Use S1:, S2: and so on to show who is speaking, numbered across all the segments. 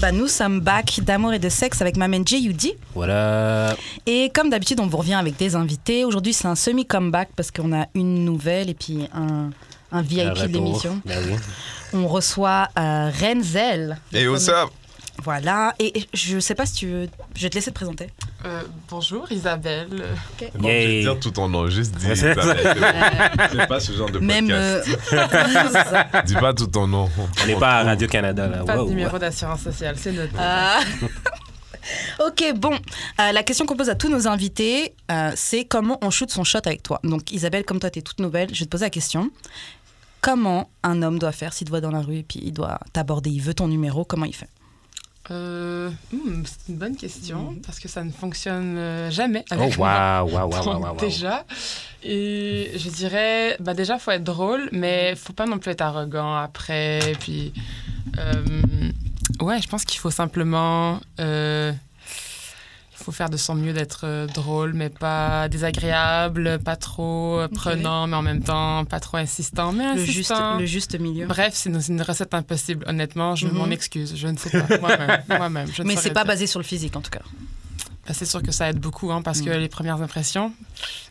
S1: bah nous sommes back d'amour et de sexe avec Mamen J.U.D.
S2: Voilà.
S1: Et comme d'habitude, on vous revient avec des invités. Aujourd'hui, c'est un semi-comeback parce qu'on a une nouvelle et puis un, un
S2: Un
S1: VIP de
S2: retour.
S1: l'émission.
S2: Ben oui.
S1: On reçoit euh, Renzel.
S3: Hey, what's up?
S1: Voilà. Et je sais pas si tu veux. Je vais te laisser te présenter.
S4: Euh, bonjour Isabelle.
S3: Bon, je vais
S2: Yay.
S3: dire tout ton nom, juste dis.
S2: C'est
S3: ça
S2: ça.
S3: va être bon. C'est pas ce genre de podcast.
S1: Même. euh, c'est ça.
S3: Dis pas tout ton nom.
S2: On n'est pas à Radio-Canada, là.
S4: Pas
S2: Wow.
S4: de numéro d'assurance sociale, c'est notre.
S1: Ah. ok, bon. Euh, la question qu'on pose à tous nos invités, euh, c'est comment on shoot son shot avec toi. Donc Isabelle, comme toi, tu es toute nouvelle, je vais te poser la question. Comment un homme doit faire s'il te voit dans la rue et puis il doit t'aborder, il veut ton numéro, comment il fait
S4: Euh, hmm, c'est une bonne question parce que ça ne fonctionne euh, jamais
S2: Mhm. Oh,
S4: avec moi.
S2: waouh, waouh, waouh,
S4: Donc,
S2: waouh, waouh.
S4: Déjà, et je dirais, bah déjà faut être drôle, mais faut pas non plus être arrogant après. Puis, euh, ouais, je pense qu'il faut simplement, euh, il faut faire de son mieux d'être euh, drôle, mais pas désagréable, pas trop euh, prenant, mais en même temps pas trop insistant, mais
S1: le juste,
S4: insistant.
S1: le juste milieu.
S4: Bref, c'est une, c'est une recette impossible, honnêtement. Je
S1: Mhm.
S4: m'en excuse. Je ne sais pas. Moi-même. moi-même, je ne
S1: Mais c'est
S4: saurais
S1: pas
S4: dire.
S1: basé sur le physique en tout cas.
S4: Bah, c'est sûr que ça aide beaucoup hein,
S1: Mhm.
S4: parce que les premières impressions,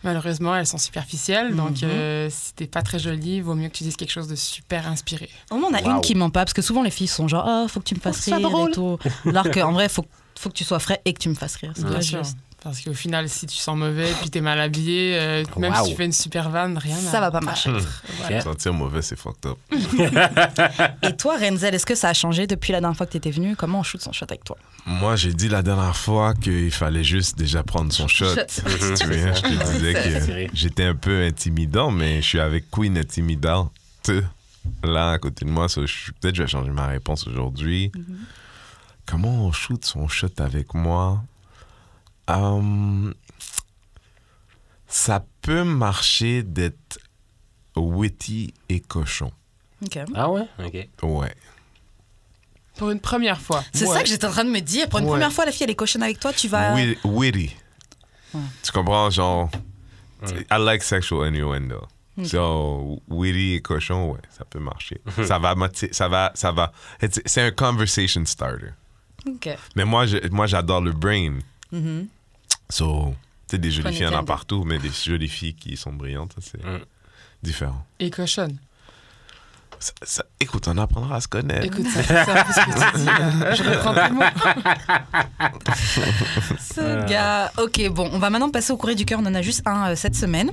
S4: malheureusement, elles sont superficielles. Donc,
S1: Mhm.
S4: euh, si t'es pas très jolie, vaut mieux que tu dises quelque chose de super inspiré.
S1: Au moins, on a
S2: Waouh.
S1: une qui ment pas parce que souvent les filles sont genre oh faut que tu me fasses
S2: que ce soit
S1: rire
S2: drôle.
S1: et tout. Alors qu'en vrai faut faut que tu sois frais et que tu me fasses rire. C'est pas juste.
S4: Parce qu'au final, si tu sens mauvais puis t'es mal habillé, euh, même
S2: Wow.
S4: si tu fais une super vanne, rien.
S1: Ça
S4: à-
S1: va pas marcher.
S4: Voilà.
S2: Yeah.
S3: Sentir mauvais, c'est fucked up.
S1: Et toi Renzel, est-ce que ça a changé depuis la dernière fois que tu étais venue Comment on shoot son shot avec toi
S3: Moi, j'ai dit la dernière fois qu'il fallait juste déjà prendre son shot.
S1: Shot.
S3: Tu te souviens, je te disais
S2: Tiré.
S3: que j'étais un peu intimidant, mais je suis avec Queen Intimidante là à côté de moi. so je suis- Peut-être que je vais changer ma réponse aujourd'hui. Comment on shoot son shot avec moi Hum, Ça peut marcher d'être witty et cochon.
S1: Ok.
S2: Ah ouais? OK.
S3: Ouais.
S4: Pour une première fois.
S1: C'est
S3: Ouais.
S1: ça que j'étais en train de me dire. Pour une
S3: Ouais.
S1: première fois, la fille, elle est cochonne avec toi, tu vas.
S3: Wi- Ben witty.
S1: Ouais.
S3: Tu comprends, genre. I like sexual innuendo.
S1: Hmm.
S3: So, witty et cochon, ouais, ça peut marcher. ça va, moti- ça va, ça va. It's- C'est un conversation starter.
S1: Ok.
S3: Mais moi, je- moi j'adore le brain.
S1: Mm-hmm.
S3: So, tu sais, des jolies
S1: Prenez
S3: filles, il y en a
S1: bien.
S3: partout, mais des jolies filles qui sont brillantes, ça, c'est
S2: Mm.
S3: différent.
S4: Et cochonne.
S3: Ça- ça- écoute, on apprendra à se
S1: Euh.
S3: connaître.
S4: Écoute, ça, ça fait ce que tu dis. là. Je reprends tes mots.
S1: Ce
S3: Euh.
S1: gars. Ok, bon, on va maintenant passer au courrier du cœur. On en a juste un euh, cette semaine.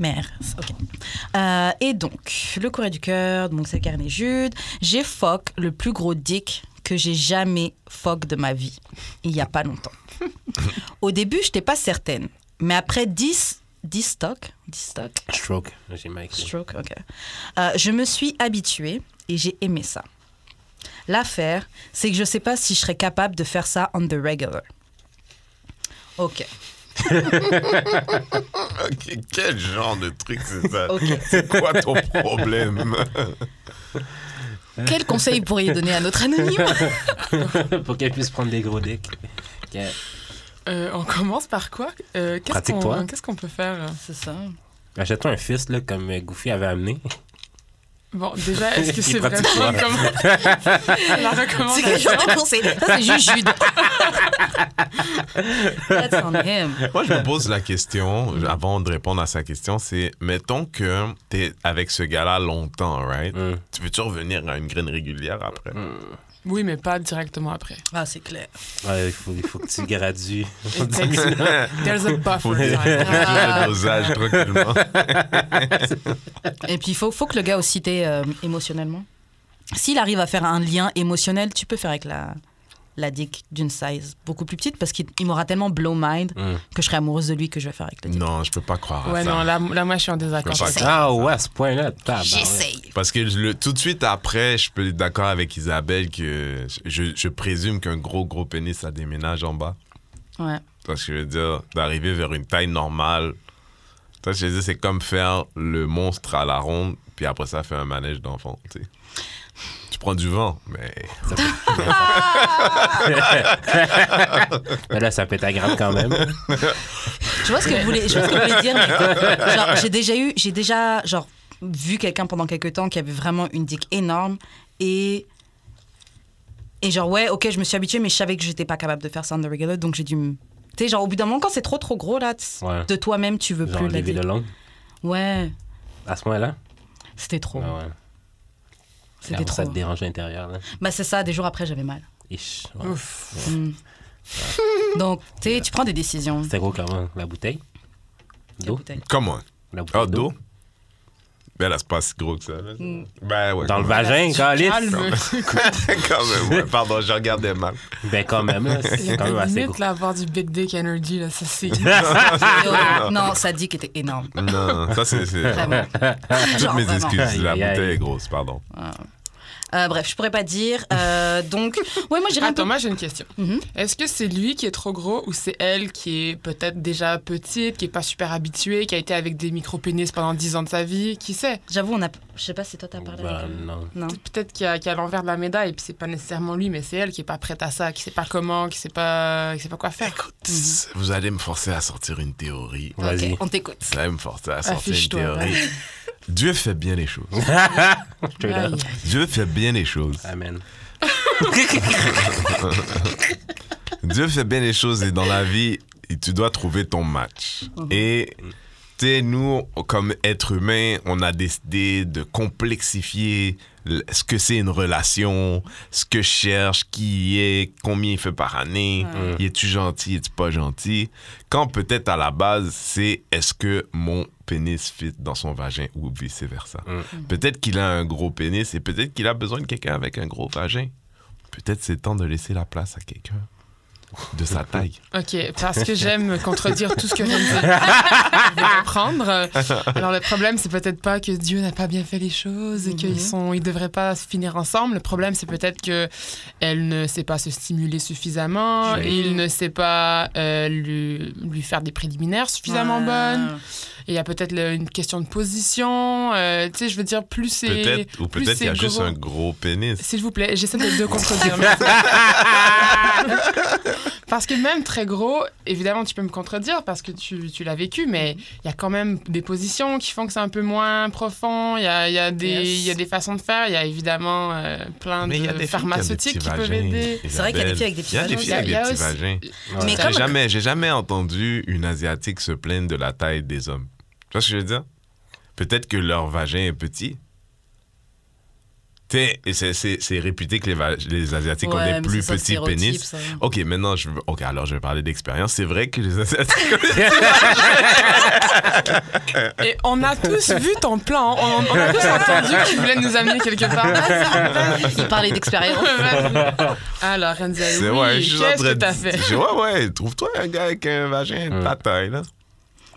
S1: Merde. Ok. Euh, et donc, le courrier du cœur, donc c'est Carnet Jude. J'ai fuck le plus gros dick que j'ai jamais fuck de ma vie. Il y a pas longtemps. Au début, je n'étais pas certaine. Mais après 10, 10 stocks, 10 stocks,
S2: Stroke. J'ai mal écrit.
S1: Stroke, ok. Euh, je me suis habituée et j'ai aimé ça. L'affaire, c'est que je sais pas si je serais capable de faire ça on the regular. Ok,
S3: Ok, Quel genre de truc c'est ça?
S1: ok.
S3: C'est quoi ton problème?
S1: Quel conseil vous pourriez donner à notre anonyme
S2: Pour qu'elle puisse prendre des gros dicks. OK.
S4: Euh, on commence par quoi Euh, Qu'est-ce
S2: Pratique-toi.
S4: qu'on- qu'est-ce qu'on peut faire euh
S1: C'est ça.
S2: Achète-toi un fist, là, comme euh, Goofy avait amené.
S4: Bon, déjà, est-ce que
S2: Il
S4: c'est vraiment
S2: pratique pas.
S4: une commande
S1: C'est
S4: La
S1: quel
S4: recommandation.
S1: genre de conseil Ça, c'est juste Jude. That's on him.
S3: Moi, je me pose la question, avant de répondre à sa question, c'est mettons que t'es avec ce gars-là longtemps, right?
S2: Mm.
S3: Tu veux-tu revenir à une graine régulière après?
S4: Oui, mais pas directement après.
S1: Ah, c'est clair.
S2: Ouais, il faut, il faut que tu gradues.
S4: It takes- There's a
S3: Faut
S4: buffer. time.
S3: réduire le dosage tranquillement.
S1: Et puis, il faut, faut que le gars aussi t'ait euh, émotionnellement. S'il arrive à faire un lien émotionnel, tu peux faire avec la, la dick d'une size beaucoup plus petite parce qu'il il m'aura tellement blow mind
S2: Mm.
S1: que je serai amoureuse de lui que je vais faire avec la dick.
S3: Non, je peux pas croire à
S4: Ouais,
S3: ça.
S4: non, là, là, moi, je suis en désaccord.
S3: Je sais.
S2: Ah ouais, à ce point-là, tabarouette.
S1: J'essaye.
S3: Parce que le- tout de suite après, je peux être d'accord avec Isabelle que je, je présume qu'un gros, gros pénis, ça déménage en bas.
S1: Ouais.
S3: Parce que je veux dire, d'arriver vers une taille normale. Toi, je veux dire, c'est comme faire le monstre à la ronde, puis après ça, faire un manège d'enfant. Tu sais. Tu prends du vent, mais.
S2: Mais là, ça peut être agréable quand même.
S1: Je vois ce que vous voulez, je vois ce que vous voulez dire. mais genre, j'ai déjà eu, j'ai déjà genre vu quelqu'un pendant quelques temps qui avait vraiment une dick énorme et Et genre, ouais, ok, je me suis habituée, mais je savais que j'étais pas capable de faire ça on the regular, donc j'ai dû me. Tu sais, genre, au bout d'un moment, quand c'est trop, trop gros, là, t's-
S2: Ouais.
S1: de toi-même, tu veux
S2: Genre,
S1: plus. la
S2: les villes longues,
S1: Ouais,
S2: à ce moment-là.
S1: c'était trop.
S2: Ah ouais.
S1: C'était
S2: Car
S1: trop.
S2: Ça te dérange l'intérieur, là.
S1: Bah, c'est ça, des jours après, j'avais mal.
S2: Ish, ouais.
S4: Ouf.
S1: Mm. Donc, tu sais, tu prends des décisions.
S2: C'était gros comment? La bouteille? D'eau?
S3: Comment?
S2: La bouteille
S3: Ah, d'eau? Ben là, c'est pas si gros que ça. là.
S1: Mm.
S3: Ben ouais.
S2: Dans le
S3: quand même.
S2: vagin, calice?
S4: Calme.
S3: quand même, ouais. Pardon, je regardais mal.
S2: Ben quand même, là,
S4: Il y
S2: c'est
S4: a
S2: quand même
S4: pas de
S2: assez
S4: limite,
S2: gros.
S4: là, avoir du big dick energy, là, ça c'est...
S1: Euh, non, ça dit qu'il était énorme.
S3: Non, ça c'est. c'est-
S1: Vraiment.
S3: Toutes
S1: Genre,
S3: mes
S1: vraiment.
S3: excuses. La
S2: Aïe, aïe,
S3: bouteille
S2: aïe.
S3: est grosse, pardon.
S1: Euh, bref, je pourrais pas dire. Euh, donc, ouais, moi, j'irais un peu.
S4: Attends, moi j'ai une question.
S1: Mhm.
S4: Est-ce que c'est lui qui est trop gros ou c'est elle qui est peut-être déjà petite, qui est pas super habituée, qui a été avec des micro-pénis pendant 10 ans de sa vie Qui sait
S1: J'avoue, on a. Je sais pas si toi, t'as parlé.
S3: Bah,
S2: Ben,
S1: avec...
S2: non.
S1: Non.
S4: Peut-être qu'il y a, qu'il y a l'envers de la médaille, puis c'est pas nécessairement lui, mais c'est elle qui est pas prête à ça, qui sait pas comment, qui sait pas, qui sait pas quoi faire.
S3: Écoute,
S1: Mm-hmm.
S3: vous allez me forcer à sortir une théorie.
S1: Ok,
S2: Vas-y.
S1: on t'écoute.
S3: Vous allez me forcer à sortir une
S4: Affiche-toi,
S3: théorie. Dieu fait bien les choses.
S2: Straight up.
S4: Aïe.
S3: Dieu fait bien les choses.
S2: Amen.
S3: Dieu fait bien les choses et dans la vie, tu dois trouver ton match. Et tu sais, nous, comme êtres humains, on a décidé de complexifier l- ce que c'est une relation, ce que je cherche, qui il est, combien il fait par année, y es-tu gentil, es-tu pas gentil, quand peut-être à la base, c'est est-ce que mon pénis fit dans son vagin ou vice-versa. Peut-être qu'il a un gros pénis et peut-être qu'il a besoin de quelqu'un avec un gros vagin. Peut-être c'est temps de laisser la place à quelqu'un de sa taille.
S4: Ok, parce que j'aime contredire tout ce que je viens de prendre. Alors le problème, c'est peut-être pas que Dieu n'a pas bien fait les choses et qu'ils sont, ils devraient pas se finir ensemble. Le problème, c'est peut-être que elle ne sait pas se stimuler suffisamment,
S2: Oui.
S4: il ne sait pas euh, lui, lui faire des préliminaires suffisamment
S1: Ouais.
S4: bonnes. Et il y a peut-être le- une question de position. euh, tu sais, je veux dire, plus c'est,
S3: Peut-être, ou
S4: plus
S3: peut-être il y a
S4: c'est
S3: juste
S4: gros-
S3: un gros pénis.
S4: s'il vous plaît, j'essaie de, de contredire. merci. parce que même très gros, évidemment, tu peux me contredire parce que tu, tu l'as vécu, mais
S3: Mhm.
S4: il y a quand même des positions qui font que c'est un peu moins profond. Il y a, il y a des,
S1: Yes.
S4: il y a des façons de faire. Il y a évidemment euh, plein
S3: Mais il y a
S4: de
S3: des
S4: pharmaceutiques qui, peuvent aider.
S1: C'est vrai qu'il y a des filles avec des petits
S3: Il y a des filles
S4: vagins.
S3: avec
S4: Il y
S3: des
S4: a
S3: petits
S4: aussi-
S3: vagins.
S2: Ouais.
S1: Mais
S3: J'ai
S1: comme-
S3: jamais, j'ai jamais entendu une asiatique se plaindre de la taille des hommes. Tu vois ce que je veux dire Peut-être que leur vagin est petit. Tu sais, et c'est- c'est c'est réputé que les, va- les asiatiques
S1: Ouais,
S3: ont
S1: mais
S3: des plus
S1: c'est ça,
S3: petits
S1: stéréotype,
S3: pénis.
S1: ça.
S3: Ok, maintenant je veux- ok alors je vais parler d'expérience. C'est vrai que les asiatiques.
S4: Et on a tous vu ton plan. On, on a tous entendu que tu voulais nous amener quelque part.
S1: Il parlait d'expérience.
S4: Alors, Renzel,
S3: C'est
S4: Eh oui,
S3: ouais, je suis en
S4: qu'est-ce
S3: train
S4: que
S3: de-
S4: t'as fait
S3: Je- Ouais ouais, trouve-toi un gars avec un vagin de ta taille là.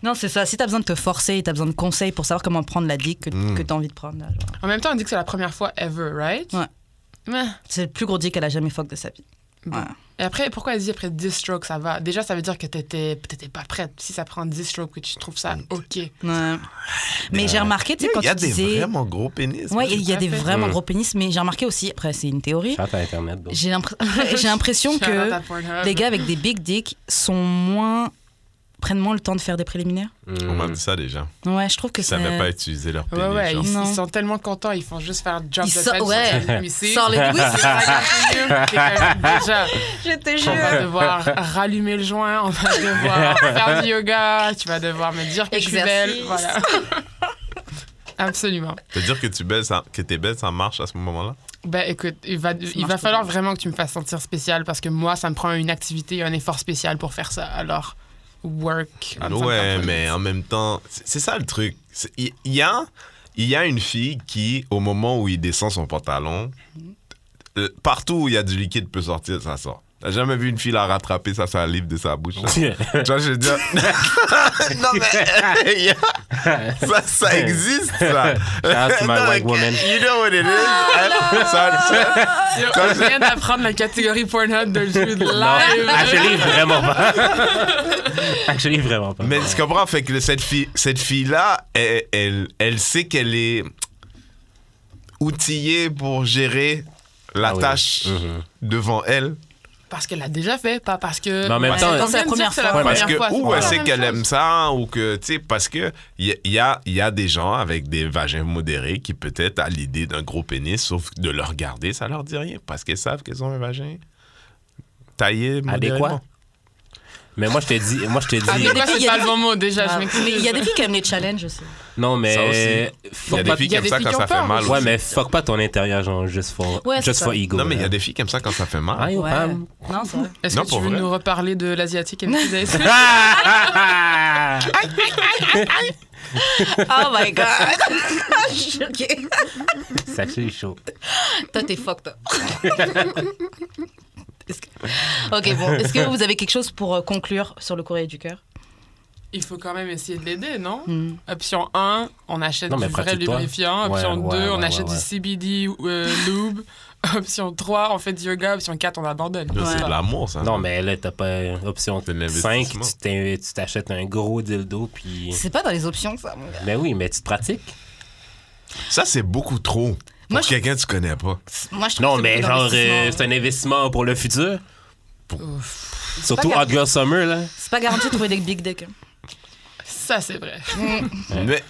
S1: Non, c'est ça. Si t'as besoin de te forcer, t'as besoin de conseils pour savoir comment prendre la dick que,
S3: Mm.
S1: que t'as envie de prendre. là, genre.
S4: En même temps, on dit que c'est la première fois ever, right
S1: Ouais.
S4: Ouais.
S1: C'est le plus gros dick qu'elle a jamais fuck de sa vie.
S4: Bon.
S1: Voilà.
S4: Et après, pourquoi elle dit après 10 strokes, ça va Déjà, ça veut dire que t'étais t'étais pas prête. Si ça prend 10 strokes, que tu trouves ça OK.
S1: Ouais. Mais j'ai remarqué, tu sais, quand
S3: Il y a
S1: tu
S3: des
S1: disais.
S3: vraiment gros pénis.
S1: Ouais, il y a
S4: Tout à
S1: des
S4: fait.
S1: vraiment
S2: Mm.
S1: gros pénis, mais j'ai remarqué aussi, après, c'est une théorie.
S2: Chante à Internet, donc.
S1: J'ai l'impr- j'ai l'impression que
S4: Ah,
S1: les gars avec des big dicks sont moins. prennent moins le temps de faire des préliminaires.
S2: Hmm.
S3: On
S2: Mm.
S3: m'a dit ça déjà.
S1: Ouais, je trouve que
S3: Ils
S1: c'est.
S3: savaient pas utiliser leur pénis.
S4: Euh, Ouais, ouais, ils,
S3: genre.
S1: Non.
S4: ils sont tellement contents, ils font juste faire job
S1: Ils
S4: de
S1: sont-
S4: tête,
S1: ouais.
S4: ils sont comme, ici.
S1: Sors les oui, c'est ça.
S4: Déjà,
S1: je te
S4: on va
S1: jure.
S4: devoir rallumer le joint, on va devoir faire du yoga, tu vas devoir me dire que je suis
S1: Exercice.
S4: belle. Voilà. Absolument.
S3: Te dire que tu belles, ça, que t'es belle, ça marche à ce moment-là.
S4: Ben écoute, il va, il
S1: marche
S4: va
S1: pas
S4: falloir
S1: bien.
S4: vraiment que tu me fasses sentir spécial parce que moi, ça me prend une activité et un effort spécial pour faire ça. Alors, work. on s'entend
S3: ouais,
S4: pas.
S3: mais en même temps, c'est c'est ça le truc. C'est- Il il y, a, il y a une fille qui, au moment où il descend son pantalon, euh, partout où il y a du liquide peut sortir, ça sort. T'as jamais vu une fille la rattraper, ça salive de sa bouche. là? tu vois, je veux dire. non, mais. il y a- ça, ça existe, ça.
S2: Shout out to my
S3: Non,
S2: white
S3: mais-
S2: woman.
S3: You know what it is. Hein? Ça- ça-
S4: On vient d'apprendre la catégorie Pornhub de Jude
S2: Non,
S3: Ah,
S4: live.
S2: actually, vraiment pas. actually, vraiment pas.
S3: Mais tu comprends, fait que cette fille, cette fille là, elle, elle, elle sait qu'elle est outillée pour gérer la
S2: Ah oui.
S3: tâche
S2: Mhm.
S3: devant elle.
S4: parce qu'elle l'a déjà fait, pas parce que.
S2: Mais en même
S4: Ouais,
S2: temps,
S4: elle
S1: quand c'est la
S4: vient de dire
S1: première
S4: que c'est la
S2: fois,
S3: Parce
S4: première
S3: que,
S4: fois, c'est
S3: ou
S4: pas
S3: elle
S4: la
S3: sait
S4: même
S3: qu'elle
S4: chose.
S3: aime ça, ou que, tu sais, parce que il y, y a, y a des gens avec des vagins modérés qui peut-être à l'idée d'un gros pénis, sauf que de le regarder, ça leur dit rien, parce qu'elles savent qu'elles ont un vagin taillé modérément.
S2: Mais moi, je t'ai dit, moi, je t'ai
S4: Ah,
S1: Il y
S4: mais
S2: dit,
S1: a des
S4: quoi,
S1: filles- il y
S4: c'est
S1: a
S4: pas
S1: des
S4: le bon mot déjà, je
S1: Ah. Mais
S4: m'excuse.
S1: Il y a des filles qui aiment les challenges aussi.
S2: non,
S3: Ça
S2: mais.
S3: aussi. Il y
S2: Fuck
S3: a des
S2: pas-
S3: filles
S4: il
S3: qui
S4: y a
S3: aiment
S4: des
S3: ça
S4: filles
S3: quand
S4: qui
S3: ça
S4: ont
S3: fait
S4: peur
S3: mal.
S4: aussi.
S2: Ouais,
S3: aussi.
S2: mais fuck pas ton intérieur, genre, juste for,
S1: Ouais,
S2: just
S1: c'est
S2: for
S1: ça.
S2: ego.
S3: Non, mais il y
S2: là.
S3: a des filles qui aiment ça quand ça fait
S2: Ah,
S3: mal.
S2: yo,
S1: Ouais.
S2: pam.
S1: Non, c'est vrai.
S4: Est-ce
S3: Non,
S4: que tu
S3: pour
S4: veux
S3: vrai.
S4: nous reparler de l'asiatique et
S1: Oh my god. Je suis choquée.
S2: Ça, c'est chaud.
S1: Toi, t'es fuck, toi. Est-ce que- Ok, bon. Est-ce que vous avez quelque chose pour euh, conclure sur le courrier du cœur
S4: Il faut quand même essayer de l'aider, non
S1: Hmm.
S4: Option 1, on achète
S2: Non, mais
S4: du vrai
S2: pratique-toi.
S4: lubrifiant.
S2: Ouais,
S4: Option
S2: ouais,
S4: 2, on
S2: ouais,
S4: achète
S2: ouais, ouais.
S4: du CBD euh, lube. Option 3, on fait du yoga. Option 4, on abandonne.
S3: Yo,
S1: Ouais.
S3: C'est de l'amour, ça.
S2: Non, mais là, t'as pas option
S3: C'est de
S2: 5,
S3: l'investissement.
S2: tu t'in- tu t'achètes un gros dildo, puis.
S1: C'est pas dans les options, ça, mon gars.
S2: Ben oui, mais tu te pratiques.
S3: Ça, c'est beaucoup trop. Pour
S1: Moi, je-
S3: quelqu'un que tu connais pas.
S1: Moi, je trouve
S2: Non,
S1: que
S2: mais
S1: c'est
S2: genre, euh,
S1: l'investissement.
S2: c'est un investissement pour le futur. Surtout
S1: pas
S2: Hot Girl Summer, là.
S1: C'est pas garanti de trouver des big hein. dick.
S4: Ça, c'est vrai.
S3: Mais.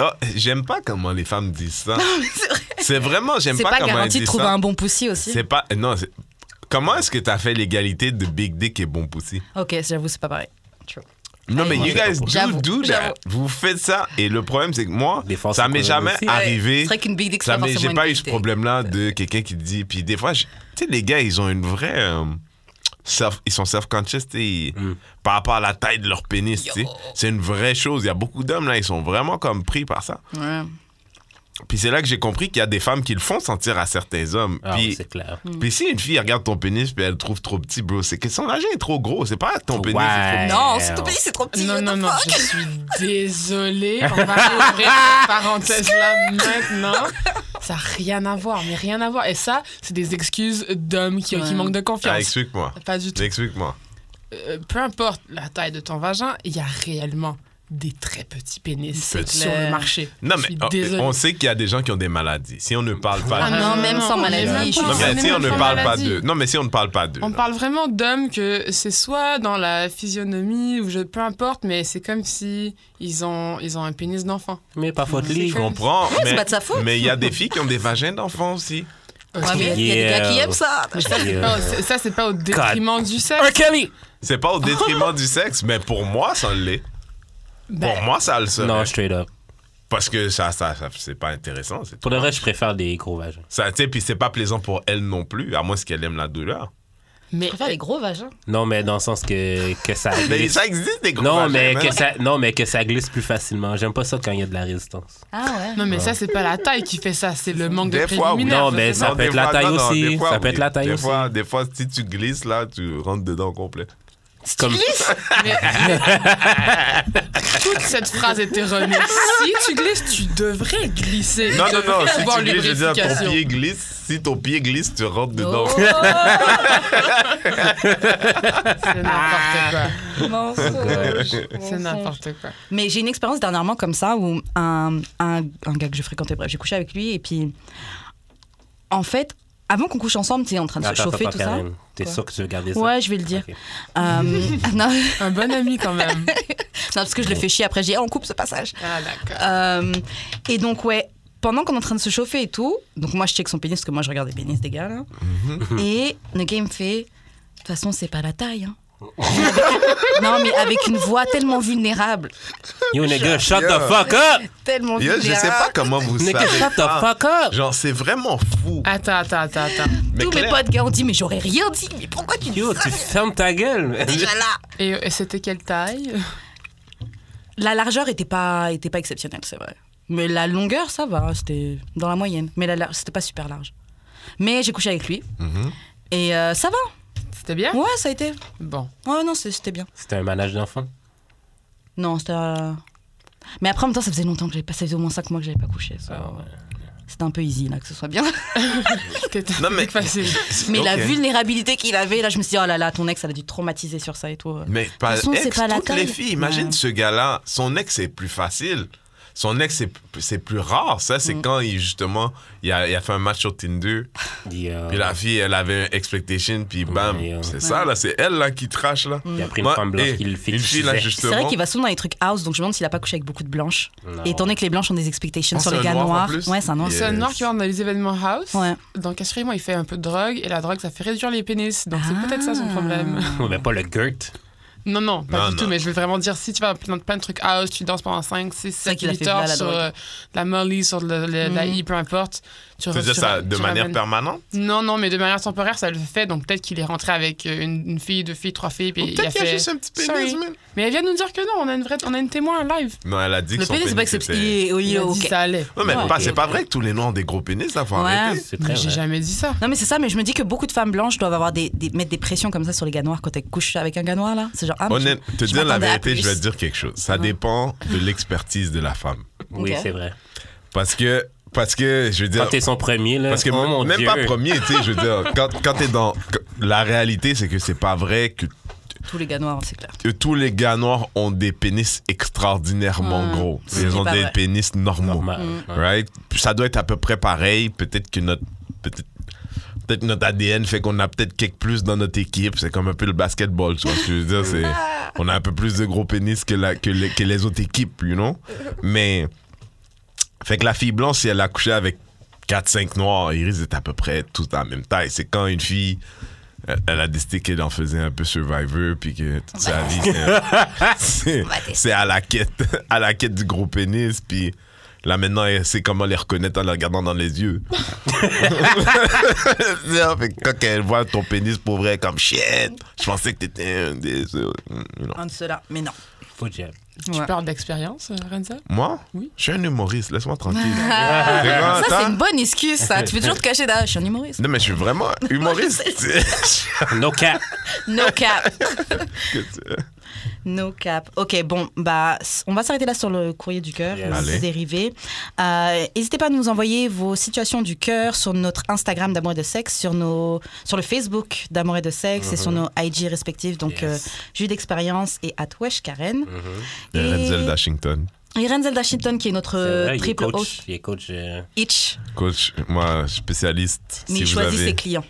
S3: ah, j'aime pas comment les femmes disent ça.
S1: c'est vrai.
S3: C'est vraiment, j'aime
S1: C'est
S3: pas,
S1: pas
S3: comment elles
S1: garanti de
S3: disent
S1: trouver
S3: ça.
S1: un bon pussy aussi.
S3: C'est pas. Non, c'est- comment est-ce que t'as fait l'égalité de Big Dick et Bon Pussy?
S1: Ok, j'avoue, c'est pas pareil. Tu vois.
S3: Non, mais
S2: Moi,
S3: you
S2: je
S3: guys
S2: sais pas.
S1: J'avoue,
S3: do, do that.
S1: j'avoue.
S3: Vous faites ça. Et le problème, c'est que moi,
S2: Des fois,
S3: ça
S2: c'est
S3: m'est
S2: cool
S3: jamais
S2: aussi.
S1: Ouais,
S3: arrivé.
S1: C'est vrai qu'une big dick, c'est
S3: Ça
S1: pas
S3: m'est-
S1: forcément
S3: J'ai pas
S1: une
S3: eu
S1: big
S3: ce
S1: dick.
S3: problème-là de quelqu'un qui dit. Puis des fois, je- tu sais, les gars, ils ont une vraie. euh, self- ils sont self-conscious tu sais, ils-
S2: Mm.
S3: par rapport à la taille de leur pénis. tu sais. C'est une vraie chose. Il y a beaucoup d'hommes là, ils sont vraiment comme pris par ça.
S1: Ouais.
S3: Puis c'est là que j'ai compris qu'il y a des femmes qui le font sentir à certains hommes.
S2: Ah,
S3: puis
S2: oui, c'est clair.
S3: puis si une fille regarde ton pénis puis elle le trouve trop petit, bro, c'est que son vagin est trop gros. C'est pas ton pénis. est trop
S2: Ouais.
S1: Non, c'est tout petit, c'est trop petit.
S4: Non,
S1: what
S4: non,
S1: the
S4: non,
S1: fuck
S4: je suis désolée. On va ouvrir cette parenthèse-là maintenant. Ça n'a rien à voir, mais rien à voir. Et ça, c'est des excuses d'hommes qui,
S1: Ouais.
S4: qui manquent de
S3: petit. Ah,
S4: confiance.
S3: Explique-moi.
S4: Pas du tout.
S3: Explique-moi.
S4: Euh, peu importe la taille de ton vagin, il y a réellement des très petits pénis
S1: C'est
S4: sur
S1: clair.
S4: le marché.
S3: Non,
S4: Je
S3: mais
S4: suis
S3: oh,
S4: désolée.
S3: on sait qu'il y a des gens qui ont des maladies. Si on ne parle pas
S1: Ah non,
S3: d'eux.
S1: même sans maladie,
S4: même
S1: je suis
S4: pas.
S3: Non,
S1: on
S3: mais
S1: est
S3: si on
S4: même
S3: ne
S4: pas
S3: parle pas
S4: maladie.
S3: d'eux. Non, mais si on ne parle pas d'eux.
S4: On
S3: là.
S4: parle vraiment d'hommes que c'est soit dans la physionomie ou je peu importe, mais c'est comme si ils ont ils ont un pénis d'enfant.
S2: Mais pas faute
S4: C'est
S2: libre.
S3: Je comprends.
S1: Ouais, c'est
S3: mais-
S1: pas de sa faute.
S3: Mais il y a des filles qui ont des vagins d'enfants aussi.
S1: Ouais, mais il y a des
S2: Yeah.
S1: gars qui aiment ça.
S4: Ça c'est pas, c'est- ça, c'est pas au détriment du sexe.
S2: R. Kelly!
S3: C'est pas au détriment du sexe, mais pour moi, ça l'est.
S4: Ben,
S3: Pour moi, ça le serait.
S2: Non, straight up.
S3: Parce que ça, ça, ça- c'est pas intéressant. c'est tout.
S2: Pour le vrai, je préfère des gros vagins.
S3: Ça, tu sais, puis c'est pas plaisant pour elle non plus, à moins qu'elle aime la douleur.
S1: Je
S4: mais
S1: préfère les gros vagins.
S2: Non, mais dans le sens que, que ça
S3: Mais
S2: glisse.
S3: ça existe des gros
S2: Non
S3: vagins,
S2: mais,
S3: man.
S2: que ça, non, mais que ça glisse plus facilement. J'aime pas ça quand il y a de la résistance.
S1: Ah ouais.
S4: non mais ça c'est pas la taille qui fait ça, c'est le manque de
S3: Des fois, oui.
S4: préliminaires.
S2: Non,
S4: je
S2: mais
S4: sais
S2: ça
S4: pas.
S2: peut être la taille aussi.
S3: des
S2: Ça peut être la taille
S3: des
S2: aussi.
S3: Fois, des fois, si tu glisses, là, tu rentres dedans complet.
S2: Comme,
S4: toute cette phrase est erronée. si tu glisses, tu devrais glisser.
S3: Non, non, non,
S4: devrais
S3: si
S4: avoir
S3: tu glisses, je veux dire, ton
S4: lubrification.
S3: pied glisse. Si ton pied glisse, tu rentres dedans.
S1: Oh,
S4: C'est n'importe quoi.
S1: mensonge,
S4: C'est
S1: mensonge.
S4: n'importe quoi.
S1: Mais j'ai une expérience dernièrement comme ça où un, un, un gars que je fréquentais, bref, j'ai couché avec lui et puis en fait, avant qu'on couche ensemble, tu es en train de se
S2: Attends,
S1: chauffer
S2: attends,
S1: tout ça.
S2: Karine. T'es
S1: Quoi?
S2: sûr que tu veux garder ça?
S1: Ouais, je vais le dire.
S2: Ok.
S1: Euh, non, non,
S4: Un bon ami quand même.
S1: parce que je le fais chier après, j'ai dit, Ah, on coupe ce passage.
S4: Ah d'accord.
S1: Euh, et donc, ouais, pendant qu'on est en train de se chauffer et tout, donc moi je check son pénis parce que moi je regarde les pénis des gars là.
S3: Mhm.
S1: Et le gars il me fait De toute façon, c'est pas la taille. hein. non, mais avec une voix tellement vulnérable.
S2: Yo, nigga, shut
S3: Yeah.
S2: the fuck up!
S1: Tellement
S3: Yo,
S1: vulnérable.
S3: je sais pas comment vous
S2: Nigga,
S3: savez.
S2: shut the
S3: ça.
S2: fuck up!
S3: Genre, c'est vraiment fou.
S4: Attends, attends, attends, attends.
S3: Mais
S1: Tous mes
S3: clair.
S1: potes gars ont dit Mais j'aurais rien dit, mais pourquoi tu dis
S2: Yo,
S1: ça
S2: tu fermes ta gueule!
S1: Déjà là.
S4: Et, et c'était quelle taille
S1: La largeur était pas, était pas exceptionnelle, c'est vrai. Mais la longueur, ça va, c'était dans la moyenne. Mais la, lar- c'était pas super large. Mais j'ai couché avec lui.
S3: Mhm.
S1: Et euh, ça va.
S4: C'était bien
S1: Ouais, ça a été.
S4: Bon.
S1: Ouais, non, c'est- c'était bien.
S2: C'était un manage d'enfant?
S1: Non, c'était. euh, Mais après, en même temps, ça faisait longtemps que j'avais pas. Ça faisait au moins 5 mois que j'avais pas couché. ça.
S2: Ah ouais.
S1: C'était un peu easy, là, que ce soit bien.
S4: C'était
S3: Non, mais-
S4: facile.
S1: Mais la
S3: Ok.
S1: vulnérabilité qu'il avait, là, je me suis dit, oh là là, ton ex, elle a dû te traumatiser sur ça et tout.
S3: Mais pas
S1: façon, c'est
S3: ex,
S1: pas la
S3: toutes les
S1: taille.
S3: filles. Imagine
S1: Ouais.
S3: ce gars-là. Son ex, c'est plus facile. Son ex, c'est- c'est plus rare. Ça,
S1: Mm.
S3: c'est quand il, justement, il a, il a fait un match sur Tinder.
S2: Yo.
S3: Puis la fille, elle avait une expectation, puis bam.
S2: Ah. Ouais, ouais.
S3: c'est ça, là. C'est elle, là, qui trash, là.
S2: Il a pris une
S3: Moi,
S2: femme blanche
S3: et
S2: qui le
S3: Une fille, là,
S2: fétichisait.
S1: C'est
S3: justement.
S1: vrai qu'il va souvent dans les trucs house, donc je me demande s'il a pas couché avec beaucoup de blanches.
S2: Non.
S1: Et étant donné que les blanches ont des expectations
S3: Oh,
S1: sur
S3: Bah c'est
S1: les
S3: un
S1: gars
S3: noir, en
S1: noirs.
S3: plus
S1: Ouais, c'est un noir.
S3: Yeah.
S4: C'est un noir qui va dans les événements house.
S1: Ouais.
S4: Dans Cachemire, moi, il fait un peu de drogue et la drogue, ça fait réduire les pénis. Donc c'est peut-être ça son
S1: Ah.
S4: problème.
S2: Ouais, mais pas le Gert.
S4: Non, non, pas
S3: Non,
S4: du
S3: non.
S4: tout, mais je veux vraiment dire, si tu vas dans plein de trucs house, tu danses pendant 5, 6,
S1: C'est vrai
S4: 7,
S1: qu'il a
S4: 8
S1: fait de
S4: heures
S1: la- la
S4: sur
S1: drogue.
S4: euh, la Molly, sur le- le- la
S1: Mhm.
S4: I, peu importe. Tu
S3: C'est dire
S4: tu-
S3: ça de
S4: tu
S3: manière
S4: ramènes-
S3: permanente.
S4: Non, non, mais de manière temporaire, ça le fait. Donc peut-être qu'il est rentré avec euh, une, une fille, deux filles, trois filles, puis
S3: Ou
S4: il a
S3: Peut-être qu'il y a
S4: fait...
S3: juste un petit
S4: Sorry.
S3: pénis, man.
S4: Mais elle vient de nous dire que non, on a une, vraie... on a une témoin live.
S3: Non, elle a dit que
S1: Le
S3: son
S1: pénis, c'est pas
S3: c'était-
S1: accepté.
S4: Il a dit ça allait.
S3: Non, mais
S1: Ouais,
S3: pas-
S2: ok,
S3: c'est pas
S2: ok.
S3: vrai que tous les noirs ont des gros pénis, là, faut
S1: Ouais.
S3: arrêter.
S2: C'est très
S4: Mais J'ai
S2: vrai.
S4: jamais dit ça.
S1: Non mais c'est ça, mais je me dis que beaucoup de femmes blanches doivent avoir des, des- mettre des pressions comme ça sur les gars noirs quand elles couchent avec un gars noir là. C'est genre ah, mais
S3: Honnête,
S1: je-
S3: te
S1: je
S3: dire la
S1: m'attendais à
S3: vérité,
S1: plus.
S3: je vais te dire quelque chose. Ça dépend de l'expertise de la femme.
S2: Oui,
S1: Ok.
S2: c'est vrai.
S3: Parce que, parce que, je veux
S2: Quand
S3: dire,
S2: t'es son premier, là.
S3: Parce que
S2: oh
S3: même-
S2: mon
S3: même
S2: Dieu.
S3: pas premier, tu sais, je veux dire, quand, quand t'es dans. que- La réalité, c'est que c'est pas vrai que
S1: tous les gars noirs, c'est clair.
S3: t- tous les gars noirs ont des pénis extraordinairement
S1: Hmm.
S3: gros.
S1: C'est
S3: Ils ont
S1: pas
S3: des
S1: vrai.
S3: pénis normaux.
S2: Normal. Ouais.
S3: Right? Ça doit être à peu près pareil. Peut-être que notre. Peut-être peut-être que notre ADN fait qu'on a peut-être quelques plus dans notre équipe. C'est comme un peu le basketball, tu vois ce que je veux dire. C'est, on a un peu plus de gros pénis que, la, que, les, que les autres équipes, you know? Mais. Fait que la fille blanche, si elle a couché avec 4-5 noirs, ils risquent d'être à peu près tous à la même taille. C'est quand une fille. elle- Euh, Elle a décidé qu'elle en faisait un peu Survivor, puis que toute sa vie, c'est un- c'est c'est à la quête, à la quête du gros pénis, puis là maintenant, elle sait comment les reconnaître en les regardant dans les yeux. Non, fait que quand elle voit ton pénis pour vrai, comme shit, je pensais que t'étais un des. euh, non.
S1: Un de ceux-là, mais non.
S2: Faut que j'aime.
S4: Tu
S1: Ouais.
S4: parles d'expérience, euh, Renza
S3: Moi
S4: Oui.
S3: Je suis un humoriste, laisse-moi tranquille. C'est quoi,
S1: Ah. Ça c'est
S3: attends?
S1: une bonne excuse ça. Tu peux toujours te cacher derrière. Je suis un humoriste.
S3: Non, mais je suis vraiment humoriste.
S2: No cap.
S1: No cap.
S3: Que tu-
S1: No cap. Ok, bon, bah, s- on va s'arrêter là sur le courrier du cœur,
S2: Yes.
S3: Allez.
S1: les dérivés. Euh, N'hésitez pas à nous envoyer vos situations du cœur sur notre Instagram d'amour et de sexe, sur, nos, sur le Facebook d'amour et de sexe et sur nos
S3: Uh-huh.
S1: IG respectifs, donc
S2: Yes. Mm-hmm.
S1: euh, Jus d'expérience et at Wesh Karen.
S3: Le Red
S1: Et,
S3: Zelda Washington.
S1: et Renzel Dashington qui est notre
S2: C'est vrai,
S1: Euh,
S2: il est
S1: triple host.
S2: coach. Il est coach. euh,
S1: Itch,
S3: Coach, moi, spécialiste.
S1: mais
S3: si
S1: il
S3: vous
S1: choisit ses
S3: avez.
S1: clients.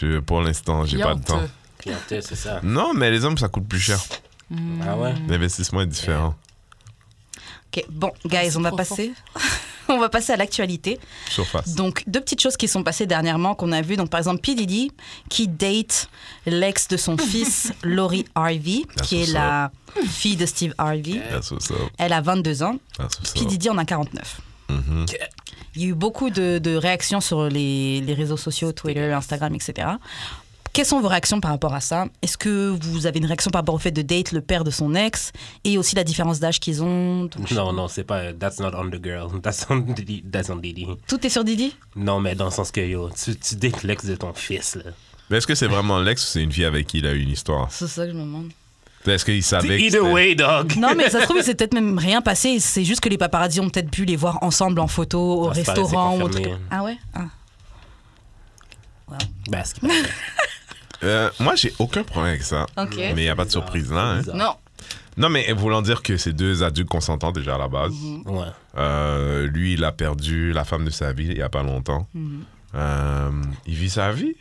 S3: Je, pour l'instant, j'ai pas le temps.
S4: Cliente.
S2: clientèle, c'est ça.
S3: Non, mais les hommes, ça coûte plus cher.
S2: Ah ouais?
S1: Mm.
S3: L'investissement est différent.
S1: Ok, bon, guys, on va
S4: trop
S1: passer. On va passer à l'actualité.
S3: Surface.
S1: Donc, deux petites choses qui sont passées dernièrement qu'on a vues. Donc, par exemple, P. Diddy qui date l'ex de son fils, Lori Harvey,
S3: That's
S1: qui est
S3: what's
S1: la fille de Steve Harvey.
S3: That's what's up.
S1: Elle a 22 ans.
S3: That's what's
S1: P.
S3: up.
S1: Diddy en a 49.
S3: Mhm.
S1: Il y a eu beaucoup de, de réactions sur les, les réseaux sociaux, Twitter, Instagram, etc. Quelles sont vos réactions par rapport à ça Est-ce que vous avez une réaction par rapport au fait de date le père de son ex et aussi la différence d'âge qu'ils ont Donc,
S2: Non, non, c'est pas. That's not on the girl. That's on Didi. That's on Didi.
S1: Tout est sur Diddy
S2: Non, mais dans le sens que yo, tu, tu dates l'ex de ton fils, là.
S3: Mais est-ce que c'est vraiment l'ex ou c'est une fille avec qui il a eu une histoire
S1: C'est ça que je me demande.
S3: Est-ce qu'il savait que
S2: Either
S3: c'était-
S2: way, dog.
S1: Non, mais ça se trouve, il s'est peut-être même rien passé. C'est juste que les paparazzi ont peut-être pu les voir ensemble en photo, au
S2: Ah, c'est pas-
S1: restaurant
S2: c'est
S1: ou au
S2: confirmé,
S1: truc.
S2: hein.
S1: Ah ouais Ah.
S2: Ben, c'est pas-
S3: Euh, moi, j'ai aucun problème avec ça.
S1: Ok.
S3: Mais il n'y a pas de surprise là. hein.
S2: bizarre.
S1: Non.
S3: Non, mais voulant dire que c'est deux adultes consentants déjà à la base.
S1: Mm-hmm.
S2: Ouais.
S3: Euh, lui, il a perdu la femme de sa vie il n'y a pas longtemps.
S1: Mm-hmm.
S3: Euh, il vit sa vie.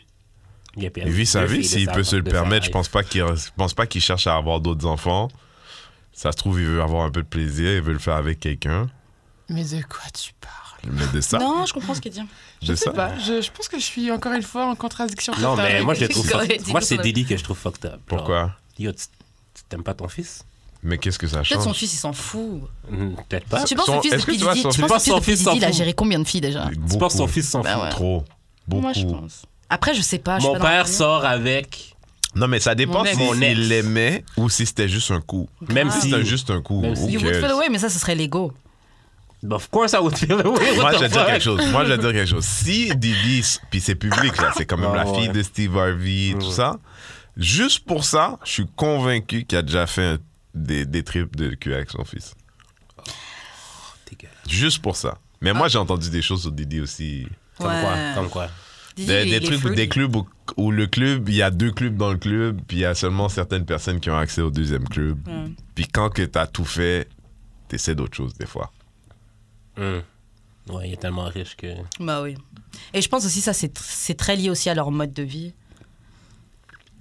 S2: Il, a perdu
S3: Il vit sa
S2: deux
S3: vie
S2: filles de
S3: s'il
S2: sa-
S3: peut se le
S2: de sa
S3: permettre. Je
S2: life.
S3: pense pas qu'il je pense pas qu'il cherche à avoir d'autres enfants. Ça se trouve, il veut avoir un peu de plaisir, il veut le faire avec quelqu'un.
S4: Mais de quoi tu parles
S3: Mais de ça,
S1: Non, je comprends ce qu'il dit.
S3: de
S4: Je sais
S3: ça.
S4: pas, je, je pense que je suis encore une fois en contradiction.
S2: Non,
S4: totale.
S2: mais moi, je le trouve
S1: Corée,
S2: fucked.
S1: dis-nous
S2: Moi, c'est
S1: ton
S2: Didi que je trouve fucked up. Genre,
S3: Pourquoi
S2: Yo, tu tu t'aimes pas ton fils?
S3: Mais qu'est-ce que ça
S1: Peut-être son
S3: change
S1: fils, il s'en fout.
S2: Hmm, Peut-être pas.
S1: Tu penses
S3: son-
S1: au fils de
S3: est-ce que
S1: P.
S3: tu vois,
S1: Diddy
S3: son-
S1: Tu
S2: tu
S1: penses
S2: penses
S1: au
S2: son
S1: fils de P.
S2: fils s'en
S1: Diddy, il a
S2: fout
S1: géré combien de filles déjà
S2: Tu
S3: Beaucoup.
S2: penses ton fils s'en fout?
S1: Bah ouais.
S3: Trop. Beaucoup.
S1: Moi, je pense. Après, je sais pas. je suis
S2: Mon
S1: pas dans la
S2: père
S1: famille.
S2: sort avec.
S3: Non, mais ça dépend
S4: Mon ex.
S3: si
S2: Mon ex.
S3: il l'aimait ou si c'était juste un coup.
S2: Même
S3: Si
S2: si.
S3: c'était juste Ah. un coup,
S2: Même si-
S3: who
S1: You would
S3: cares?
S1: feel away, mais ça, ce serait l'ego.
S2: Bah, Of course, I would feel away.
S3: Moi,
S2: What
S3: je vais
S2: the
S3: dire quelque
S2: fuck?
S3: chose. Moi, je vais dire quelque chose. Si Didi, puis c'est public, là, c'est quand même
S2: Ah,
S3: la fille
S2: ouais.
S3: de Steve Harvey, tout ça. Juste pour ça, je suis convaincu qu'il a déjà fait un- des, des trips de cul avec son fils.
S2: Dégueulasse.
S3: Juste pour ça. Mais moi, j'ai entendu des choses sur Didi aussi.
S2: Comme
S1: Ouais.
S2: quoi? Comme quoi?
S1: Diddy,
S3: Des,
S1: il est
S3: des trucs,
S1: fruity.
S3: des clubs où, où le club, il y a deux clubs dans le club, puis il y a seulement certaines personnes qui ont accès au deuxième club.
S1: Ouais.
S3: Puis quand que t'as tout fait, t'essaies d'autres choses des fois.
S2: Hum. Ouais, il est tellement riche que.
S1: Bah oui. Et je pense aussi ça, c'est tr- c'est très lié aussi à leur mode de vie.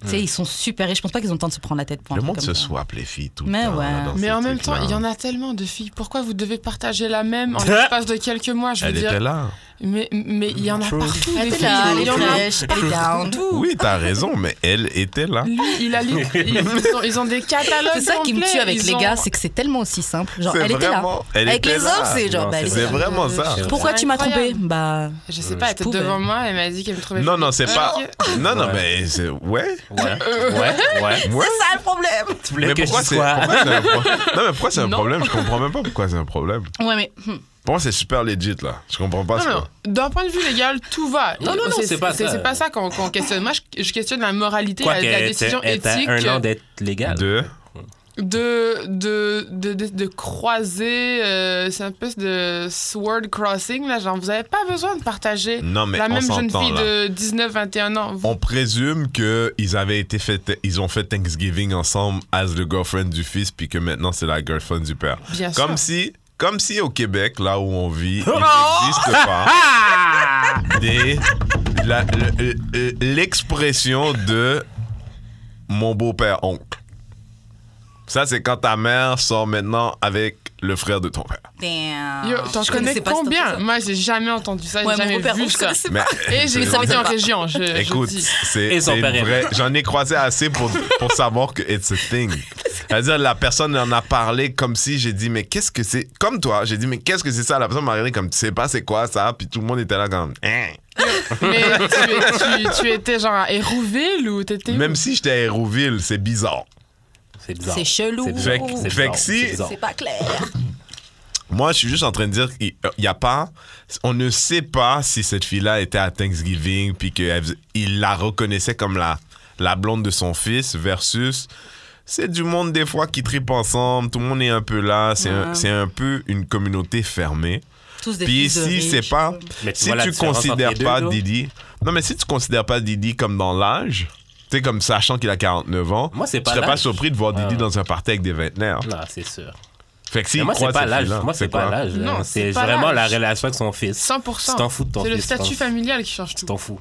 S1: Tu sais, ils sont super riches. Je pense pas qu'ils ont le temps de se prendre la tête pour un
S3: Hmm. Le
S1: truc
S3: monde
S1: comme
S3: se
S1: ça.
S3: swap les filles tout
S1: Mais
S3: le temps.
S1: ouais.
S3: là, dans
S4: Mais
S3: ces
S4: en même temps,
S3: trucs-là.
S4: il y en a tellement de filles. Pourquoi vous devez partager la même en l'espace de quelques mois Je veux
S3: Elle
S4: dire,
S3: était là.
S4: mais mais il y en a
S2: True.
S4: partout.
S1: Elle
S4: des
S1: était là,
S4: filles.
S1: elle
S4: Il y
S1: est
S4: en a
S1: fraîche, elle est down.
S3: Oui, t'as raison, mais elle était là.
S4: Lui, il a lu- ils, ils ont, ils ont des catalogues.
S1: C'est ça qui me tue
S4: complets,
S1: avec
S4: ils
S1: les
S4: ont-
S1: gars, c'est que c'est tellement aussi simple. Genre,
S3: C'est
S1: elle était là.
S3: vraiment- elle
S1: Avec
S3: était
S1: les
S3: là.
S1: hommes, c'est genre,
S2: Non,
S1: bah,
S2: c'est
S1: elle
S3: C'est
S1: était là.
S3: vraiment ça.
S2: vrai.
S1: Pourquoi tu m'as trompé
S4: Incroyable.
S1: Bah,
S4: Je sais pas, elle était
S1: pouvais.
S4: devant moi, elle m'a dit qu'elle me trouvait.
S3: Non, non, c'est pas.
S4: Ok.
S3: Non, non,
S2: Ouais.
S3: mais c'est. Ouais.
S2: Ouais. Ouais. Ouais.
S3: Ouais.
S1: c'est ça le problème.
S2: Tu voulais
S3: mais
S2: que je
S3: pourquoi c'est
S2: sois.
S3: pourquoi c'est un problème Non, mais pourquoi c'est un
S4: Non.
S3: problème Je comprends même pas pourquoi c'est un problème.
S1: Ouais, mais hmm.
S3: Pour moi, c'est super legit, là. Je comprends pas
S4: Non,
S3: ça.
S4: non, d'un point de vue légal, tout va.
S2: Non, non, non, c'est pas ça.
S4: C'est pas ça qu'on qu'on questionne. Moi, je, je questionne la moralité,
S2: Quoi
S4: la, la décision éthique
S2: un an
S4: de,
S2: d'être légal.
S3: Deux.
S4: de, de, de- de croiser. euh, c'est un peu de sword crossing, là. Genre, vous avez pas besoin de partager
S3: Non, mais
S4: la
S3: on
S4: même jeune
S3: s'entend,
S4: fille
S3: là.
S4: de 19-21 ans. Vous-
S3: On présume que ils avaient été fait, ils ont fait Thanksgiving ensemble as the girlfriend du fils, puis que maintenant c'est la girlfriend du père.
S4: Bien sûr.
S3: Comme si, comme si au Québec, là où on vit, il n'existe pas
S2: Ah!
S3: des- la- le- le- l'expression de mon beau-père oncle. Ça, c'est quand ta mère sort maintenant avec le frère de ton père.
S1: damn.
S4: Yo, t'en
S1: Je
S4: connais
S1: connaissais pas cette
S4: combien
S1: personne.
S4: Moi, j'ai jamais entendu ça,
S1: Ouais,
S4: j'ai
S1: mon
S4: jamais
S1: père,
S4: vu
S1: je
S4: ça.
S1: connaissais
S3: Mais-
S1: pas.
S4: Et j'ai
S3: C'est-
S4: habité en région, je, je
S3: Écoute,
S4: dis.
S3: c'est
S2: Et son
S3: c'est
S2: père est
S3: vrai.
S2: mort.
S3: J'en ai croisé assez pour, pour savoir que it's a thing. C'est-à-dire, la personne en a parlé comme si j'ai dit, mais qu'est-ce que c'est Comme toi, j'ai dit, mais qu'est-ce que c'est ça La personne m'a regardé comme, tu sais pas c'est quoi ça Puis tout le monde était là comme, hein.
S4: Mais tu, tu- tu étais genre à Hérouville ou t'étais. où?
S3: Même si j'étais à Hérouville, c'est bizarre.
S2: C'est bizarre.
S1: C'est chelou.
S2: C'est bizarre.
S3: Fait,
S1: Ouh.
S2: C'est
S3: fait
S2: bizarre.
S3: que si,
S2: C'est bizarre.
S1: C'est pas clair.
S3: moi, je suis juste en train de dire qu'il n'y a pas, on ne sait pas si cette fille-là était à Thanksgiving, puis qu'il la reconnaissait comme la, la blonde de son fils, versus c'est du monde des fois qui tripe ensemble, tout le monde est un peu là, c'est un-
S1: Ouais.
S3: c'est un, peu une communauté fermée.
S1: Tous des
S3: Puis
S1: fils de
S3: ici,
S1: riches.
S3: c'est pas,
S2: Mais tu
S3: si
S2: vois la
S3: tu
S2: différence
S3: considères
S2: entre les
S3: pas
S2: deux, là?
S3: Didi, non mais si tu considères pas Didi comme dans l'âge, tu sais, comme sachant qu'il a 49 ans,
S2: Moi, c'est
S3: tu
S2: pas
S3: serais pas
S2: l'âge.
S3: surpris de voir Didi
S2: Ouais.
S3: dans un party avec des vingtenaires.
S2: Non, c'est sûr.
S3: Fait que s'il
S2: Mais moi,
S3: croise
S2: c'est pas
S3: cette
S2: l'âge.
S3: fille-là,
S2: Moi, c'est pas
S3: quoi?
S2: l'âge. là.
S4: Non,
S2: C'est
S4: c'est pas
S2: vraiment la
S4: l'âge.
S2: relation avec son fils.
S4: 100%.
S2: Tu t'en fous de ton
S4: C'est le
S2: fils,
S4: statut
S2: t'en-
S4: familial qui change
S2: Tu
S4: tout.
S2: t'en fous.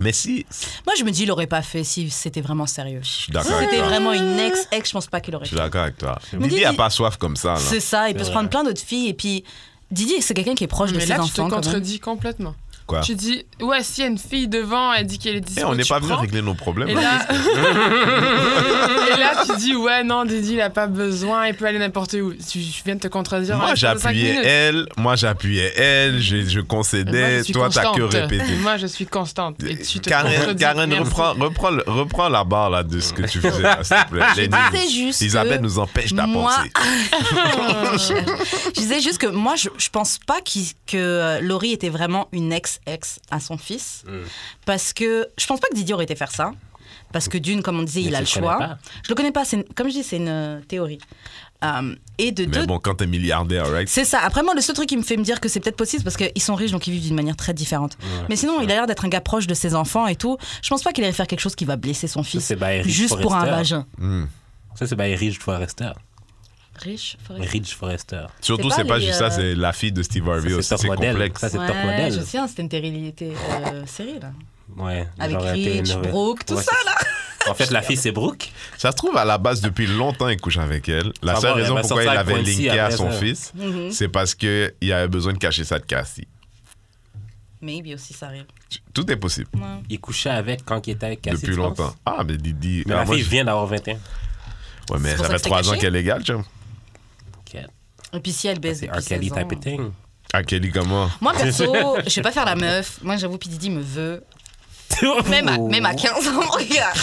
S3: Mais si,
S1: Moi, je me dis, il aurait pas fait si c'était vraiment sérieux.
S3: Je suis d'accord avec
S1: C'était
S3: toi.
S1: vraiment une ex-ex, je pense pas qu'il aurait
S3: Je
S1: fait.
S3: suis d'accord avec toi.
S1: Mais
S3: Didi a
S1: Didi-
S3: pas soif comme ça. Là.
S1: C'est ça, il peut
S2: C'est
S1: se
S2: vrai.
S1: prendre plein d'autres filles. Et puis, Didier, c'est quelqu'un qui est proche de
S4: Mais
S1: ses
S4: là, tu te
S1: enfants. quand même.
S4: contredis complètement.
S3: Quoi
S4: Tu dis, ouais, s'il y a une fille devant, elle dit qu'elle est
S3: Eh,
S4: dispo,
S3: on n'est
S4: tu
S3: pas venu
S4: prends.
S3: régler nos problèmes.
S4: Et
S3: hein.
S4: là... et là, tu dis, ouais, non, Didi, il a pas besoin, il peut aller n'importe où. Tu je viens de te contredire.
S3: Moi
S4: en 45
S3: j'appuyais
S4: minutes.
S3: elle, moi j'appuyais elle, je, je
S4: Et moi, je
S3: concédais,
S4: suis
S3: toi t'as que
S4: constante.
S3: répété.
S4: Moi, je suis constante. Et tu te
S3: Karen,
S4: contredis.
S3: Karen
S4: Merci.
S3: reprends, reprends, le- reprends la barre là, de ce que tu faisais, là, s'il te plaît. Les
S1: disais
S3: nuls.
S1: juste
S3: Isabelle
S1: que
S3: nous empêche
S1: moi-
S3: d'apporter.
S1: je disais juste que moi, je, je pense pas qu'il- que euh, Laurie était vraiment une ex-ex à son fils.
S2: Hmm.
S1: Parce que je pense pas que Didier aurait été faire ça. Parce que d'une, comme on disait,
S2: Mais
S1: il a
S2: tu
S1: le
S2: le connais
S1: choix.
S2: pas.
S1: Je le connais pas, c'est une- comme je dis, c'est une euh, théorie. Euh, et de
S3: Mais
S1: deux,
S3: bon, quand t'es milliardaire, right
S1: c'est ça. Après, moi, le seul truc qui me fait me dire que c'est peut-être possible, c'est parce qu'ils sont riches, donc ils vivent d'une manière très différente. Mais sinon, il a l'air d'être un gars proche de ses enfants et tout. Je pense pas qu'il irait faire quelque chose qui va blesser son fils.
S2: c'est Bayrich
S1: juste pour un
S2: Forrester.
S1: vagin.
S3: Hmm.
S2: Ça, c'est by Ridge Forrester.
S1: Riche, Forrester.
S2: Ridge Forrester.
S3: Surtout,
S1: pas
S3: c'est pas
S1: les,
S3: juste ça,
S1: euh,
S3: c'est la fille de Steve Harvey
S2: Ça,
S3: aussi,
S2: c'est top
S3: c'est
S2: modèle.
S3: complexe.
S2: Ça, c'est top
S1: Ouais,
S2: modèle.
S1: je sais, hein, c'était une téléréalité euh, série, là.
S2: Ouais.
S1: Avec
S2: genre un
S1: Rich,
S2: télénovelle.
S1: Brooke, tout
S2: Ouais,
S1: ça,
S2: c'est En fait, la fille, c'est Brooke.
S3: Ça se trouve, à la base, depuis longtemps, il couche avec elle. La
S2: Ça
S3: seule
S2: va, Bah elle
S3: raison
S2: va
S3: pourquoi il
S2: sortir avec
S3: avait
S2: Quincy
S3: linké à
S2: après
S3: son
S2: ça.
S3: fils, c'est parce qu'il avait besoin de cacher ça de Cassie.
S1: Maybe aussi, ça arrive.
S3: Tu- Tout est possible
S2: Il couchait avec quand il était avec Cassie.
S3: depuis
S2: tu penses?
S3: longtemps. Ah, mais Didi.
S2: Mais
S3: ah,
S2: la
S3: moi,
S2: fille
S3: je-
S2: vient d'avoir 21.
S3: Ouais, mais
S1: C'est
S3: ça
S1: pour ça
S3: fait
S1: que c'est
S3: trois ans
S1: caché.
S3: qu'elle est légale, tu vois.
S2: Ok.
S1: Et puis si elle baisse
S2: C'est
S1: depuis
S2: R. Kelly
S1: 16 ans.
S2: type of thing.
S3: Ah, Kelly, comment
S1: Moi, perso, je vais pas faire la meuf. Moi, j'avoue, puis Didi me veut. Même à, même
S3: Oh.
S1: à 15 ans, regarde.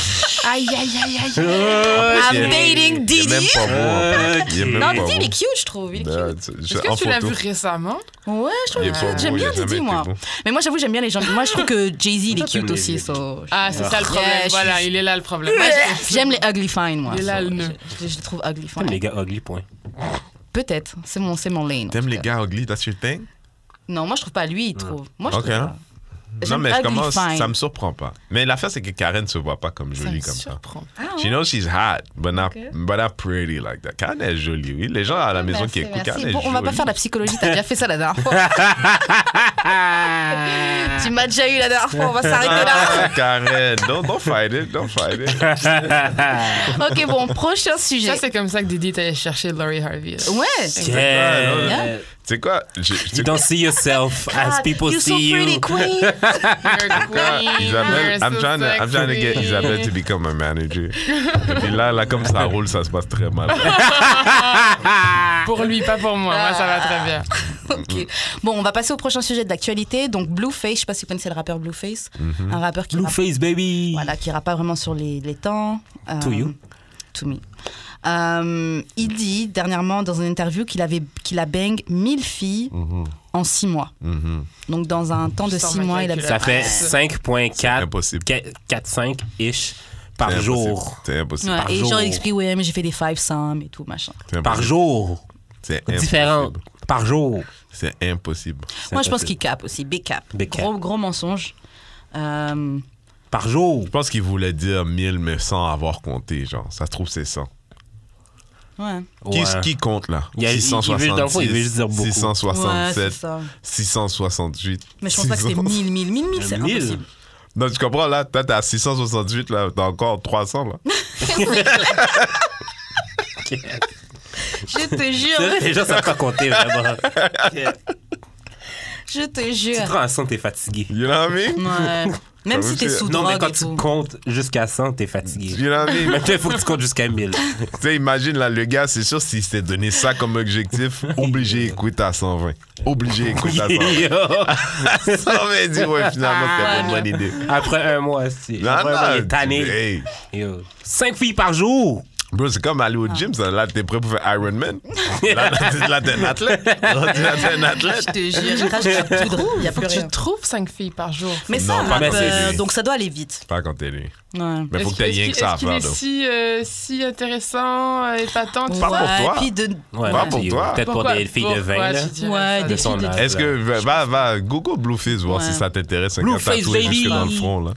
S1: Aïe, aïe, aïe, aïe. I'm
S3: Il est-
S1: dating
S3: Il est même
S1: Didi. Euh,
S3: pas beau. en fait. Il est
S2: Ok.
S1: Non,
S3: même pas
S1: Didi,
S3: beau.
S1: il est cute, je trouve. Il est
S3: Bah,
S1: cute.
S3: tu- je-
S4: Est-ce
S3: en
S4: que tu l'as
S3: photo,
S4: vu récemment
S1: Ouais, je trouve
S3: il
S1: qu'il
S3: est pas
S1: est cute. Euh, J'aime
S3: beau, il
S1: bien
S3: a jamais
S1: Didi,
S3: été
S1: moi.
S3: beau.
S1: Mais moi, j'avoue, j'aime bien les gens. Moi, je trouve que Jay-Z, il est
S2: Ça, c'est
S1: cute
S2: une
S1: aussi.
S2: vieille.
S1: so-
S4: Ah, c'est ça le problème.
S1: Yeah, je-
S4: voilà, il est là le problème.
S1: J'aime les ugly fine, moi.
S4: Il est là,
S1: so,
S4: le nœud.
S1: je, je les trouve ugly
S2: T'aimes les
S1: fine.
S2: gars ugly, point.
S1: Peut-être. C'est mon, c'est mon lane. en
S3: T'aimes
S1: tout
S3: les
S1: cas.
S3: gars ugly, that's your thing
S1: Non, moi, je trouve pas lui, il trouve. Moi, je
S3: Ok. hein.
S1: trouve pas.
S3: Non,
S1: J'aime
S3: mais je
S1: ugly
S3: commence,
S1: fine.
S3: ça me surprend pas. Mais l'affaire, c'est que Karen se voit pas comme
S4: Ça
S3: jolie
S4: me
S3: comme ça.
S4: surprend.
S1: Ah,
S3: She knows she's hot, but not,
S1: Ok.
S3: but not pretty like that. Karen est jolie, oui. Les gens à la maison
S1: Merci,
S3: qui écoutent,
S1: merci.
S3: Karen est
S1: Bon, on va pas
S3: jolie.
S1: faire la psychologie, t'as déjà fait ça la dernière fois. tu m'as déjà eu la dernière fois, on va s'arrêter là.
S3: Ah, Karen, don't, don't fight it, don't fight it.
S1: Ok, bon, prochain sujet.
S4: Ça, c'est comme ça que Didi est allé chercher Laurie Harvey. là.
S1: Ouais.
S2: Yeah.
S1: Yeah.
S3: Tu sais quoi? j'ai- tu sais
S2: You don't see yourself as
S1: God,
S2: people
S1: Ah, you're so
S2: see
S1: pretty,
S2: you.
S1: queen.
S3: quoi?
S4: You're queen,
S3: Isabelle,
S4: you're
S3: I'm
S4: Ah, so
S3: trying, to, I'm trying to get
S4: sexy.
S3: Isabelle to become a manager. Et puis là, là, comme ça roule, ça se passe très mal.
S4: Pour lui, pas pour moi. Moi, ça va très bien.
S1: Ok. Bon, on va passer au prochain sujet de l'actualité. Donc, Blueface, je sais pas si vous connaissez le rappeur Blueface.
S3: Mm-hmm.
S1: Un rappeur qui rappe,
S2: Blueface, baby.
S1: voilà, qui rappe pas vraiment sur les, les temps. Euh,
S2: To you.
S1: To me. Euh, il dit dernièrement dans une interview qu'il avait qu'il a bang 1000 filles en 6 mois.
S3: Mhm.
S1: Donc, dans un temps de
S4: Je sors
S1: 6
S4: ma
S1: mois, il a
S4: calculatrice.
S2: Ça fait
S3: Impossible.
S2: 5.4-5-ish par
S3: C'est
S2: jour.
S3: impossible. C'est impossible.
S1: Ouais,
S2: Par
S1: et genre,
S2: jour.
S1: il explique, ouais, mais j'ai fait des five sums et tout, machin.
S3: C'est impossible.
S2: Par jour.
S3: C'est impossible.
S2: Différent. Par jour.
S3: C'est impossible.
S1: Moi, je pense qu'il cap aussi, big cap.
S2: Big cap.
S1: Gros, gros mensonge. Euh,
S2: Par jour.
S3: Je pense qu'il voulait dire 1000, mais sans avoir compté, genre. Ça se trouve, c'est 100.
S1: ouais.
S3: Qui,
S2: Ouais.
S3: qui compte, là?
S2: Il y a- il- il veut-
S3: 666,
S2: dans le fond, il veut juste dire beaucoup.
S1: Ouais, c'est
S3: 667,
S1: ça.
S3: 668.
S1: Mais je pense pas que c'était
S3: 600.
S1: 1000, 1000, 1000, 1000, c'est
S2: 1000.
S1: impossible.
S3: Non, tu comprends, là, toi, t'es à 668, là, t'as encore 300, là.
S1: Je te
S2: Ça,
S1: jure,
S2: Les gens savent pas compter, vraiment.
S1: je te
S2: tu
S1: jure.
S2: prends à 100, t'es fatigué.
S3: You know what I mean?
S1: Ouais. Même si t'es
S3: c'est-
S1: sous
S2: Non, mais
S1: drogue
S2: quand
S1: et
S2: tu
S1: tout.
S2: comptes jusqu'à 100, t'es fatigué.
S3: You know what I mean?
S2: Même il faut que tu comptes jusqu'à 1000.
S3: tu sais, imagine, là, le gars, c'est sûr, s'il s'était donné ça comme objectif, obligé écoute à 120. Obligé écoute à 120.
S2: Yo.
S3: 120, dis, ouais, finalement, c'était pas une bonne idée.
S2: Après un mois, c'est.
S3: Non,
S2: après un mois, il est
S3: non,
S2: tanné.
S3: hey.
S2: Yo. Cinq filles par jour.
S3: Bro, c'est comme aller au
S4: Ah.
S3: gym, ça. Là, t'es prêt pour faire Ironman. Là, là, là, t'es un athlète. Là, t'es- là, t'es un athlète.
S1: Je te jure, je crache sur tout droit, il y a
S4: Faut
S1: plus
S4: que tu
S1: rien.
S4: trouves cinq filles par jour.
S1: Mais ça,
S3: Non, pas
S1: rap,
S2: quand c'est
S1: euh,
S3: lui.
S1: donc ça doit aller vite.
S3: Pas quand t'es lui.
S1: Ouais.
S3: Mais faut
S4: Est-ce
S3: que t'aies
S4: qu'il-
S3: rien que
S4: est-ce
S3: ça à
S4: qu'il
S3: faire,
S4: est
S3: donc.
S4: si, euh, si intéressant, euh, épatant, tu
S3: Pas
S4: vois.
S3: pour
S1: Ouais,
S3: toi.
S1: Puis de...
S2: Ouais,
S3: Pas
S2: mais
S3: pour
S2: yo,
S3: toi.
S2: Peut-être pour
S4: Pourquoi-
S2: des filles de
S4: pourquoi
S2: 20, là.
S4: tu dirais
S1: Ouais,
S4: ça,
S1: des
S4: là?
S2: son
S1: filles de-
S2: âge.
S3: Est-ce que. Va, va, Google Blueface, voir
S1: Ouais.
S3: si ça t'intéresse. Un gars
S2: Blueface,
S3: tatoué
S2: baby.
S3: jusque dans le front, là.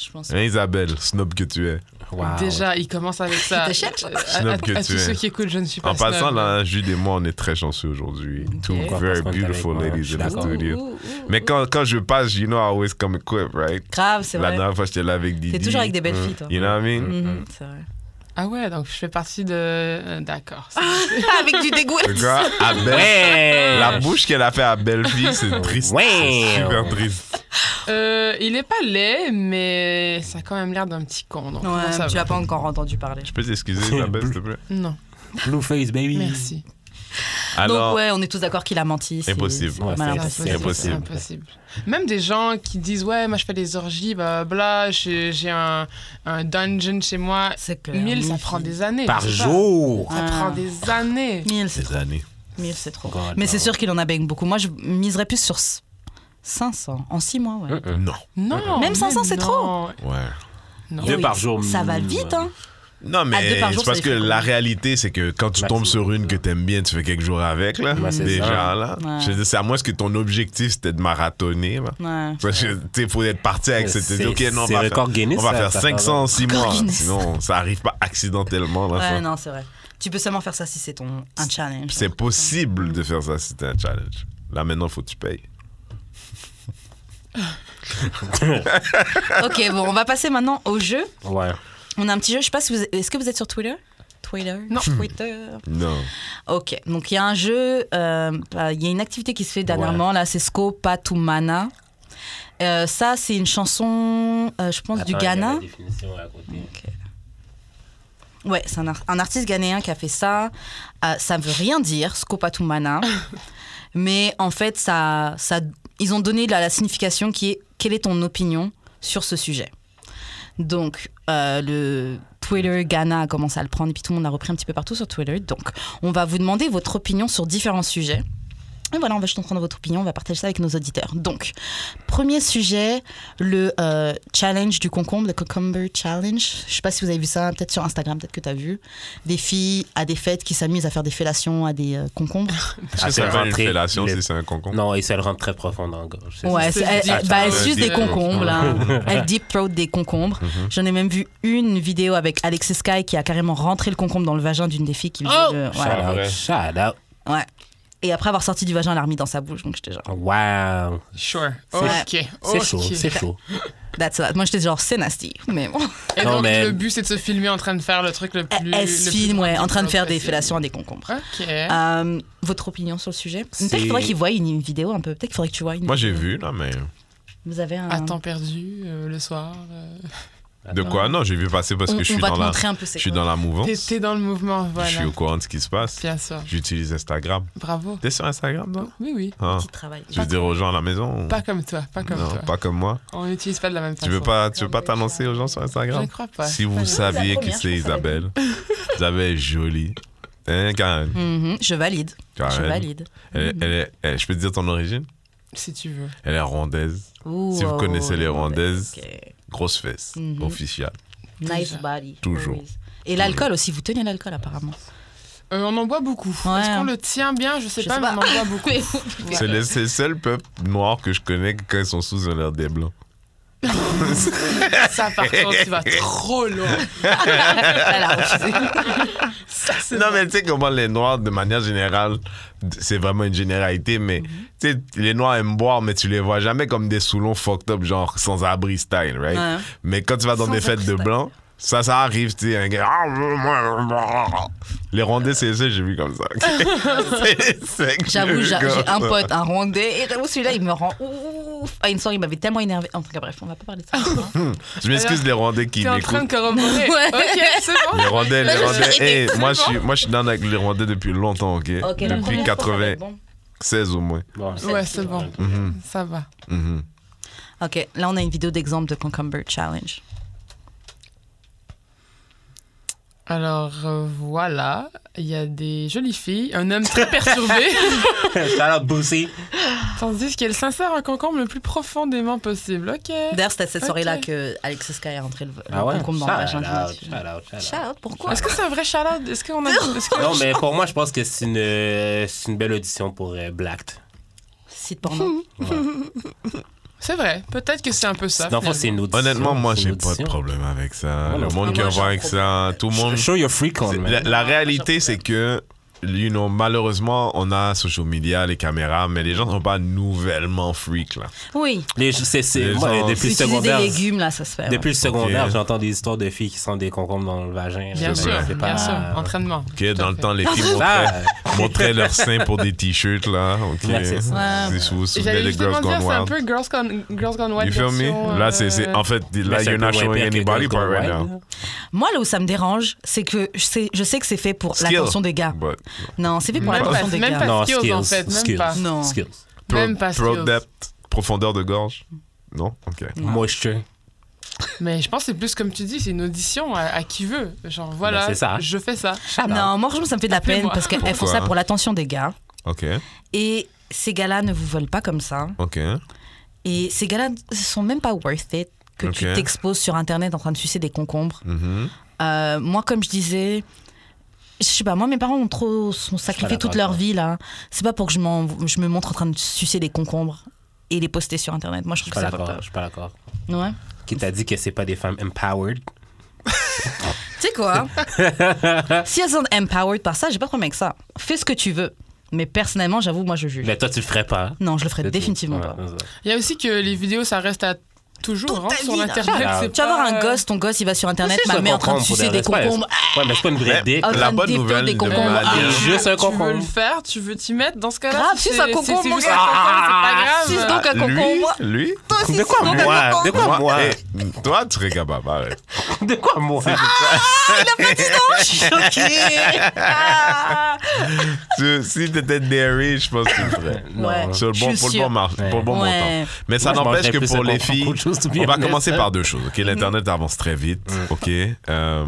S1: Je pense.
S3: Hein, Isabelle, snob que tu es.
S2: Wow.
S4: Déjà, il commence avec ça.
S1: te cherche.
S4: Euh, à- à,
S3: Snob que
S4: à
S3: tu
S4: tous
S3: es.
S4: ceux qui écoutent, je ne suis pas
S3: En passant,
S4: snob.
S3: là, Jude et moi, on est très chanceux aujourd'hui. Two
S4: Pourquoi
S3: very
S2: parce qu'on est
S3: beautiful
S2: avec moi, je
S3: ladies
S2: suis
S3: in the
S2: d'accord.
S3: studio. Mais quand, quand je passe, you know, I always come equipped, right?
S1: Grave, c'est
S3: La
S1: vrai.
S3: dernière fois, j'étais là avec Didi. Mm.
S1: T'es toujours avec des belles filles, toi.
S3: You know what I mean?
S1: Mhm, c'est vrai.
S4: Ah ouais, donc je fais partie de. euh, D'accord. c'est-
S1: Ah. Avec du dégoût.
S3: Le gars, à
S2: Ben,
S3: Belle-
S2: Ouais.
S3: La bouche qu'elle a fait à belle fille, c'est triste.
S2: Ouais.
S3: C'est super triste.
S4: Euh, il est pas laid, mais ça a quand même l'air d'un petit con. Donc bon, ça
S1: Ouais, tu
S4: va.
S1: l'as pas encore entendu parler.
S3: Je peux t'excuser, Isabelle, s'il te plaît?
S4: Non,
S2: Blueface, baby.
S4: merci.
S1: Donc
S3: Alors,
S1: ouais, on est tous d'accord qu'il a menti. c'est-
S3: Impossible.
S1: c'est pas
S2: Ouais,
S1: mal
S2: c'est
S1: impossible.
S4: C'est
S3: impossible.
S4: impossible. c'est impossible. Même des gens qui disent Ouais, moi je fais des orgies, bah, bla, j'ai j'ai un, un dungeon chez moi.
S1: C'est clair.
S4: 1000, ça prend des années.
S2: Par
S4: je sais pas.
S2: jour.
S4: Ça
S1: Ah.
S4: prend des années.
S1: 1000, c'est
S3: ces années.
S1: Mille, c'est trop.
S2: God,
S1: Mais c'est
S2: Ah, non.
S1: sûr qu'il en a bang beaucoup. Moi, je miserais plus sur s- 500 en 6 mois, ouais.
S3: Non.
S4: Non.
S1: Même
S4: mais
S1: 500, c'est
S4: non.
S1: trop.
S3: Ouais.
S4: Non.
S2: Deux
S1: Ah Oui,
S2: par jour mm.
S1: Ça va
S2: minimum.
S1: vite, hein.
S3: Non,
S1: À
S3: mais
S1: deux par jour, Bah,
S3: c'est parce
S1: ça
S3: que
S1: les fait
S3: la
S1: combien
S3: réalité, c'est que quand tu
S2: Maximum.
S3: tombes sur une que t'aimes bien, tu fais quelques jours avec, là.
S2: Ouais, c'est
S3: déjà,
S2: ça.
S3: là.
S1: Ouais.
S3: Je veux dire, c'est à moins que ton objectif, c'était de marathonner, là.
S1: Ouais.
S3: Parce que, tu sais, faut être parti avec cette.
S2: C'est-
S3: idée, OK, non, on
S2: c'est
S3: va faire,
S2: record Guinness,
S3: on va
S2: ça,
S3: faire
S2: ça,
S3: 500 en 6
S1: Record
S3: mois.
S1: Guinness.
S3: Sinon, ça arrive pas accidentellement, là. ça.
S1: Ouais, non, c'est vrai. Tu peux seulement faire ça si c'est ton un challenge.
S3: Puis c'est possible de faire ça si t'es un challenge. Là, maintenant, faut que tu payes.
S1: ok, bon, on va passer maintenant au jeu.
S2: Ouais.
S1: On a un petit jeu. Je sais pas si vous, est-ce que vous êtes sur Twitter? Twitter.
S4: Non.
S1: Twitter.
S2: Hmm.
S3: Non.
S1: Ok, donc il y a un jeu, euh, bah, il y a une activité qui se fait dernièrement, là, c'est Sko Patumana. Euh, ça, c'est une chanson, euh, je pense, du Ghana. Ouais, c'est un, ar- un artiste ghanéen qui a fait ça. Euh, ça veut rien dire, Skopatumana. Mais en fait, ça, ça, ils ont donné la, la signification qui est quelle est ton opinion sur ce sujet. Donc, euh, le Twitter Ghana a commencé à le prendre, et puis tout le monde a repris un petit peu partout sur Twitter. Donc, on va vous demander votre opinion sur différents sujets. Et voilà, on va juste entendre votre opinion, on va partager ça avec nos auditeurs. Donc, premier sujet, le euh, challenge du concombre, le Cucumber Challenge. Je sais pas si vous avez vu ça, peut-être sur Instagram, peut-être que tu as vu. Des filles à des fêtes qui s'amusent à faire des fellations à des euh,
S4: Ah,
S1: concombres.
S3: Est-ce que
S2: se
S3: ça va une
S2: rentrer
S3: fellation
S2: le-
S3: si c'est un concombre?
S2: Non, et ça le rentre très profond dans la gorge. c'est
S1: Ouais,
S4: c'est-
S1: c'est- elle,
S4: c'est-
S1: elle- bah, elle
S3: c'est-
S1: suce des
S4: c'est-
S1: concombres, là. Elle deep throat des concombres.
S4: Mhm.
S1: J'en ai même vu une vidéo avec Alexis Sky qui a carrément rentré le concombre dans le vagin d'une des filles qui faisait
S4: Oh
S1: le- ouais.
S2: ça. Shout out,
S3: Ouais.
S2: shout out.
S1: Ouais. Et après avoir sorti du vagin, elle l'a remis dans sa bouche. Donc j'étais genre,
S2: Wow.
S4: Sure.
S1: C'est-
S4: Ok.
S2: C'est
S4: ok.
S2: chaud, c'est chaud.
S1: that's that. Moi j'étais genre, c'est nasty. Mais bon.
S4: Et
S2: Non,
S4: donc,
S2: mais-
S4: le but, c'est de se filmer en train de faire le truc le plus.
S1: Elle, elle se
S4: le plus
S1: filme, ouais, en train de
S4: possible.
S1: faire des fellations à des concombres.
S4: Ok.
S1: Euh, votre opinion sur le sujet Peut-être qu'il faudrait
S2: C'est-
S1: qu'ils voient une, une vidéo un peu. Peut-être qu'il faudrait que tu vois une.
S3: Moi, j'ai
S1: vidéo.
S3: vu, là, mais.
S1: Vous avez un.
S4: À temps perdu, euh, le soir. euh.
S3: De quoi? Non, j'ai vu passer parce
S1: on,
S3: que je
S1: on
S3: suis
S1: va
S3: dans
S1: te
S3: la.
S1: montrer un peu. c'est
S3: Je suis
S1: quoi.
S3: dans la
S4: T'es-
S3: mouvance.
S4: T'es dans le mouvement,
S3: Je suis
S4: voilà.
S3: au courant de ce qui se passe.
S4: Bien sûr.
S3: J'utilise Instagram.
S4: Bravo.
S3: T'es sur Instagram, non?
S4: Oui, oui.
S3: Ah.
S1: Petit travail.
S3: Je veux dire aux gens à la maison.
S4: Pas comme toi, pas comme
S3: non,
S4: toi.
S3: pas comme moi.
S4: On n'utilise pas de la même façon.
S3: Tu veux pas, tu veux pas t'annoncer aux gens sur
S4: Je
S3: Instagram
S4: ne crois pas.
S3: Si
S1: pas
S3: vous
S1: grave. C'est
S3: saviez
S1: la
S3: qui
S1: première,
S3: c'est
S1: je pense, avec
S3: Isabelle, Isabelle est jolie. Hein, Karen?
S1: Mhm, je valide. Je
S3: Karen.
S1: valide.
S3: Ah,
S1: Mhm.
S3: Elle- elle est- elle- je peux te dire ton origine?
S4: Si tu veux.
S3: Elle est rwandaise. Si vous
S1: Ouh,
S3: connaissez les
S1: ouais,
S3: Rwandaises.
S1: ok.
S3: Grosse fesse.
S1: Mhm.
S3: Officielle.
S1: Nice
S4: Déjà.
S1: body.
S3: Toujours.
S1: always. Et l'alcool aussi, vous tenez l'alcool apparemment.
S4: Euh, on en boit beaucoup.
S1: Ouais.
S3: hein.
S4: Est-ce qu'on le tient bien Je sais
S1: Je
S4: pas,
S1: sais
S4: mais
S1: pas.
S4: on en boit beaucoup.
S1: Mais-
S4: Ouais.
S3: C'est le, c'est le seul peuple noir que je connais que quand ils sont sous, ils ont l'air des blancs.
S4: Ça, par contre, tu vas trop loin.
S1: Elle a refusé.
S4: Ça, c'est
S3: Non,
S4: vrai.
S3: mais tu sais comment les noirs, de manière générale, c'est vraiment une généralité, mais tu sais, les noirs aiment boire, mais tu les vois jamais comme des soulons fucked up, genre sans-abri style, right?
S1: Ouais.
S3: Mais quand tu vas dans des
S1: Sans-abri
S3: fêtes de
S1: style.
S3: blancs, ça, ça arrive, tu sais, un gars. Ah, moi, moi, moi. Les rondés, c'est ça, j'ai vu comme ça. ok? C'est- c'est que
S1: J'avoue,
S3: j'ai
S1: j'a-
S3: vu
S1: j'ai
S3: comme
S1: un
S3: ça.
S1: pote, un Rwandais, et j'avoue, celui-là, il me rend ouf. À une soirée, il m'avait tellement énervé. En tout cas, bref, on va pas parler de ça.
S3: Je m'excuse, les rondés qui
S4: T'es en train
S3: m'écoutent.
S4: de corroborer.
S1: Ouais.
S4: Ok, c'est bon.
S3: Les rondais, les
S1: je
S3: rondais.
S1: suis
S3: Hey,
S1: effectivement-
S3: moi, je suis, moi, je suis down avec les rondais depuis longtemps, ok?
S1: Ok, la
S3: depuis
S1: première fois, ça va être
S3: 96
S1: bon.
S3: au moins.
S2: Bon, c'est-
S4: Ouais, c'est bon.
S3: Mhm,
S4: Ça va.
S3: mhm.
S1: Ok, là, on a une vidéo d'exemple de Concumber Challenge.
S4: Alors euh, voilà, il y a des jolies filles, un homme très perturbé,
S2: Shout out, Boosie.
S4: tandis qu'elle s'insère un concombre le plus profondément possible. Ok.
S1: D'ailleurs, c'était cette
S4: Ok.
S1: soirée-là que Alexis Sky a rentré le, le
S2: Ah ouais?
S1: concombre dans le
S2: Shout
S1: vagin.
S2: out, shout out, shout out.
S1: Shout, pourquoi
S4: Est-ce que c'est un vrai chalade Est-ce qu'on a. est-ce que-
S2: Non, mais pour moi, je pense que c'est une, euh, c'est une belle audition pour euh, Blacked.
S1: Site
S4: Mhm.
S1: porno.
S4: C'est vrai, peut-être que c'est un peu ça.
S2: Dans le fond, c'est
S4: finalement.
S2: une audition.
S3: Honnêtement, moi,
S2: c'est
S3: j'ai
S2: une
S3: pas de
S2: audition.
S3: problème avec ça.
S2: Ouais,
S3: Le
S2: non.
S3: monde qui
S1: Ah, moi,
S3: va
S1: j'ai
S3: avec
S1: un
S3: ça, tout le monde.
S2: Show your freak on,
S3: La,
S2: man.
S3: la réalité, c'est que, you know, malheureusement, on a social media, les caméras, mais les gens sont pas nouvellement freaks, là.
S1: Oui.
S2: Les- c'est- c'est-
S3: Les
S2: moi, depuis
S3: gens-
S2: le
S1: Utiliser des
S2: secondaire,
S1: légumes, là, ça se fait. ouais.
S2: depuis le secondaire,
S3: Ok.
S2: j'entends des histoires de filles qui sont des concombres dans le vagin.
S4: Bien
S3: C'est
S4: sûr,
S3: vrai.
S2: C'est
S4: bien sûr.
S2: euh,
S4: Entraînement.
S3: OK, dans le temps, les filles montraient,
S2: Ah, Ça,
S3: montraient leurs seins pour des t-shirts, là. OK.
S2: Ouais, c'est
S1: ça.
S3: Si vous vous souvenez
S4: J'allais
S3: des
S4: justement
S3: Girls
S4: dire,
S3: Gone
S4: c'est un
S3: Wild.
S4: peu Girls Gone, Girls Gone Wild.
S3: You feel
S4: version,
S3: me? Là, c'est, c'est,
S4: euh,
S3: en fait, là,
S2: Mais c'est
S3: you're
S2: un peu
S3: not
S2: moins
S3: showing
S2: pire que
S3: anybody
S2: Girls
S3: part
S2: Gone
S3: right
S2: Wild,
S3: now.
S1: Moi, là où ça me dérange, c'est que je sais, je sais que c'est fait pour
S3: Skill.
S1: l'attention des
S2: Ah.
S1: gars.
S3: But
S1: Non, c'est fait pour
S4: Même
S1: l'attention
S4: pas-
S1: des
S4: même
S1: gars.
S4: pas-
S2: Non,
S4: Skills,
S2: skills,
S4: en fait, même
S2: skills,
S4: pas.
S1: Non.
S2: skills.
S4: Même
S3: throat,
S4: pas
S3: throat
S4: skills.
S3: depth, profondeur de gorge. Non? OK.
S2: Moisture.
S4: Mais je pense que c'est plus comme tu dis, c'est une audition à, à qui veut. Genre, voilà,
S2: Ben, c'est ça. hein.
S4: je fais ça.
S1: Non, moi, franchement, ça me fait de la peine
S4: Appelez-moi.
S1: parce qu'elles font ça
S3: Pourquoi
S1: pour l'attention des gars.
S3: OK.
S1: Et ces gars-là ne vous veulent pas comme ça.
S3: OK.
S1: Et ces gars-là ne sont même pas worth it que tu
S3: Ok.
S1: t'exposes sur Internet en train de sucer des concombres.
S3: Mhm.
S1: Euh, moi, comme je disais, je sais pas, moi, mes parents ont trop, sont sacrifiés
S2: d'accord
S1: toute leur
S2: avec
S1: vie, là. C'est pas pour que je, m'en- je me montre en train de sucer des concombres et les poster sur Internet. Moi, je
S2: Je
S1: trouve que
S2: suis
S1: ça va
S2: pas d'accord.
S1: pas.
S2: Je suis pas d'accord.
S1: Ouais.
S2: Qui t'a dit que c'est pas des femmes empowered?
S1: Tu sais quoi Si elles sont empowered par ça, j'ai pas de problème avec ça. Fais ce que tu veux. Mais personnellement, j'avoue, moi, je juge.
S2: Mais Ben, toi, tu le ferais pas.
S1: Non, je le ferai
S2: C'est tout.
S1: Euh, définitivement
S2: Ouais,
S1: pas.
S2: c'est ça.
S4: Il y a aussi que les vidéos, ça reste à toujours
S1: Toute
S4: hein,
S1: ta
S4: sur
S1: vie, là.
S4: l'internet.
S2: Ah,
S4: c'est
S1: Tu vas
S4: pas,
S1: voir un
S4: euh,
S1: gosse, ton gosse, il va sur Internet,
S2: Si, je
S1: ma
S2: le
S1: mère est en train de
S2: comprends pour
S1: sucer
S2: des
S1: des
S2: raisons. Ouais,
S1: concombres.
S2: Ouais, mais c'est pas une vraie dick.
S1: Ah, en
S3: La
S1: train de
S3: bonne
S1: détour
S3: nouvelle
S1: des
S3: de
S1: concombres.
S3: ma
S1: Ah,
S3: vie-
S2: Juste un
S4: euh, Tu veux
S2: concombre.
S4: le faire, tu veux t'y mettre. Dans ce cas-là,
S1: Grave,
S4: si
S1: suce un
S4: c'est-
S1: concombre,
S4: si
S1: mon
S4: c'est juste un
S1: gars.
S4: concombre,
S2: Ah,
S4: c'est pas grave.
S1: Suce donc un
S3: Ah, Lui,
S1: concombre.
S3: lui,
S2: De quoi
S1: Saucisson,
S2: moi? De quoi moi?
S3: Hey, toi, tu serais capable, arrête.
S2: De quoi moi?
S1: Ah, Je suis choquée. Ah.
S3: Tu- si t'étais dairy, je pense que tu le ferais.
S1: Ouais.
S3: Sur le
S1: Je
S3: bon,
S1: suis
S3: pour le
S1: sûre.
S3: bon, mar-
S2: Ouais.
S3: pour le bon
S1: Ouais.
S3: montant. Mais ça
S2: Moi, je
S3: n'empêche
S2: mangerais
S3: que
S2: plus
S3: pour
S2: de
S3: les
S2: concombre
S3: filles,
S2: qu'autre chose, to be
S3: on va
S2: honest. Mm.
S3: commencer par deux choses. ok? L'Internet avance très vite. ok? Euh,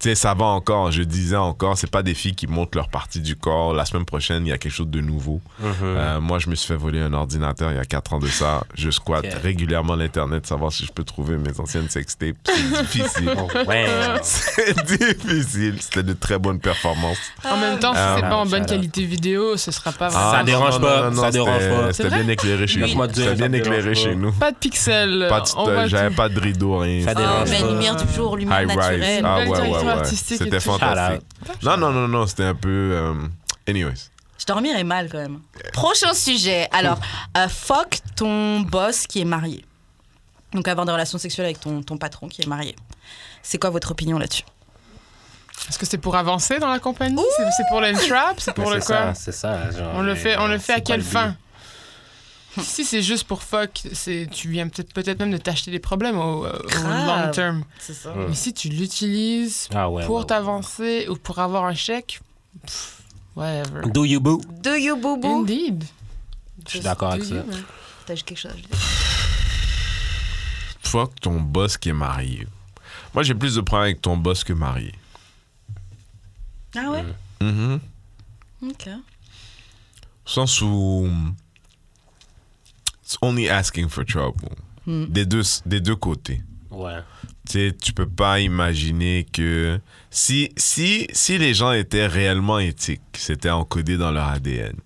S3: tu sais, ça va encore, je disais encore, c'est pas des filles qui montrent leur partie du corps. La semaine prochaine, il y a quelque chose de nouveau. Euh, moi, je me suis fait voler un ordinateur il y a 4 ans de ça. Je squatte
S2: Ok.
S3: régulièrement l'Internet, savoir si je peux trouver mes anciennes sextapes. C'est difficile.
S2: Oh, ouais.
S3: c'est difficile. C'était de très bonnes performances.
S4: En même temps, si
S3: Ah,
S4: c'est pas en
S2: shout
S4: bonne
S2: out.
S4: qualité vidéo, ce sera pas
S2: Ah,
S4: vraiment-
S2: des- dérange pas, ça dérange
S3: c'était-
S2: pas.
S4: C'est
S3: C'était bien
S4: vrai
S3: éclairé chez
S2: Laisse-moi
S3: nous.
S2: te dire,
S3: C'était
S2: ça
S3: bien
S2: me
S3: éclairer
S2: dérange
S3: chez
S2: pas.
S3: nous.
S4: Pas de pixels.
S3: Pas de
S4: on voit
S3: euh, J'avais
S4: tout.
S3: pas de rideau, rien.
S2: Ça
S1: Ah,
S2: dérange
S1: mais
S2: pas.
S1: lumière du jour, lumière
S3: High rise.
S1: naturelle.
S3: Ah ouais,
S4: Nouvelle
S3: ouais,
S4: direction
S3: ouais.
S4: artistique et
S3: C'était
S4: tout.
S3: fantastique. Non, non, non, non, c'était un peu. euh, Anyways.
S1: Je dormirais mal quand même. Prochain sujet. Alors, euh, fuck ton boss qui est marié. Donc, avoir des relations sexuelles avec ton, ton patron qui est marié. C'est quoi votre opinion là-dessus
S4: Est-ce que c'est pour avancer dans la compagnie C'est c'est pour le trap C'est pour
S2: Mais
S4: le
S2: Ben, c'est ça,
S4: quoi
S2: C'est ça. genre,
S4: On le fait, on le fait à
S2: Ah, c'est pas
S4: quelle
S2: le
S4: fin
S2: but.
S4: Si c'est juste pour fuck, c'est tu viens peut-être peut-être même de t'acheter des problèmes au, au
S1: Grave.
S4: long terme.
S1: C'est ça.
S2: Mm.
S4: Mais si tu l'utilises
S2: Ah ouais.
S4: pour
S2: ouais, ouais.
S4: t'avancer ou pour avoir un chèque, pff, whatever.
S2: Do you boo?
S1: Do you boubou
S4: Indeed.
S2: Je suis d'accord avec
S4: Do
S2: ça.
S4: you, man.
S1: T'as quelque chose à ajouter
S3: Fuck ton boss qui est marié. Moi, j'ai plus de problèmes avec ton boss que marié.
S1: Ah ouais
S3: Mhm.
S1: Ok.
S3: sens où it's only asking for trouble
S1: Mm.
S3: des deux des deux côtés
S2: Ouais.
S3: tu sais, tu peux pas imaginer que si, si, si les gens étaient réellement éthiques, c'était encodé dans leur ADN,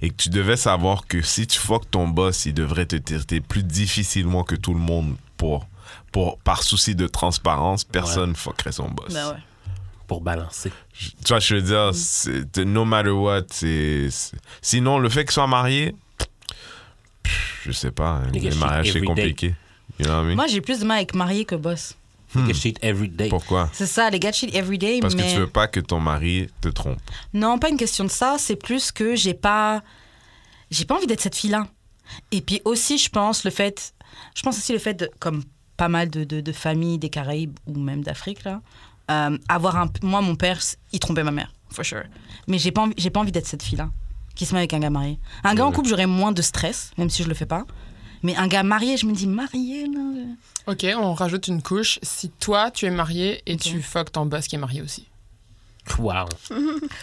S3: et que tu devais savoir que si tu fuck ton boss, il devrait te traiter plus difficilement que tout le monde pour, pour, par souci de transparence, personne fuckerait son boss.
S1: Bah ouais.
S2: Pour balancer.
S3: Je- Tu vois, je veux dire, c'est- t- no matter what, c'est. c'est- Sinon, le fait qu'ils soient mariés, pff, je sais pas. hein,
S2: Nigga
S3: Les
S2: shit
S3: mariages, c'est
S2: every day.
S3: compliqué. You know what I mean?
S1: Moi, j'ai plus de mal avec marié que boss.
S3: Hmm.
S2: Get shit every day.
S3: Pourquoi?
S1: C'est ça, les gars chill everyday,
S3: Parce
S1: mais...
S3: que tu veux pas que ton mari te trompe.
S1: Non, pas une question de ça, c'est plus que j'ai pas j'ai pas envie d'être cette fille-là. Et puis aussi, je pense le fait je pense aussi le fait de comme pas mal de, de- de familles des Caraïbes ou même d'Afrique là, euh, avoir un moi mon père, il trompait ma mère, for sure. Mais j'ai pas envie- j'ai pas envie d'être cette fille-là qui se met avec un gars marié. Un gars en couple, j'aurais moins de stress même si je le fais pas. Mais un gars marié, je me dis marié là. je-
S4: Ok, on rajoute une couche. Si toi tu es marié et
S1: Ok.
S4: tu fuck ton boss qui est marié aussi.
S2: Wow.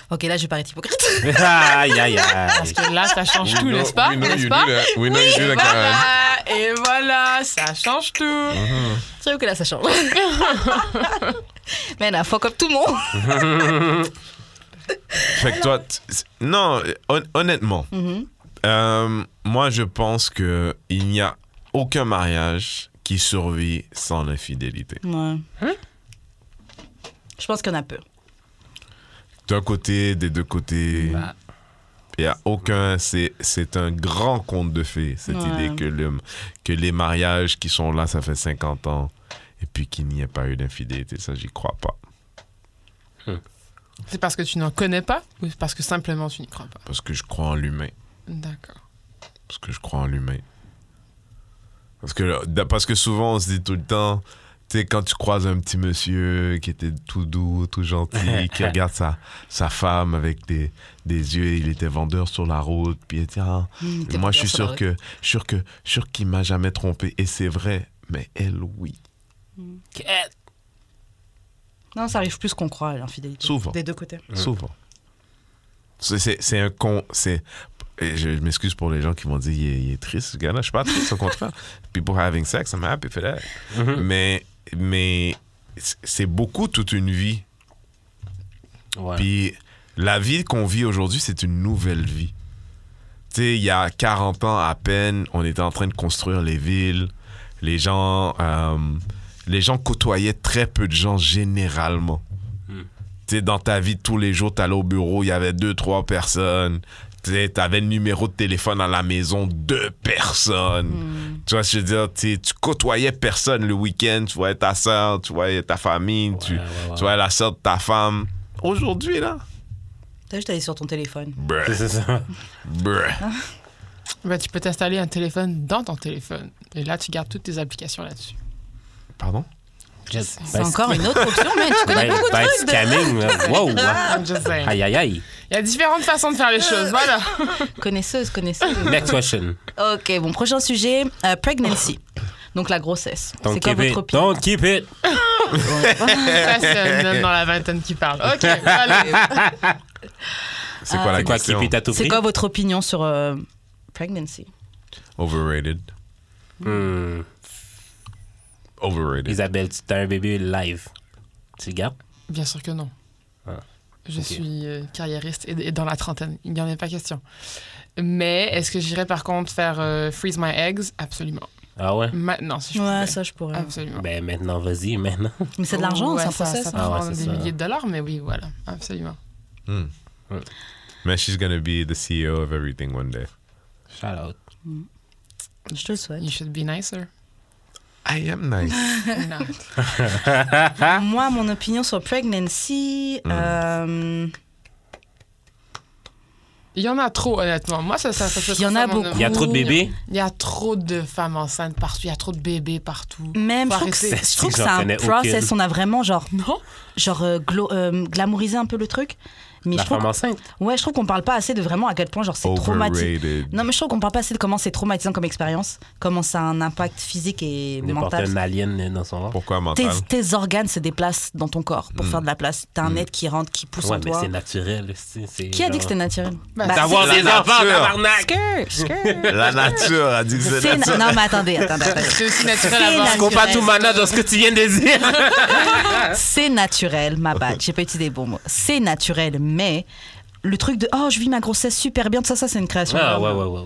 S1: OK, là, je vais paraître hypocrite.
S2: aïe, aïe, aïe.
S4: Parce que là ça change tout, n'est-ce pas N'est-ce pas Et voilà, et voilà, ça change tout.
S2: Hein
S1: C'est vrai que là, ça change. Mais elle a fuck up tout le monde.
S3: Fait que toi, t- c'est- non, hon- honnêtement, euh, moi je pense que il n'y a aucun mariage qui survit sans l'infidélité.
S1: Ouais.
S3: Hein?
S1: Je pense qu'on a peur.
S3: D'un côté, des deux côtés.
S2: Bah.
S3: Il n'y a aucun. C'est c'est un grand conte de fées, cette
S1: Ouais.
S3: idée que, le, que les mariages qui sont là, ça fait 50 ans, et puis qu'il n'y ait pas eu d'infidélité. Ça, j'y crois pas.
S4: C'est parce que tu n'en connais pas ou c'est parce que simplement tu n'y crois pas
S3: Parce que je crois en l'humain.
S4: D'accord.
S3: Parce que je crois en l'humain. Parce que, euh, parce que souvent, on se dit tout le temps, tu sais, quand tu croises un petit monsieur qui était tout doux, tout gentil, qui regarde sa, sa femme avec des, des yeux, il était vendeur sur la route, puis il dit, Ah, moi, je suis sûr que, sûr que, sûr qu'il m'a jamais trompé. Et c'est vrai, mais elle, oui.
S1: Non, ça arrive plus qu'on croit à l'infidélité.
S3: Souvent.
S1: Des deux côtés.
S3: Souvent. C'est- C'est c'est un con. C'est. et Je, je m'excuse pour les gens qui vont dire il est, il est triste ce gars-là. Je suis pas triste, au contraire. People having sex, I'm happy for that. Mais, mais c'est- c'est beaucoup toute une vie.
S2: Ouais.
S3: Puis la vie qu'on vit aujourd'hui, c'est une nouvelle vie. Tu sais, il y a 40 ans à peine, on était en train de construire les villes. Les gens, euh, les gens côtoyaient très peu de gens généralement.
S2: Hmm.
S3: Tu sais, dans ta vie de tous les jours, t'allais au bureau, il y avait deux, trois personnes. Tu sais, t'avais le numéro de téléphone à la maison, deux personnes.
S1: Hmm.
S3: Tu vois, je veux dire, tu, tu côtoyais personne le week-end. Tu voyais ta soeur, tu voyais ta famille, tu,
S2: Ouais, ouais, ouais.
S3: tu voyais la soeur de ta femme. Aujourd'hui, là,
S1: T'as juste allé sur ton téléphone.
S3: bruh,
S2: C'est ça.
S3: bruh.
S1: Hein?
S4: Bah, tu peux t'installer un téléphone dans ton téléphone et là tu gardes toutes tes applications là-dessus.
S3: Pardon?
S2: Just
S1: C'est encore une autre option, mais tu connais
S2: by,
S1: beaucoup de
S2: by
S1: trucs. de-
S2: ben, scamming. là. Wow.
S4: I'm just saying.
S2: Aïe, aïe, aïe.
S4: Il y a différentes façons de faire les choses, voilà.
S1: Connaisseuse, connaisseuse.
S2: Next question.
S1: ok, bon, prochain sujet euh, pregnancy. Donc la grossesse.
S2: Don't
S1: C'est quoi
S2: keep it.
S1: votre opinion
S2: Don't keep it.
S4: Ça, c'est un homme dans la vingtaine qui parle. Ok, allez.
S3: C'est
S1: Ah,
S3: quoi la
S2: C'est quoi,
S3: question?
S2: keep it à tout
S1: C'est
S2: prix?
S1: quoi votre opinion sur euh, pregnancy
S3: Overrated.
S2: Hmm.
S3: Overrated.
S2: Isabelle, tu as un bébé live. Tu le gardes?
S4: Bien sûr que non.
S2: Ah,
S4: Je
S2: ok.
S4: suis euh, carriériste et, et dans la trentaine. Il n'y en est pas question. Mais est-ce que j'irais par contre faire euh, freeze my eggs Absolument.
S2: Ah ouais?
S4: Maintenant, si je
S1: Ouais,
S4: pouvais.
S1: ça je pourrais. Ah,
S4: Absolument.
S2: Ben maintenant, vas-y, maintenant.
S1: Mais c'est de l'argent,
S4: Ouais,
S1: c'est un
S4: ça,
S1: process.
S4: Ça
S1: hein.
S2: Ah
S4: prend
S2: ouais,
S4: des
S2: c'est ça.
S4: milliers de dollars, mais oui, voilà, absolument.
S3: Hmm.
S2: Ouais.
S3: Man, she's gonna be the CEO of everything one day.
S2: Shout out.
S1: Je te le souhaite.
S4: You should be nicer.
S1: Ah,
S3: I am nice.
S4: Non.
S3: Ah.
S1: Moi, mon opinion sur pregnancy,
S3: Hmm.
S1: euh,
S4: Il y en a trop, honnêtement. Moi, ça, ça, ça, ça
S1: Il y en a
S4: ça, mon-
S1: beaucoup.
S2: Il y a trop de bébés?
S4: Il y a trop de femmes enceintes partout. Il y a trop de bébés partout.
S1: même je
S4: Faut
S1: trouve que
S4: arrêter.
S1: c'est- je trouve que
S2: J'en
S1: c'est un
S2: connais
S1: process.
S2: aucune.
S1: On a vraiment genre,
S4: Non.
S1: genre euh, glo- euh, glamourisé un peu le truc. Mais
S2: La
S1: je trouve,
S2: femme enceinte?
S1: ouais, je trouve qu'on parle pas assez de vraiment à quel point genre c'est traumatisant.
S3: Overrated.
S1: Non, mais je trouve qu'on parle pas assez de comment c'est traumatisant comme expérience, comment ça a un impact physique et
S2: Il porte
S1: mental.
S2: un alien dans son ventre.
S3: Pourquoi
S1: Tes,
S3: mental?
S1: tes organes se déplacent dans ton corps pour faire de la place. T'as un être qui rentre, qui pousse
S2: Hmm. Ouais,
S1: en
S2: mais
S1: toi.
S2: c'est naturel. c'est- c'est
S1: Qui a dit
S2: genre-
S1: que c'était naturel
S4: Bah,
S1: Bah,
S2: D'avoir
S3: c'est
S2: des
S3: la
S2: enfants,
S3: nature.
S2: tabarnak!
S1: Skirt, skirt.
S3: La nature a dit que
S1: C'est
S3: c'est
S1: na-
S3: nature.
S1: Non, mais attendez, attendez, attendez.
S4: C'est aussi
S1: C'est
S4: naturel à voir.
S1: naturel.
S2: Qu'on pas tout manage dans ce que tu viens de dire.
S1: C'est naturel, ma bad. J'ai pas utilisé les bons mots. C'est naturel, mais le truc de oh, je vis ma grossesse super bien, tout ça, ça c'est une création.
S2: Ah, ouais, ouais, ouais, ouais. ouais.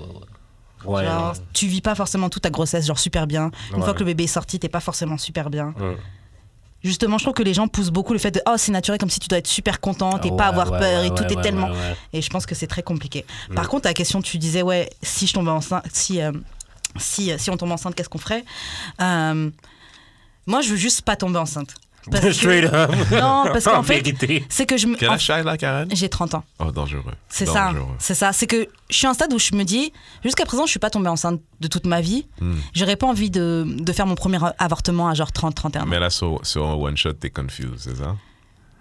S2: Ouais,
S1: Genre,
S2: ouais.
S1: tu vis pas forcément toute ta grossesse, genre super bien. Une
S2: Ouais.
S1: fois que le bébé est sorti, t'es pas forcément super bien.
S2: Ouais.
S1: Justement, je trouve que les gens poussent beaucoup le fait de oh, c'est naturel, comme si tu dois être super content, et
S2: Ah,
S1: pas
S2: ouais,
S1: avoir
S2: ouais,
S1: peur
S2: ouais,
S1: et tout
S2: ouais,
S1: est
S2: ouais,
S1: tellement.
S2: ouais, Mm. ouais.
S1: Et je pense que c'est très compliqué. Par contre, ta question, tu disais, ouais, si je tombais enceinte, si, euh, si, euh, si on tombe enceinte, qu'est-ce qu'on ferait Euh, Moi, je veux juste pas tomber enceinte. Parce que-
S2: Straight up.
S1: Non, parce
S2: En
S1: qu'en fait,
S2: vérité.
S1: c'est que je me.
S3: Quel
S1: en-
S3: âge t'as, là, Karen?
S1: J'ai 30 ans.
S3: Oh, dangereux.
S1: C'est ça.
S3: dangereux.
S1: C'est ça. C'est que je suis à un stade où je me dis, jusqu'à présent, je suis pas tombée enceinte de toute ma vie.
S3: Hmm.
S1: J'aurais pas envie de, de faire mon premier avortement à genre 30, 31 ans.
S3: Mais là, sur, sur un one-shot, t'es confused, c'est ça?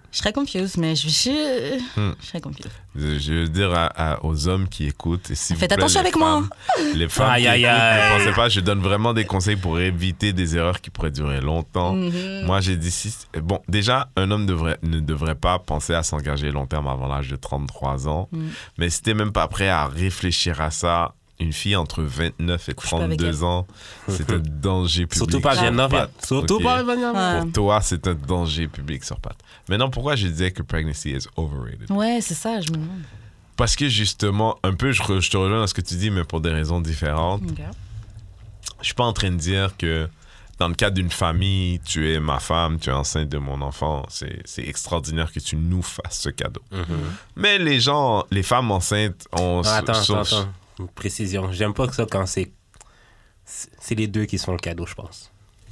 S1: Je serais confuse, mais je, je,
S3: Hmm.
S1: je serais confuse.
S3: Je, je veux dire à, à- aux hommes qui écoutent. et s'il vous
S1: Faites
S3: plaît,
S1: attention
S3: les
S1: avec moi.
S3: femmes- Les femmes
S2: Aïe,
S3: qui
S2: aïe,
S3: écoutent,
S2: aïe.
S3: ne pensez pas, je donne vraiment des conseils pour éviter des erreurs qui pourraient durer longtemps. Oh.
S1: Mhm.
S3: Moi, j'ai dit si- eh, Bon, déjà, un homme devrait, ne devrait pas penser à s'engager long terme avant l'âge de 33 ans.
S1: Mhm.
S3: Mais si t'es même pas prêt à réfléchir à ça, une fille entre 29 et
S1: Couche pas avec
S3: 32 ans, c'est un danger public.
S2: Surtout pas
S3: sur
S2: Vietnam.
S3: pattes.
S2: Surtout
S3: Ok.
S2: pas
S1: Ouais,
S3: Pour toi, c'est un danger public sur pattes. Maintenant, pourquoi je disais que pregnancy is overrated?
S1: Ouais, c'est ça, je me demande.
S3: Parce que justement, un peu, je, re- je te rejoins dans ce que tu dis, mais pour des raisons différentes.
S1: Ok.
S3: Je suis pas en train de dire que dans le cadre d'une famille, tu es ma femme, tu es enceinte de mon enfant. C'est c'est extraordinaire que tu nous fasses ce cadeau.
S2: Mhm.
S3: Mais les gens, les femmes enceintes ont...
S2: Ah, attends,
S3: sont-
S2: attends, attends. Une Précision. J'aime pas que ça quand c'est. C'est c'est les deux qui sont le cadeau, je pense.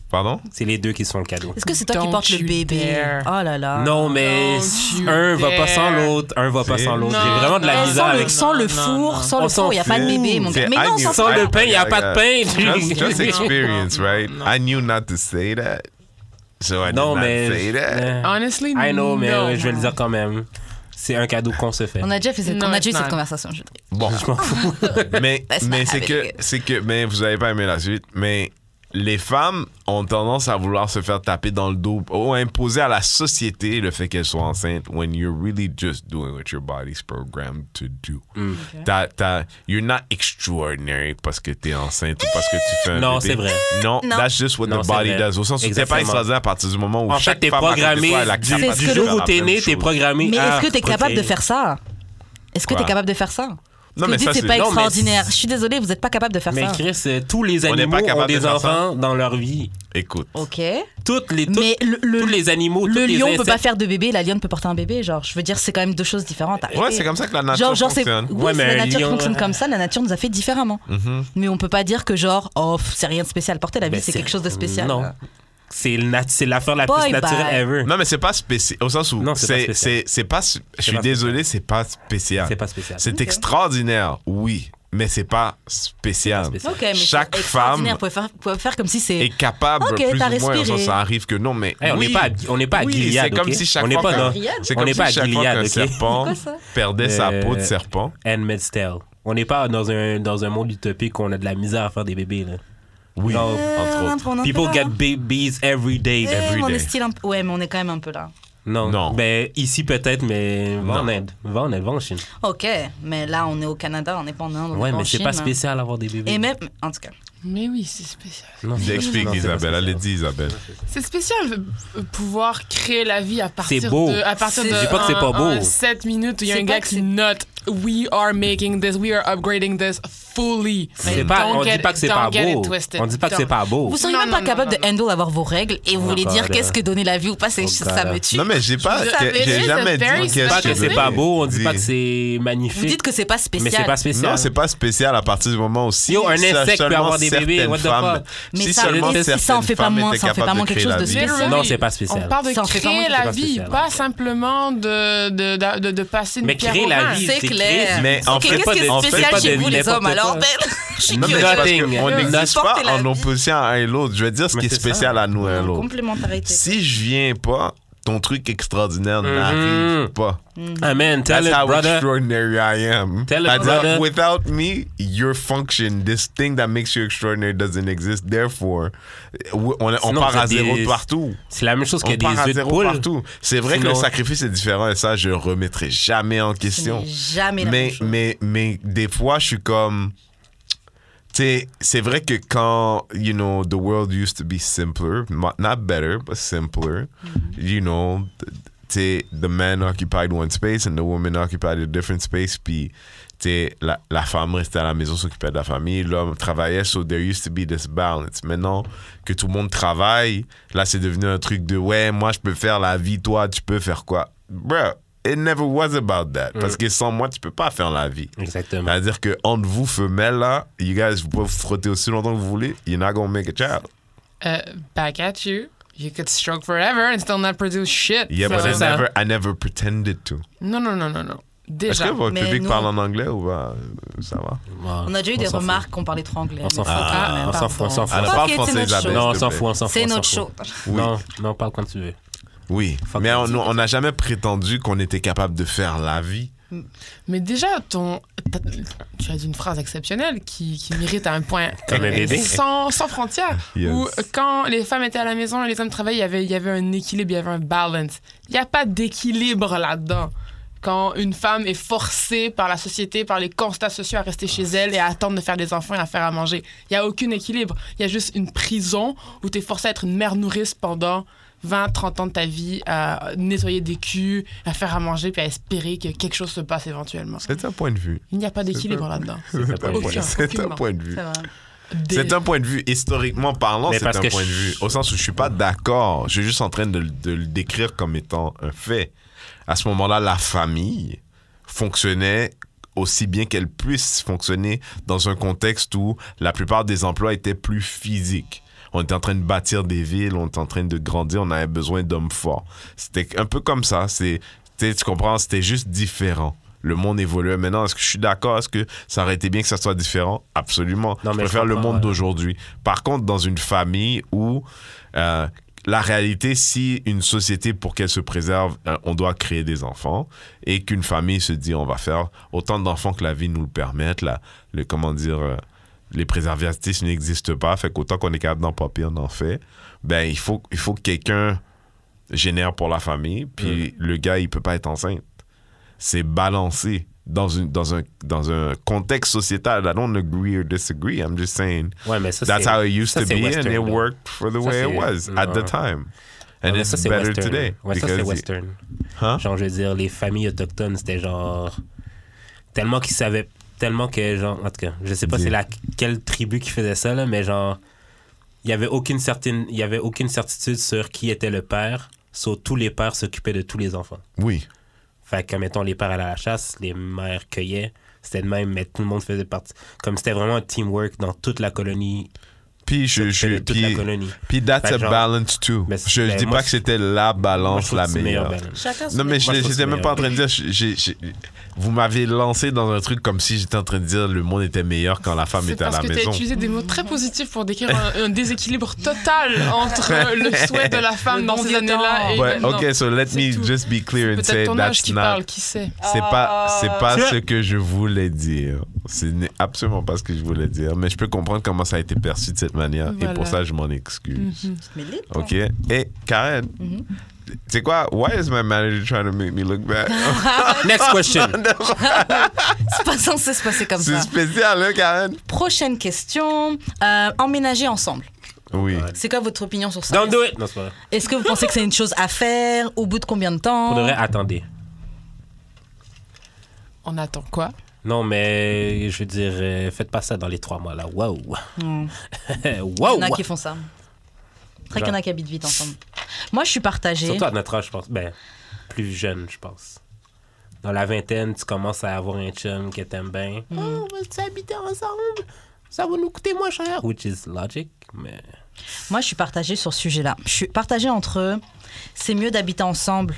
S3: Pardon?
S2: C'est les deux qui sont le cadeau.
S1: Est-ce que c'est toi qui
S4: Don't
S1: portes le
S4: you
S1: bébé
S4: dare.
S1: Oh là
S4: Ah,
S1: là.
S2: Non, mais
S4: Don't you
S2: un va pas
S4: dare.
S2: sans l'autre, un va pas
S3: C'est-
S2: sans l'autre.
S4: Non,
S2: J'ai vraiment de la
S4: non,
S2: misère
S1: Eh, sans le,
S2: avec
S1: sans le
S4: Non, non,
S1: four,
S4: non.
S1: sans le
S2: On s'en
S1: four, il n'y a pas de
S2: fout.
S1: bébé, mon gars.
S3: C'est-
S1: Mais
S3: I
S1: non,
S3: knew-
S1: sans
S2: Sans le pain, il n'y a pas de
S3: Just,
S2: pain.
S3: just experience, right?
S4: Non.
S3: I knew not to say that. So I did
S2: Non,
S3: not
S2: mais.
S3: say that.
S2: Euh,
S4: Honestly,
S2: I know, mais
S4: non.
S2: ouais, je vais le dire quand même. C'est un cadeau qu'on se fait.
S1: On a déjà fait cette,
S4: Non,
S1: on a déjà eu
S4: non.
S1: cette conversation. je dirais.
S3: Bon.
S2: Je m'en fous.
S3: mais
S1: That's
S3: mais
S1: not
S3: c'est que
S1: happening.
S3: c'est que mais vous avez pas aimé la suite mais les femmes ont tendance à vouloir se faire taper dans le dos ou à imposer à la société le fait qu'elles soient enceintes when you're really just doing what your body's programmed to do.
S2: Mm.
S3: T'as- t'as- you're not extraordinary parce que t'es enceinte ou parce que tu fais un
S2: Non,
S3: bébé.
S2: c'est vrai.
S3: Non,
S1: Non.
S3: that's just what
S2: Non,
S3: the
S2: c'est
S3: body
S2: vrai.
S3: does. Au sens où t'es pas
S2: Exactement.
S3: extraordinaire à partir du moment où
S2: En
S3: chaque
S2: fait, t'es
S3: femme à côté de
S2: programmé
S3: toi, elle a
S2: du,
S1: capacité
S2: du
S1: de
S2: jour
S3: faire
S2: où
S3: la
S2: t'es
S3: même
S2: né, t'es
S3: chose.
S2: programmé.
S1: Mais
S2: à
S1: est-ce que tu es capable de
S2: procréer.
S1: faire ça Est-ce que tu es
S3: Quoi
S1: capable de faire ça
S3: Non,
S1: Parce que
S3: mais
S1: vous dites
S3: ça,
S1: c'est
S3: c'est-
S1: pas
S2: non, mais
S1: extraordinaire.
S2: c'est-
S1: Je suis désolée, vous n'êtes pas capable de faire
S2: Mais
S1: ça.
S2: Chris, euh, tous les
S3: On n'est
S2: animaux
S3: pas capable
S2: ont
S3: de
S2: des
S3: faire ça.
S2: enfants dans leur vie.
S3: Écoute,
S1: Ok.
S2: Toutes les, toutes-
S1: Mais le, le-
S2: tous les animaux,
S1: le
S2: tous les
S1: lion peut
S2: insectes.
S1: pas faire de bébé, la lionne peut porter un bébé. Genre, je veux dire, c'est quand même deux choses différentes.
S3: ouais,
S1: Arrêtez.
S3: c'est comme ça que la nature
S1: Genre, genre c'est
S3: fonctionne.
S1: oui,
S2: Ouais, mais
S1: la
S2: un
S1: nature
S2: lion,
S1: fonctionne
S2: ouais.
S1: comme ça, la nature nous a fait différemment.
S3: Mhm.
S1: Mais on peut pas dire que genre oh pff, c'est rien de spécial porter la vie,
S2: Ben,
S1: c'est quelque chose de spécial.
S2: Non. C'est le nat- c'est l'affaire la
S1: Bye
S2: plus
S1: bye.
S2: naturelle ever.
S3: Non, mais c'est pas spécial. Au sens où.
S2: Non, c'est pas
S3: c'est-
S2: spécial.
S3: C'est c'est pas. s- Je suis
S2: pas spécial.
S3: désolé, c'est pas spécial.
S2: C'est pas spécial.
S3: C'est extraordinaire, oui, mais c'est pas spécial.
S2: C'est pas
S1: Ok,
S2: spécial.
S1: mais
S3: Chaque
S1: c'est extraordinaire.
S3: femme-
S1: Vous pouvez faire, vous pouvez faire comme si c'est.
S3: Est capable,
S1: Ok,
S3: plus
S1: t'as
S3: ou moins, au sens,
S1: respiré.
S3: ça arrive que non, mais.
S2: Hey, on n'est
S3: oui.
S2: pas à, Gui- on n'est pas à
S3: Oui,
S2: Gilead,
S3: C'est comme
S2: ok?
S3: si chaque
S2: On n'est
S3: fois.
S2: pas
S3: qu'un-
S2: dans...
S1: Gilead?
S3: C'est
S2: on
S3: comme
S2: n'est
S3: si
S2: pas à
S3: chaque fois
S2: Gilead,
S3: qu'un
S2: ok?
S3: serpent
S1: C'est quoi ça?
S3: perdait sa
S2: Euh,
S3: peau de serpent.
S2: And Medstyle. On n'est pas dans un, dans un monde utopique où on a de la misère à faire des bébés, là.
S3: Oui,
S2: Non,
S3: entre
S1: Euh,
S3: autres.
S1: on est un peu
S2: People
S1: là,
S2: get
S1: hein.
S2: babies every day.
S1: Eh, mais on
S3: day.
S1: est style un peu- Ouais, mais on est quand même un peu là.
S2: Non.
S3: Non.
S2: Ben, ici peut-être, mais va en
S3: Non.
S2: Inde. Va en Inde, va en Chine.
S1: Ok, mais là, on est au Canada, on n'est pas en Inde. on est
S2: Ouais,
S1: pas en
S2: mais c'est
S1: Chine,
S2: pas
S1: hein.
S2: spécial avoir des bébés.
S1: Et même, en tout cas,
S4: Mais oui, c'est spécial.
S2: Non, c'est-
S3: J'explique,
S2: non, c'est pas
S3: Isabelle.
S2: spécial.
S3: Allez, dis, Isabelle.
S4: C'est spécial euh, pouvoir créer la vie à partir
S2: C'est beau.
S4: de à partir
S1: C'est-
S4: de
S1: Je dis
S2: pas que c'est pas beau.
S4: 7 minutes où il y a
S1: C'est
S4: un
S1: pas
S4: gars
S1: que
S4: qui
S1: c'est-
S4: note we are making this, we are upgrading this fully.
S2: C'est
S4: Mais
S2: pas,
S4: don't
S2: on dit
S4: get-
S2: pas que c'est
S4: don't
S2: pas
S4: get it
S2: beau.
S4: twisted.
S2: On dit pas que c'est
S4: Don't-
S2: pas beau.
S1: vous seriez
S4: Non,
S1: même
S4: non,
S1: pas
S4: non,
S1: capable
S4: non,
S1: de handle avoir vos règles et vous
S2: Oh
S1: voulez dire
S2: God.
S1: qu'est-ce que donner la vie ou pas, c'est
S2: Oh
S1: ça
S2: God.
S1: me tue.
S3: Non, mais j'ai pas.
S4: Je-
S3: que-
S4: It
S3: J'ai
S4: is
S3: jamais
S4: a
S3: dit
S4: very
S3: qu'est-ce
S2: pas
S4: special
S2: que c'est
S4: day.
S2: pas beau, on dit
S3: Dis.
S2: pas que c'est magnifique.
S1: Vous dites que c'est pas spécial.
S2: mais c'est pas spécial.
S3: Non, c'est pas spécial à partir du moment où si
S2: Yo, un
S3: ça-
S2: insecte peut
S3: seulement
S2: avoir des bébés,
S3: certaines
S2: what the
S3: femmes-
S2: fuck?
S1: Mais
S3: si
S1: ça,
S3: seulement
S1: mais ça en
S3: certaines
S1: fait pas
S3: femmes
S1: moins-
S3: étaient
S1: ça en fait pas
S3: capables
S1: moins
S3: de
S1: quelque
S3: créer
S1: chose
S3: la
S1: de
S3: vie.
S1: spécial.
S4: Literally.
S2: Non, c'est pas spécial.
S4: On parle de
S1: Ça en fait pas moins
S4: créer
S1: quelque
S4: la
S2: chose de
S4: vie,
S2: spécial.
S4: pas simplement de, de, de, de- de passer une
S2: Mais
S4: pierre
S2: créer
S4: au
S2: la
S4: vin.
S2: vie,
S1: C'est
S2: c'est
S1: clair.
S2: créer-
S3: Mais en
S1: Ok,
S3: fait,
S1: qu'est-ce qui
S3: en
S1: est
S3: fait,
S1: spécial
S2: pas
S1: chez
S2: de
S1: vous, les
S2: n'importe
S1: hommes Alors,
S2: quoi.
S1: ben, je suis
S2: Non, mais
S3: c'est
S1: curieuse.
S3: parce
S2: Nothing.
S3: qu'on
S1: Euh,
S3: n'existe pas
S1: supporter la
S3: en
S1: vie.
S3: opposition à un et l'autre. Je veux dire ce
S2: Mais
S3: qui est
S2: c'est ça.
S3: spécial à nous et à
S1: En
S3: l'autre.
S1: Complémentarité.
S3: Si je viens pas, ton truc extraordinaire
S2: Mhm.
S3: n'arrive pas.
S2: Amen. Tell
S3: That's
S2: it,
S3: how
S2: brother.
S3: extraordinary I am.
S2: Tell it,
S3: I-
S2: brother.
S3: Without me, your function, this thing that makes you extraordinary doesn't exist. Therefore, on, on
S2: Sinon,
S3: part
S2: vous
S3: à
S2: êtes
S3: zéro
S2: des-
S3: de partout.
S2: C'est la même chose que
S3: On
S2: des
S3: part à
S2: œufs de
S3: zéro
S2: poule.
S3: partout. C'est vrai que
S2: Sinon-
S3: le sacrifice est différent et ça, je le remettrai jamais en
S1: Ce n'est
S3: question.
S1: Jamais la même
S3: Mais,
S1: chose.
S3: mais, mais des fois, je suis comme. Tu sais, c'est vrai que quand, you know, the world used to be simpler, mo- not better, but simpler, you know, t- tu sais, the man occupied one space and the woman occupied a different space, puis, tu sais, la, la femme restait à la maison, s'occupait de la famille, l'homme travaillait, so there used to be this balance. Maintenant que tout le monde travaille, là, c'est devenu un truc de, ouais, moi, je peux faire la vie, toi, tu peux faire quoi? Bruh, it never was about that. Parce que sans moi, tu peux pas faire la vie.
S2: Exactement.
S3: C'est-à-dire que entre vous, femelles, là, you guys, vous pouvez vous frotter aussi longtemps que vous voulez, you're not gonna make a child.
S4: Euh, back at you. You could stroke forever and still not produce shit.
S3: Yeah,
S4: So-
S3: but I
S2: ça.
S3: never, I never pretended to.
S4: Non, non, non, non, non.
S3: Est-ce
S4: Déjà.
S3: que votre
S1: Mais
S3: public
S1: nous-
S3: parle en anglais ou pas? Euh, Ça va.
S2: Wow.
S1: On a déjà eu
S2: On
S1: des
S2: s'en fout.
S1: remarques qu'on parlait trop anglais.
S2: On s'en
S1: mais
S2: fout.
S1: c'est
S2: Ah,
S1: quand même
S2: on s'en fout, on s'en
S1: pardon.
S2: fout.
S3: Alors,
S1: Ok,
S3: parle
S1: c'est
S3: français,
S1: notre
S3: Isabelle.
S1: show.
S2: Non, on
S3: s'il
S2: s'en
S3: te
S2: fout, on s'en fout.
S1: C'est
S2: on s'en
S1: notre
S2: fout.
S1: show.
S3: Oui.
S2: Non, non, parle quand tu veux.
S3: Oui.
S2: Fuck
S3: Mais
S2: you.
S3: on on n'a jamais prétendu qu'on était capable de faire la vie.
S4: Mais déjà, ton... t'as- tu as dit une phrase exceptionnelle qui, qui mérite à un point
S2: Comme un bébé.
S4: sans, sans frontières.
S3: Yes.
S4: Où euh, quand les femmes étaient à la maison et les hommes travaillaient, il y avait, il y avait un équilibre, il y avait un balance. Il n'y a pas d'équilibre là-dedans. Quand une femme est forcée par la société, par les constats sociaux à rester chez elle et à attendre de faire des enfants et à faire à manger, il n'y a aucun équilibre. Il y a juste une prison où tu es forcée à être une mère nourrice pendant 20, 30 ans de ta vie, à nettoyer des culs, à faire à manger, puis à espérer que quelque chose se passe éventuellement.
S3: C'est un point de vue.
S4: Il n'y a pas d'équilibre là-dedans.
S3: C'est un
S2: pas
S3: point de vue.
S4: aucun,
S3: C'est un
S4: aucunement.
S3: point de vue.
S1: C'est vrai.
S4: Des-
S3: C'est un point de vue historiquement parlant,
S2: Mais
S3: c'est un
S2: parce
S3: point
S2: que
S3: de
S2: je-
S3: vue. Au sens où je suis pas d'accord, je suis juste en train de, de le décrire comme étant un fait. À ce moment-là, la famille fonctionnait aussi bien qu'elle puisse fonctionner dans un contexte où la plupart des emplois étaient plus physiques. On était en train de bâtir des villes, on était en train de grandir, on avait besoin d'hommes forts. C'était un peu comme ça, c'est tu sais, tu comprends, c'était juste différent. Le monde évoluait. Maintenant, est-ce que je suis d'accord Est-ce que ça aurait été bien que ça soit différent Absolument.
S2: Non,
S3: je
S2: mais je
S3: préfère le
S2: comprends,
S3: monde
S2: ouais.
S3: d'aujourd'hui. Par contre, dans une famille où euh, la réalité, si une société, pour qu'elle se préserve, euh, on doit créer des enfants et qu'une famille se dit on va faire autant d'enfants que la vie nous le permette, la, le, comment dire, euh, les préservatifs n'existent pas, fait qu'autant qu'on est capable d'en papier, on en fait. Ben, il faut, il faut que quelqu'un génère pour la famille, puis le gars, il peut pas être enceinte. C'est balancé dans, une, dans, un, dans un contexte sociétal. I don't agree or disagree. I'm just saying
S2: Ouais, mais ça,
S3: that's
S2: c'est-
S3: how it used
S2: ça,
S3: to
S2: c'est
S3: be,
S2: Western,
S3: and it
S2: là.
S3: worked for
S2: Ça,
S3: the way it
S2: c'est-
S3: was at the
S2: Ouais.
S3: time.
S2: Ouais,
S3: And
S2: Ah, mais
S3: it's
S2: ça, c'est
S3: better
S2: western.
S3: today.
S2: Ouais, ça,
S3: because
S2: c'est
S3: you-
S2: western.
S3: Huh?
S2: Genre, je veux dire, les familles autochtones, c'était genre. Tellement qu'ils savaient. Tellement que, genre. En tout cas, je sais pas
S3: Dis.
S2: c'est la, quelle tribu qui faisait ça, là, mais genre. Il y avait aucune certaine. Il y avait aucune certitude sur qui était le père. Sauf tous les pères s'occupaient de tous les enfants.
S3: Oui.
S2: Fait que, mettons, les pères allaient à la chasse, les mères cueillaient. C'était de même, mais tout le monde faisait partie. Comme c'était vraiment un teamwork dans toute la colonie.
S3: Puis, je, je,
S2: de toute la
S3: puis,
S2: colonie.
S3: puis that's
S2: Fait que
S3: a
S2: genre-
S3: balance too.
S2: Mais c'est-
S3: je
S2: ben,
S3: dis
S2: moi,
S3: pas que c'était
S2: Moi,
S3: la
S2: je
S3: balance
S2: trouve
S3: la
S2: que c'est le meilleur
S3: meilleure.
S2: balance.
S1: Chacun son
S3: Non, mais
S2: Moi, je
S3: je-
S2: trouve que
S3: j'étais
S2: c'est
S3: même pas en train de dire. j'ai- j'ai- vous m'avez lancé dans un truc comme si j'étais en train de dire le monde était meilleur quand la femme
S4: C'est
S3: était à la
S4: parce que tu
S3: maison.
S4: as utilisé des mots très positifs pour décrire un, un déséquilibre total entre le souhait de la femme
S1: Le
S4: dans
S1: bon
S4: ces
S1: Dieu
S4: années-là et
S3: Ouais,
S4: maintenant.
S3: ok, so let
S4: C'est
S3: me
S4: tout.
S3: just be clear and say
S4: Peut-être ton âge
S3: that's
S4: qui
S3: not.
S4: parle, qui sait.
S3: C'est pas, c'est pas
S2: Ah.
S3: ce que je voulais dire. Ce n'est absolument pas ce que je voulais dire, mais je peux comprendre comment ça a été perçu de cette manière et
S4: Voilà.
S3: pour ça, je m'en excuse.
S1: Mais les temps.
S3: OK? Et Karen,
S1: Mhm.
S3: tu sais quoi? Why is my manager trying to make me look bad?
S2: Next question.
S1: C'est pas censé se passer comme
S3: C'est
S1: ça.
S3: spécial, hein, Karen?
S1: Prochaine question. Euh, emménager ensemble.
S3: Oui.
S1: C'est quoi votre opinion sur ça
S2: Don't do it. Non, c'est pas vrai.
S1: Est-ce que vous pensez que c'est une chose à faire Au bout de combien de temps
S2: Pour de vrai, attendez.
S4: On attend quoi
S2: Non, mais je veux dire, euh, faites pas ça dans les trois mois là. Wow.
S1: Hmm.
S2: wow.
S1: Il y en a qui font ça. Après qu'il y en a qui habitent vite ensemble. Moi, je suis partagée.
S2: Surtout à notre âge, je pense. Ben, plus jeune, je pense. Dans la vingtaine, tu commences à avoir un chum que t'aimes bien.
S1: Hmm.
S2: Oh, on va s'habiter ensemble. Ça va nous coûter moins cher. Which is logic, mais.
S1: Moi, je suis partagée sur ce sujet-là. Je suis partagée entre eux. c'est mieux d'habiter ensemble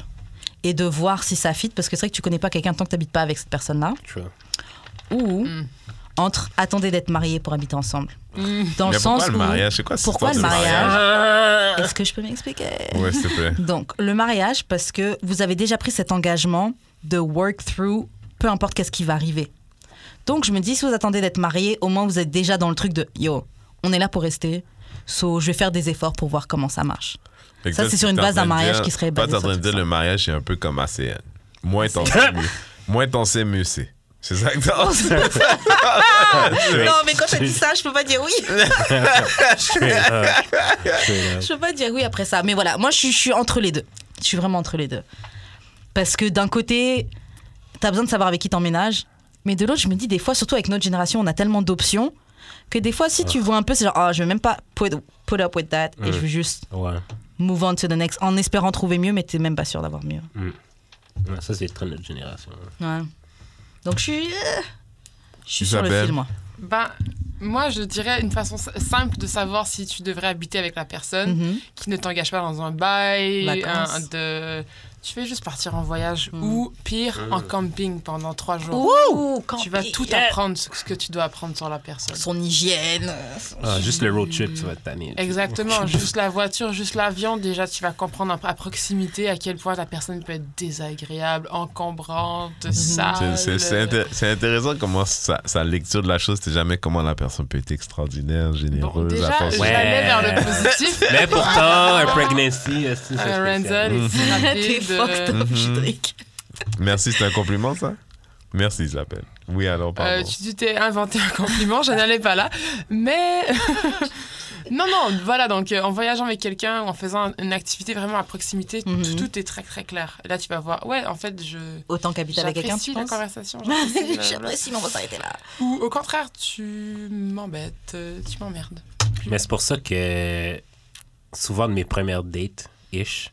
S1: et de voir si ça fit, parce que c'est vrai que tu connais pas quelqu'un tant que t'habites pas avec cette personne-là.
S2: True.
S1: Ou
S4: Mm.
S1: entre attendez d'être mariés pour habiter ensemble. Dans
S3: Mais
S1: le sens
S3: pourquoi le
S1: où-
S3: mariage? C'est quoi cette
S1: Pourquoi
S3: histoire
S1: le
S3: de
S1: Est-ce que je peux m'expliquer
S3: Ouais, s'il te plaît.
S1: Donc, le mariage, parce que vous avez déjà pris cet engagement de work through, peu importe qu'est-ce qui va arriver. Donc, je me dis, si vous attendez d'être marié, au moins vous êtes déjà dans le truc de yo, on est là pour rester. So, je vais faire des efforts pour voir comment ça marche.
S3: Fait que
S1: Ça,
S3: toi,
S1: c'est
S3: tu
S1: sur une
S3: t'es en
S1: base d'un
S3: train de
S1: mariage
S3: dire-
S1: qui serait basée
S3: Toi, t'es en
S1: sur
S3: train de
S1: tout
S3: dire
S1: ça.
S3: le mariage, c'est un peu comme ACN. Moins t'en sais mieux. Moins t'en sais mieux, c'est. C'est ça que t'as
S1: mais quand tu dit ça, je peux pas dire oui.
S2: Straight up. Straight up.
S1: Je peux pas dire oui après ça. Mais voilà, moi, je, suis- je suis entre les deux. Je suis vraiment entre les deux. Parce que d'un côté, t'as besoin de savoir avec qui t'emménages. Mais de l'autre, je me dis, des fois, surtout avec notre génération, on a tellement d'options que des fois, si tu vois un peu, c'est genre, oh, je vais même pas put, put up with that. Et je veux juste
S2: Ouais.
S1: move on to the next en espérant trouver mieux, mais t'es même pas sûr d'avoir mieux.
S2: Ouais, Ça, c'est très notre génération.
S1: Ouais. Donc, je suis. euh, je suis sur le
S3: Isabelle.
S1: fil, moi.
S4: Ben, moi, je dirais une façon s- simple de savoir si tu devrais habiter avec la personne
S1: Mhm.
S4: qui ne t'engage pas dans un bail,
S1: Vacances.
S4: un- de... Tu fais juste partir en voyage ou, pire,
S3: Euh.
S4: en camping pendant trois jours.
S1: Ouh,
S4: Tu vas
S1: camping.
S4: tout apprendre, ce ce que tu dois apprendre sur la personne.
S1: Son hygiène. euh, son-
S2: Ah, juste le road trip, tu vas te tanner.
S4: Exactement, juste la voiture, juste l'avion, déjà tu vas comprendre à- à proximité à quel point la personne peut être désagréable,
S2: Mhm.
S4: encombrante,
S3: C'est-
S4: sale.
S3: c'est- C'est inté- c'est intéressant comment sa, sa lecture de la chose, c'est jamais comment la personne peut être extraordinaire, généreuse.
S4: Bon, déjà,
S3: attentionne.
S4: je
S2: Ouais.
S4: l'allais vers le positif.
S2: Mais pourtant, un pregnancy, euh, c'est
S4: Un
S2: ça. spécial.
S4: Renzel,
S2: Mhm.
S4: c'est
S1: T'es
S4: rapide.
S1: fucked
S4: euh,
S1: up, Judrick.
S3: Merci, c'est un compliment, ça? Merci, Isabelle. Oui, alors,
S4: euh,
S3: pardon.
S4: tu tu t'es inventé un compliment, je n'allais pas là. Mais. non, non, voilà, donc euh, en voyageant avec quelqu'un, ou en faisant une activité vraiment à proximité, tout-
S1: Mhm.
S4: tout est très très clair. Là, tu vas voir, ouais, en fait, je.
S1: Autant qu'habiter avec quelqu'un, tu
S4: J'apprécie la
S1: penses
S4: conversation. j'apprécie la-
S1: J'apprécie, mais on va s'arrêter là.
S4: Ou au contraire, tu m'embêtes, euh, tu m'emmerdes.
S2: Mais c'est pour ça que souvent de mes premières dates, ish,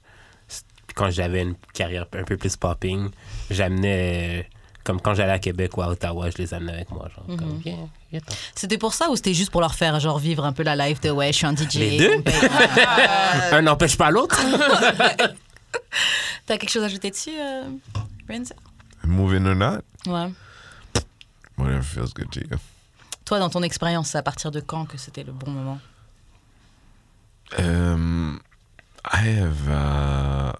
S2: c'est- quand j'avais une carrière un peu plus popping, j'amenais, euh, comme quand j'allais à Québec ou à Ottawa, je les amenais avec moi. Genre,
S1: Mhm.
S2: comme, viens, viens, t'en-
S1: C'était pour ça ou c'était juste pour leur faire genre vivre un peu la life de ouais, je suis un DJ.
S2: Les deux?
S1: on paye. Ah,
S3: Euh,
S2: Un n'empêche pas l'autre. hein?
S1: T'as quelque chose à ajouter dessus, euh, Renzo
S3: Moving or not,
S1: Ouais.
S3: whatever feels good to you.
S1: Toi, dans ton expérience, c'est à partir de quand que c'était le bon moment
S3: Um, I have, euh,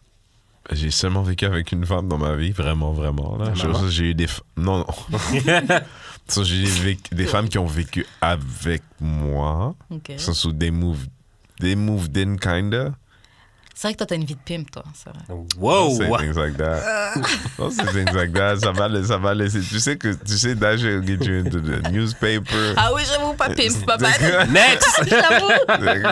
S3: J'ai seulement vécu avec une femme dans ma vie, vraiment, vraiment. Là.
S2: Ta
S3: Je-
S2: maman?
S3: J'ai eu des... f- Non, non. Ça, J'ai vécu- des femmes qui ont vécu avec moi.
S1: Ok.
S3: Dans le sens où they moved, they moved in, kinda.
S1: C'est vrai que toi, t'as une vie de pimp, toi. c'est vrai. Oh,
S2: wow!
S3: Don't say things like that. Don't say things like that. Ça va, la- ça va laisser. Tu sais que tu sais that shit will get you into the newspaper.
S1: Ah oui, j'avoue, pas
S2: Euh,
S1: pimp, papa.
S2: Next!
S1: j'avoue.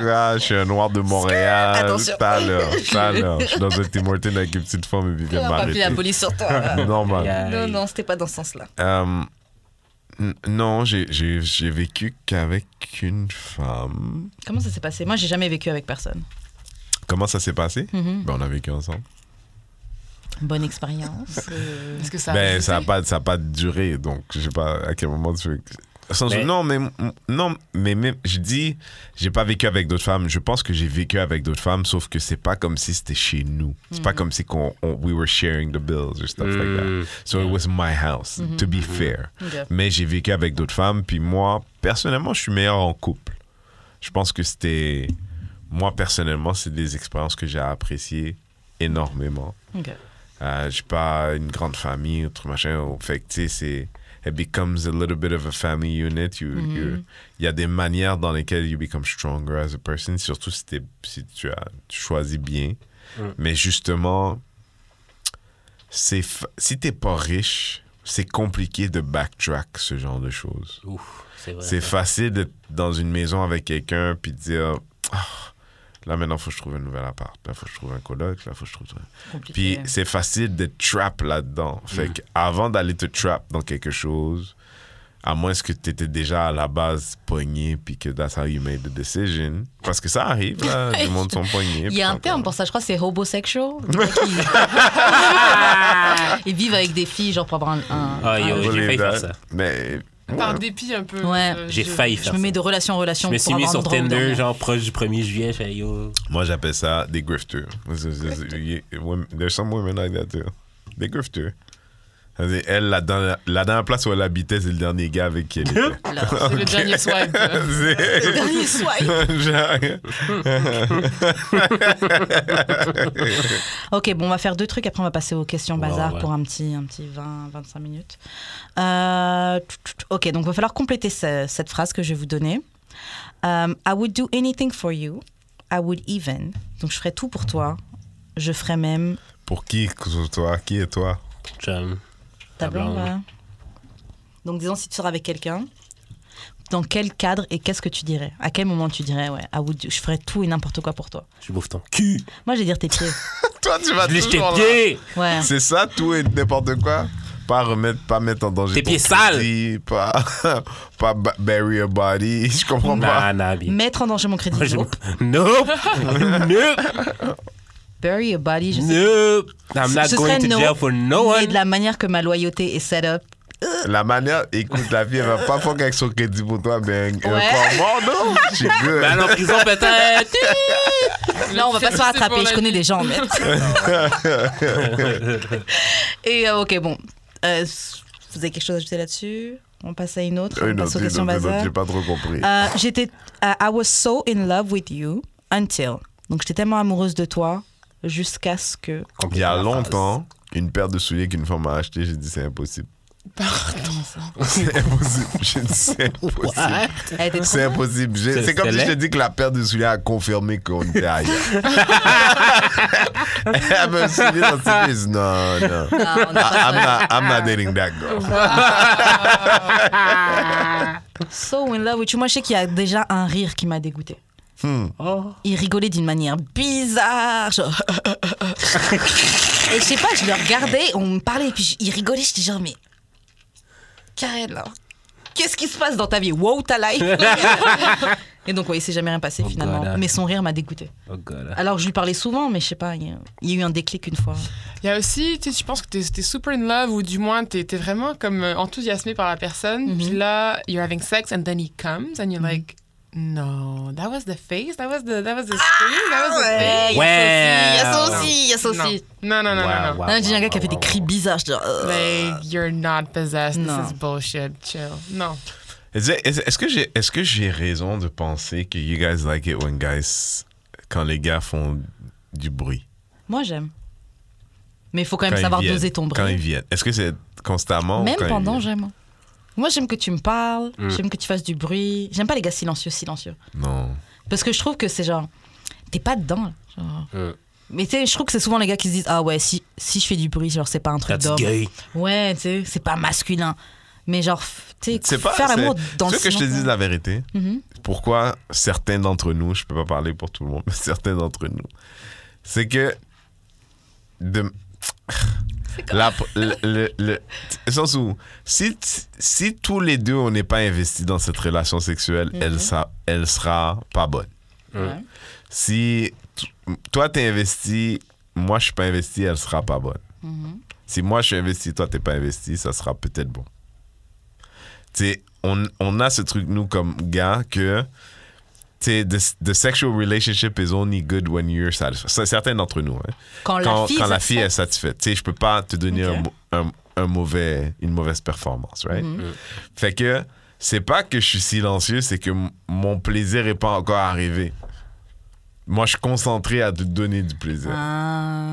S3: Ah, je suis un noir de Montréal.
S1: Attention.
S3: Tout à l'heure, tout à l'heure. Je suis dans un Tim Hortons avec une petite femme et puis
S1: On
S3: vient
S1: va appeler la
S3: m'arrêter.
S1: police sur toi.
S3: Normal.
S2: Yeah.
S1: non, non, c'était pas dans ce sens-là.
S3: Euh, n- non, j'ai- j'ai j'ai vécu qu'avec une femme.
S1: Comment ça s'est passé Moi, j'ai jamais vécu avec personne.
S3: Comment ça s'est passé?
S1: Mhm.
S3: Ben, on a vécu ensemble.
S1: Bonne expérience. euh,
S4: Est-ce que ça.
S3: Ben,
S4: ajouté
S3: ça n'a pas, ça a pas duré, donc je sais pas à quel moment tu veux. que- Sans-
S2: Mais-
S3: Non, mais, non, mais même, je dis, j'ai pas vécu avec d'autres femmes. Je pense que j'ai vécu avec d'autres femmes, sauf que c'est pas comme si c'était chez nous. C'est pas comme si qu'on, on- we were sharing the bills or stuff like that. So it was my house, to be fair.
S1: Ok.
S3: Mais j'ai vécu avec d'autres femmes, puis moi, personnellement, je suis meilleur en couple. Je pense que c'était. Moi, personnellement, c'est des expériences que j'ai appréciées énormément.
S1: ok.
S3: Euh, j'ai pas une grande famille, autre machin. Fait que, tu sais, c'est- it becomes a little bit of a family unit. You,
S1: Mhm.
S3: you're- il y a des manières dans lesquelles you become stronger as a person, surtout si, t'es- si tu as choisi bien.
S2: Mhm.
S3: Mais justement, c'est fa- si t'es pas riche, c'est compliqué de backtrack ce genre de choses.
S2: Ouf, c'est vrai.
S3: C'est facile d'être dans une maison avec quelqu'un puis de dire Ah, là maintenant faut que je trouve un nouvel appart, là faut que je trouve un coloc, là faut que je trouve. Puis
S1: Compliqué.
S3: c'est facile de trap là-dedans. Fait
S2: Mm.
S3: que avant d'aller te trap dans quelque chose, à moins que tu étais déjà à la base poigné puis que that's how you made the decision. Parce que ça arrive, là, tout le monde sont poignés.
S1: Il y a un terme pour ça, je crois que c'est hobosexual. Ils vivent avec des filles, genre pour avoir un. un-
S2: Ah, yo,
S1: un-
S2: j'ai failli faire ça.
S3: Mais.
S4: Par
S3: ouais.
S4: dépit un peu.
S1: Ouais.
S4: euh,
S2: J'ai
S4: je-
S2: failli
S1: je
S2: faire
S1: me mets
S2: ça.
S1: de relation en relation.
S2: Je me
S1: pour
S2: suis mis
S1: avoir
S2: sur
S1: un endroit où
S2: Tinder,
S1: dormir.
S2: genre proche du 1er juillet, j'ai dit, yo.
S3: Moi, j'appelle ça des grifters. There's some women like that too. Des grifters. C'est-à-dire, Elle, la dernière, la dernière place où elle habitait, c'est le dernier gars avec qui elle était.
S1: Alors,
S4: C'est le dernier swipe. euh.
S1: le
S3: C'est-
S1: dernier swipe. Ok, bon, on va faire deux trucs, après on va passer aux questions
S2: Ouais,
S1: bazar
S2: ouais.
S1: pour un petit, un petit 20-25 minutes. Euh, tch, tch, tch, ok, donc il va falloir compléter ce- cette phrase que je vais vous donner. Um, I would do anything for you. I would even. Donc je ferais tout pour toi. Je ferais même.
S3: Pour qui, pour toi Qui est toi
S2: Chum.
S1: Ta
S2: Ta blonde.
S1: Ah, blonde, ouais. Donc disons si tu seras avec quelqu'un, dans quel cadre et qu'est-ce que tu dirais À quel moment tu dirais, ouais, I would do- je ferais tout et n'importe quoi pour toi
S2: Je bouffe ton cul.
S1: Moi je vais dire tes pieds.
S3: Toi, tu vas
S2: Je lèche tes
S3: toujours là.
S2: pieds.
S1: Ouais.
S3: C'est ça, tout et n'importe quoi. Pas remettre, pas mettre en danger.
S2: Tes
S3: ton
S2: pieds sales.
S3: crédit, Pas, pas ba- bury a body. Je comprends pas.
S2: Nah, nah, bien.
S1: Mettre en danger mon crédit.
S2: Moi, je-
S1: Nope.
S2: Nope. Nope.
S1: Bury a body, je sais
S2: Nope. I'm not
S1: Ce
S2: going
S1: serait
S2: to
S1: non,
S2: jail for no
S1: Mais
S2: one.
S1: de la manière que ma loyauté est set up.
S3: La manière, écoute, la vie, elle va pas fuck avec son crédit pour toi, mais un- un
S1: Ouais.
S3: corps mort, non J'ai
S2: Mais aller en Ben prison peut-être.
S1: Là, on va pas se faire
S4: C'est pour
S1: attraper.
S4: la
S1: Je connais
S4: vie.
S1: des gens, mais. Et euh, ok, bon. Euh, vous avez quelque chose à ajouter là-dessus On passe à une autre. on
S3: Une
S1: passe
S3: autre,
S1: aux
S3: une autre,
S1: questions
S3: une autre,
S1: bazar.
S3: j'ai pas trop compris.
S1: Euh, J'étais. euh, I was so in love with you until. Donc, j'étais tellement amoureuse de toi jusqu'à ce que.
S3: Il y a longtemps, une paire de souliers qu'une femme m'a acheté, j'ai dit c'est impossible.
S1: Comment ça
S3: C'est impossible. J'ai dit c'est impossible.
S1: Elle était Eh, trop.
S3: C'est impossible. J'ai-
S2: C'est-
S3: C'est comme si
S2: c'est
S3: je te
S2: laid.
S3: dis que la paire de souliers a confirmé qu'on était ailleurs. Elle me souliers dans ses pieds. Non, non.
S1: Ah, on a pas
S3: I'm not, I'm not dating that girl.
S1: So in love with you. Moi, je sais qu'il y a déjà un rire qui m'a dégoûté.
S2: Oh.
S1: Il rigolait d'une manière bizarre. genre. et je sais pas, je le regardais, on me parlait, et puis je- il rigolait. J'étais genre, mais. Karel, là, qu'est-ce qui se passe dans ta vie Wow, ta life Et donc, ouais, il s'est jamais rien passé
S2: Oh,
S1: finalement.
S2: God.
S1: Mais son rire m'a dégoûté.
S2: Oh god.
S1: Alors, je lui parlais souvent, mais je sais pas, il y a- il y a eu un déclic une fois.
S4: Il y a aussi, tu sais, je pense que t'es t'es super in love ou du moins t'es t'es vraiment comme euh, enthousiasmé par la personne.
S1: Mhm.
S4: Puis là, you're having sex and then he comes and you're
S1: Mhm.
S4: like, no, that was the face, that was the, that was the scream, that was the
S1: Ah Ouais,
S4: face.
S1: il y a ça
S2: Ouais.
S1: aussi, il y a ça aussi.
S3: Ah.
S1: Il y a ça aussi.
S4: Non, non, non, non, non. non.
S2: Wow, wow,
S3: Bah,
S1: Non, j'ai un
S2: wow,
S1: gars qui a fait
S2: wow,
S1: des
S2: wow.
S1: cris bizarres. je dis, euh,
S4: Like, you're not possessed.
S1: Non.
S4: This is bullshit. Chill. Non.
S3: Est-ce est-ce que j'ai est-ce que j'ai raison de penser que you guys like it when guys quand les gars font du bruit
S1: Moi, j'aime. Mais il faut quand même
S3: Quand ils
S1: savoir
S3: viennent.
S1: doser ton bruit.
S3: quand ils viennent Est-ce que c'est constamment ou
S1: Même
S3: quand ils
S1: pendant,
S3: viennent?
S1: j'aime. Moi, j'aime que tu me parles,
S2: Mm.
S1: j'aime que tu fasses du bruit. J'aime pas les gars silencieux, silencieux.
S3: Non.
S1: Parce que je trouve que c'est genre, t'es pas dedans. là. Genre.
S2: Mm.
S1: Mais tu sais, je trouve que c'est souvent les gars qui se disent Ah ouais, si, si je fais du bruit, genre, c'est pas un truc
S2: That's
S1: d'homme.
S2: gay.
S1: Ouais, tu sais, c'est pas masculin. Mais genre, f- tu sais,
S3: C'est pas
S1: faire
S3: c'est-
S1: l'amour dans
S3: tu
S1: le
S3: veux que je te
S1: silence,
S3: dise
S1: ouais.
S3: la vérité
S1: Mhm.
S3: pourquoi certains d'entre nous, je peux pas parler pour tout le monde, mais certains d'entre nous, c'est que de la, le, le- le- le sens où si, t- si tous les deux on n'est pas investis dans cette relation sexuelle, elle, sa- elle sera pas bonne.
S1: Ouais.
S3: Si t- toi t'es investi, moi je suis pas investi, elle sera pas bonne. Si moi je suis investi, toi t'es pas investi, ça sera peut-être bon. Tu sais, on, on a ce truc, nous, comme gars, que tu sais, the, the sexual relationship is only good when you're satisfied. C'est certains d'entre nous. hein.
S1: Quand, la
S3: Quand,
S1: fille.
S3: quand la
S1: se
S3: fille
S1: sent-
S3: est satisfaite. Tu sais, je peux pas te donner
S1: Ok.
S3: un mo- un, un mauvais, une mauvaise performance, right? Mm.
S1: Mhm.
S3: Fait que c'est pas que je suis silencieux, c'est que m- mon plaisir est pas encore arrivé. Moi, je suis concentré à te donner du plaisir.
S1: Ah.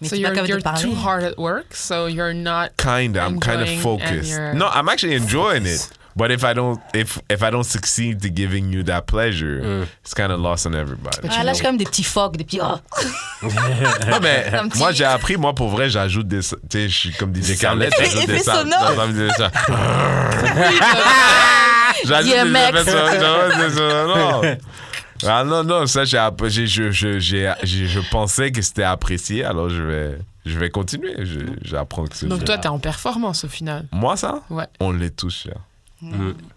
S1: mais
S4: so
S1: t'es pas
S4: you're,
S1: capable
S4: you're
S1: de parler.
S4: too hard at work, so you're not.
S3: Kind of. I'm kind of
S4: Enjoying and
S3: focused.
S4: you're-
S3: No, I'm actually enjoying it. But if I don't, if if I don't succeed to giving you that pleasure, it's kind of lost on everybody.
S1: Ah, là, j'ai quand même des petits phoques, des petits. oh.
S3: Non, mais
S1: Un petit-
S3: moi, j'ai appris, moi, pour vrai, j'ajoute des. Tu sais, je suis comme DJ Khaled,
S2: Effet-
S3: j'ajoute
S1: effet
S3: des sons.
S1: sonore.
S3: Non, ça me disait ça. J'ajoute des
S1: DMX.
S3: effets sonores, j'ajoute des sonores. Non. Ah non, non, ça, j'ai, app- j'ai, je, je, j'ai, j'ai- je pensais que c'était apprécié, alors je vais, je vais continuer. Je, j'apprends que c'est.
S4: Donc
S3: bien.
S4: toi, t'es en performance au final.
S3: Moi, ça,
S4: Ouais.
S3: on hein. les touche. là.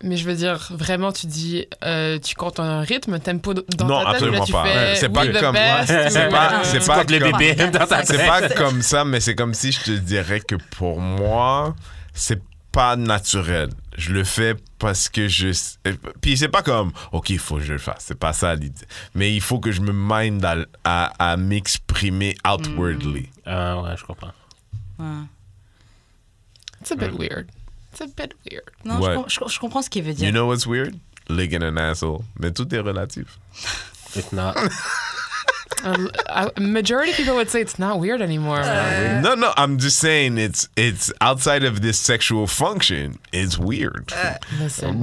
S4: Mais je veux dire, vraiment, tu dis, euh, tu comptes un rythme, un tempo d- dans
S3: Non,
S4: ta tête. ou là,
S3: absolument
S4: tu
S3: pas.
S4: fais
S3: Ouais. C'est
S4: We
S3: pas
S4: the
S3: comme-
S4: best,
S2: Ouais.
S3: C'est
S4: ou-
S3: pas- c'est
S1: Tu
S3: pas
S1: comptes les
S3: comme-
S1: bébés dans ta
S3: C'est
S1: tête.
S3: pas comme ça, mais c'est comme si je te dirais que pour moi, c'est pas naturel. Je le fais parce que je. euh, Puis c'est pas comme, OK, il faut que je le fasse. C'est pas ça l'idée. Mais il faut que je me mind à, à, à m'exprimer outwardly.
S2: Ah ouais, je comprends.
S1: Ouais.
S4: It's a bit weird. It's a bit weird.
S1: Non,
S3: Ouais.
S1: je, com- je com- je comprends ce qu'il veut dire.
S3: You know what's weird? Licking an asshole. Mais tout est relatif.
S2: If not,
S4: A, a Uh, majority of people would say it's not weird anymore.
S3: No, no, I'm just saying it's, it's outside of this sexual function. It's weird.
S4: Listen.
S1: Non,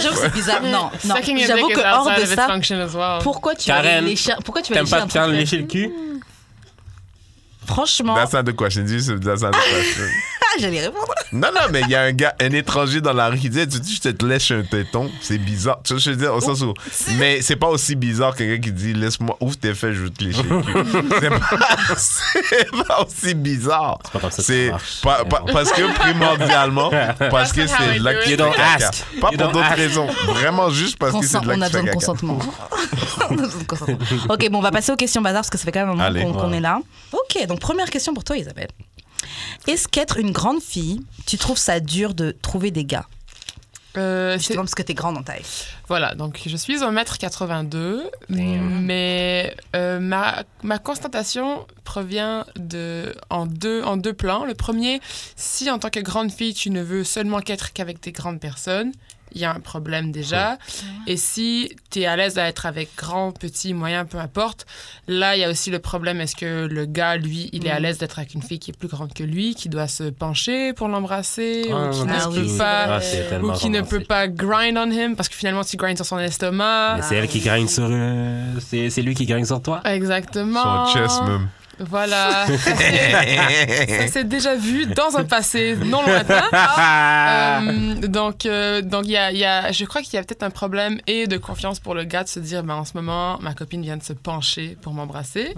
S1: j'avoue que c'est bizarre. Non, non.
S4: Sucking your
S1: J'avoue
S4: dick
S1: que
S4: is
S1: hors
S4: outside
S1: de
S4: of its
S1: ça,
S4: function as well.
S1: pourquoi tu vas
S2: Karen,
S1: aller lécher, pourquoi tu vas
S2: t'aimes
S1: lécher
S2: pas
S1: un
S2: te faire
S1: truc
S2: lécher le cul?
S1: Franchement,
S3: That's not the question. Just- That's not the question.
S1: ah, j'allais répondre.
S3: Non, non, mais il y a un gars, un étranger dans la rue qui dit Tu dis, je te lèche un téton. C'est bizarre. Tu vois, ce que je veux dire, au sens où. Mais c'est pas aussi bizarre que quelqu'un qui dit Laisse-moi, ouvre tes fesses, je veux te lécher le cul. C'est pas, c'est pas aussi bizarre.
S2: pas comme ça que ça
S3: C'est
S2: marche.
S3: pas- pas- parce que primordialement, parce que
S4: not how
S3: c'est
S4: I
S3: là
S4: do
S3: que
S4: it.
S3: tu
S2: You don't
S3: fais caca.
S2: ask.
S3: Pas
S2: You
S3: pour
S2: don't
S3: d'autres
S2: ask.
S3: raisons. Vraiment juste parce que
S1: Consent-
S3: c'est de là
S1: on
S3: que
S1: a
S3: tu fais
S1: besoin de
S3: caca.
S1: consentement. On a besoin de consentement. ok, bon, on va passer aux questions bazar parce que ça fait quand même un
S3: Allez.
S1: moment qu'on qu'on
S2: Ouais.
S1: est là. Ok, donc première question pour toi, Isabelle. Est-ce qu'être une grande fille, tu trouves ça dur de trouver des gars
S4: Euh, c'est-
S1: Justement parce que t'es grande en taille.
S4: Voilà, donc je suis 1m82, mais euh, ma, ma constatation provient de, en, deux, en deux plans. Le premier, si en tant que grande fille, tu ne veux seulement qu'être qu'avec des grandes personnes, il y a un problème déjà. Et si tu es à l'aise à être avec grand, petit, moyen, peu importe, là, il y a aussi le problème, est-ce que le gars, lui, il est à
S1: Mm.
S4: l'aise d'être avec une fille qui est plus grande que lui, qui doit se pencher pour l'embrasser,
S2: Ah,
S4: ou qui
S1: ah
S4: ne
S1: oui,
S4: peut
S1: c'est
S4: pas
S1: vrai.
S2: Ah, c'est tellement
S4: ou qui ne peut
S2: romantique.
S4: pas grind on him parce que finalement tu grindes sur son estomac.
S2: Mais c'est elle qui gagne sur. euh, c'est c'est lui qui gagne sur toi.
S4: Exactement.
S3: Son chest, même.
S4: Voilà. Ça, c'est- Ça s'est déjà vu dans un passé non lointain.
S2: Ah!
S4: Euh, donc, euh, donc il y a, il y a- je crois qu'il y a peut-être un problème et de confiance pour le gars de se dire, ben, en ce moment, ma copine vient de se pencher pour m'embrasser.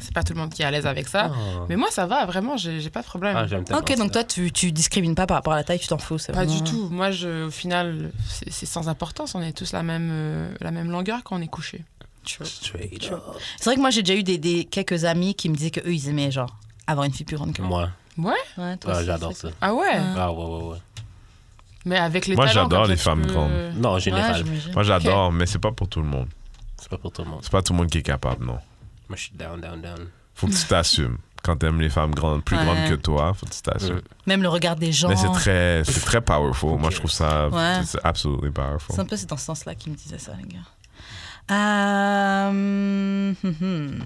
S4: C'est pas tout le monde qui est à l'aise avec ça.
S2: Ah.
S4: Mais moi, ça va, vraiment, j'ai j'ai pas de problème.
S2: Ah, j'aime tellement
S1: Ok, donc toi,
S2: ça.
S1: tu, tu discrimines pas par rapport à la taille, tu t'en fous. c'est
S4: Pas du
S1: vraiment-
S4: tout. Moi, je, au final, c'est c'est sans importance. On est tous la même, euh, la même longueur quand on est couché.
S2: Straight.
S1: C'est vrai que moi, j'ai déjà eu des, des- quelques amis qui me disaient que eux, ils aimaient genre avoir une fille plus grande que moi.
S2: Moi,
S1: Ouais, toi
S2: ah,
S1: aussi,
S2: j'adore
S1: c'est-
S2: ça.
S4: Ah ouais.
S2: Ah ouais, ouais, ouais.
S4: Mais avec les
S3: Moi,
S4: talents,
S3: j'adore
S4: comme ça,
S3: les
S4: tu
S3: femmes
S4: peux-
S3: grandes.
S2: Non, en
S1: Ouais,
S2: général,
S1: j'imagine.
S3: Moi, j'adore, mais c'est pas pour tout le monde.
S2: c'est pas pour tout le monde.
S3: C'est pas tout le monde qui est capable, non.
S2: Moi, je suis down, down, down.
S3: Faut que tu t'assumes. Quand t'aimes les femmes grandes, plus
S1: Ouais.
S3: grandes que toi, faut que tu t'assumes.
S1: Même le regard des gens.
S3: Mais c'est très, c'est très powerful. Moi, je trouve ça
S1: Ouais.
S3: c'est absolutely powerful.
S1: C'est un peu c'est dans ce sens-là qu'ils me disaient ça, les gars. Euh, hum, hum.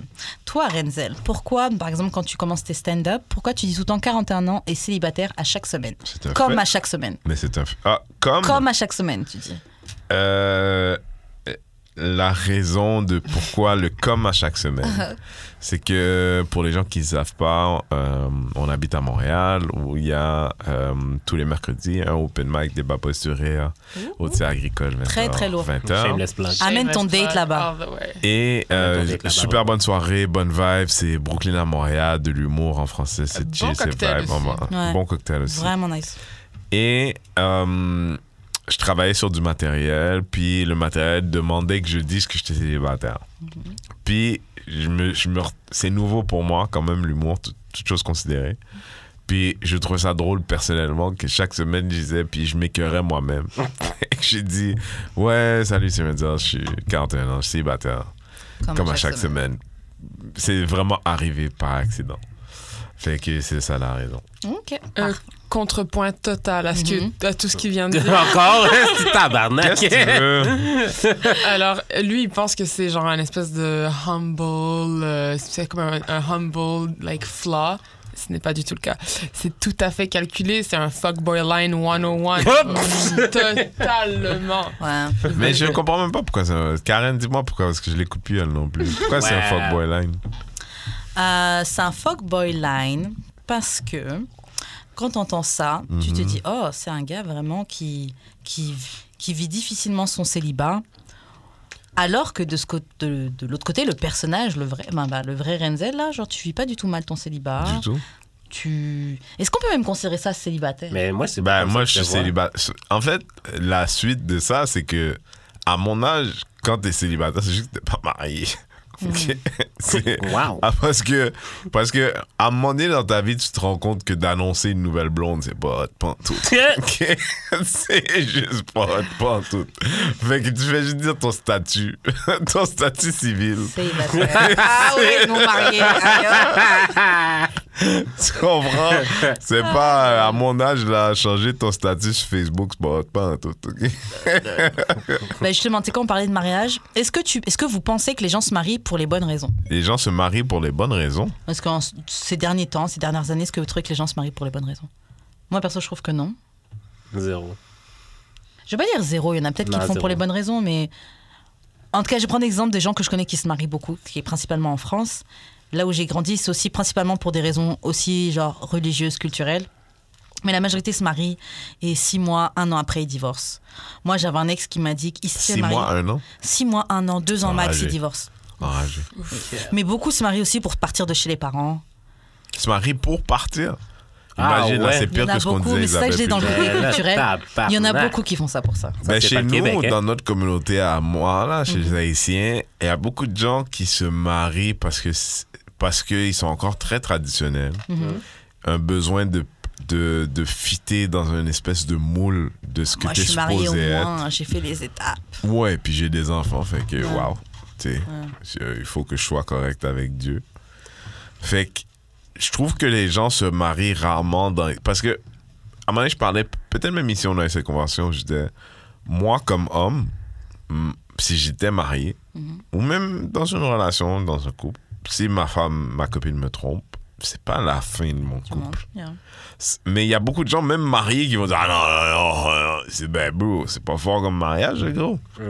S1: Toi, Renzel, pourquoi, par exemple, quand tu commences tes stand-up, pourquoi tu dis tout le temps 41 ans et célibataire à chaque semaine
S3: C'est un
S1: Comme
S3: fait.
S1: à chaque semaine.
S3: Mais c'est un. f- Ah, comme.
S1: Comme à chaque semaine, tu dis.
S3: euh, la raison de pourquoi le comme à chaque semaine, c'est que pour les gens qui ne savent pas, euh, on habite à Montréal où il y a euh, tous les mercredis un open mic débat posturé hein, au tiers agricole. 20
S1: Très, très lourd.
S3: 20 heures.
S2: Shameless plug.
S1: Amène ton date là-bas.
S4: All the way.
S3: Et
S2: On
S3: euh,
S2: attendait que la
S3: super bonne soirée, bonne vibe. C'est Brooklyn à Montréal, de l'humour en français, c'est
S4: Bon
S3: chill, c'est
S4: cocktail
S3: vibe.
S4: aussi.
S3: on va-
S1: Ouais.
S3: Bon cocktail aussi.
S1: Vraiment nice.
S3: Et euh, je travaillais sur du matériel, puis le matériel demandait que je dise que j'étais célibataire. Puis je me, je me re- c'est nouveau pour moi, quand même, l'humour, tout- toutes choses considérées. Puis je trouvais ça drôle personnellement que chaque semaine je disais, puis je m'écœurais moi-même. J'ai dit, ouais, salut, c'est Mendes, je suis 41 ans, je suis célibataire comme à chaque semaine. C'est vraiment arrivé par accident. Fait que c'est ça la raison.
S1: Ok.
S4: Euh, contrepoint total à, ce que-
S1: Mm-hmm.
S4: à tout ce qu'il vient de dire.
S2: Encore, hein, c'est tabarnak.
S3: Qu'est-ce que tu veux?
S4: Alors, lui, il pense que c'est genre un espèce de humble, euh, c'est comme un, un humble, like, flaw. Ce n'est pas du tout le cas. C'est tout à fait calculé. C'est un fuckboy line 101.
S2: Hop!
S4: Mm, Totalement.
S1: Ouais.
S3: Mais je comprends même pas pourquoi ça. Karen, dis-moi pourquoi, parce que je l'écoute plus elle non plus. Pourquoi c'est un
S2: Ouais.
S3: fuckboy line?
S1: Euh, c'est un fuckboy line parce que quand t'entends ça, tu te
S3: Mhm.
S1: dis oh c'est un gars vraiment qui qui qui vit difficilement son célibat. Alors que de, ce côté, de, de l'autre côté, le personnage, le vrai, ben, ben, le vrai Renzel, là, genre, tu vis pas du tout mal ton
S2: Ah.
S1: célibat.
S3: Du tout.
S1: Tu... Est-ce qu'on peut même considérer ça célibataire
S2: Mais moi, c'est
S3: Ben,
S2: comme
S3: moi,
S2: ça
S3: je
S2: que
S3: suis
S2: le vois.
S3: célibataire. En fait, la suite de ça, c'est que à mon âge, quand t'es célibataire, c'est juste que t'es pas marié.
S2: Hmm.
S3: Ok? C'est-
S2: Wow.
S3: Ah, parce que, parce que, à un moment donné dans ta vie, tu te rends compte que d'annoncer une nouvelle blonde, c'est pas hot pantoute. Ok? c'est juste pas hot pantoute. Fait que tu fais juste dire ton statut, ton statut civil.
S1: Célibataire. ah oui, non marié. aïe,
S3: Tu comprends? C'est
S1: Ah.
S3: pas euh, à mon âge, là, changer ton statut sur Facebook, c'est pas hot pantoute.
S1: oh.
S3: ok?
S1: Ben, justement, tu sais, quand on parlait de mariage, est-ce que, tu... est que vous pensez que les gens se marient pour les bonnes raisons
S3: Les gens se marient pour les bonnes raisons.
S1: Parce que en- ces derniers temps, ces dernières années, est-ce que vous trouvez que les gens se marient pour les bonnes raisons Moi, perso, je trouve que non.
S2: Zéro.
S1: Je vais pas dire zéro, il y en a peut-être qui
S2: Non,
S1: le font
S2: zéro.
S1: pour les bonnes raisons, mais. En tout cas, je prends l'exemple des gens que je connais qui se marient beaucoup, qui est principalement en France. Là où j'ai grandi, c'est aussi principalement pour des raisons aussi genre religieuses, culturelles. Mais la majorité se marie et six mois, un an après, ils divorcent. Moi, j'avais un ex qui m'a dit qu'il s'est
S3: Six
S1: marié.
S3: mois, un an. Ah,
S1: Six mois, un an, deux ans max,
S3: Enragé.
S1: ils divorcent.
S3: Enragé.
S1: Mais beaucoup se marient aussi pour partir de chez les parents.
S3: Se marient pour partir.
S2: Ah,
S3: Imagine, là,
S2: ouais.
S3: c'est
S1: Il y en
S3: pire
S1: a
S3: que ce qu'on
S1: beaucoup,
S3: disait.
S1: mais c'est ça que
S3: Isabelle,
S1: j'ai dans le
S3: plus
S1: couple
S3: jeune.
S2: Mais Ben, là,
S1: culturel.
S3: Ah,
S2: tabarnak.
S1: Il y en a beaucoup qui font ça pour ça.
S2: Ça,
S3: Ben,
S2: c'est
S3: chez
S2: pas le
S3: nous,
S2: Québec, hein.
S3: dans notre communauté à moi, là, chez
S1: Mhm.
S3: les Haïtiens, il y a beaucoup de gens qui se marient parce que c'est- parce qu'ils sont encore très traditionnels.
S1: Mhm.
S3: Un besoin de, de, de fitter dans une espèce de moule de ce que
S1: Moi,
S3: tu
S1: je
S3: es
S1: suis mariée au
S3: supposé être.
S1: moins, j'ai fait les étapes.
S3: Ouais, puis j'ai des enfants, fait que
S1: Ouais.
S3: waouh, tu sais, je- il faut que je sois correct avec Dieu. Fait que je trouve que les gens se marient rarement dans. Parce que, à un moment donné, je parlais, peut-être même ici, on a eu cette convention, je disais, moi comme homme, mm, si j'étais marié, ou même dans une relation, dans un couple, si ma femme, ma copine me trompe, c'est pas la fin de mon
S1: Tu vois.
S3: couple.
S1: Yeah.
S3: C'est- Mais il y a beaucoup de gens, même mariés, qui vont dire Ah non, non, non, non, c'est ben, bro, c'est pas fort comme mariage, le gros.
S2: Mm.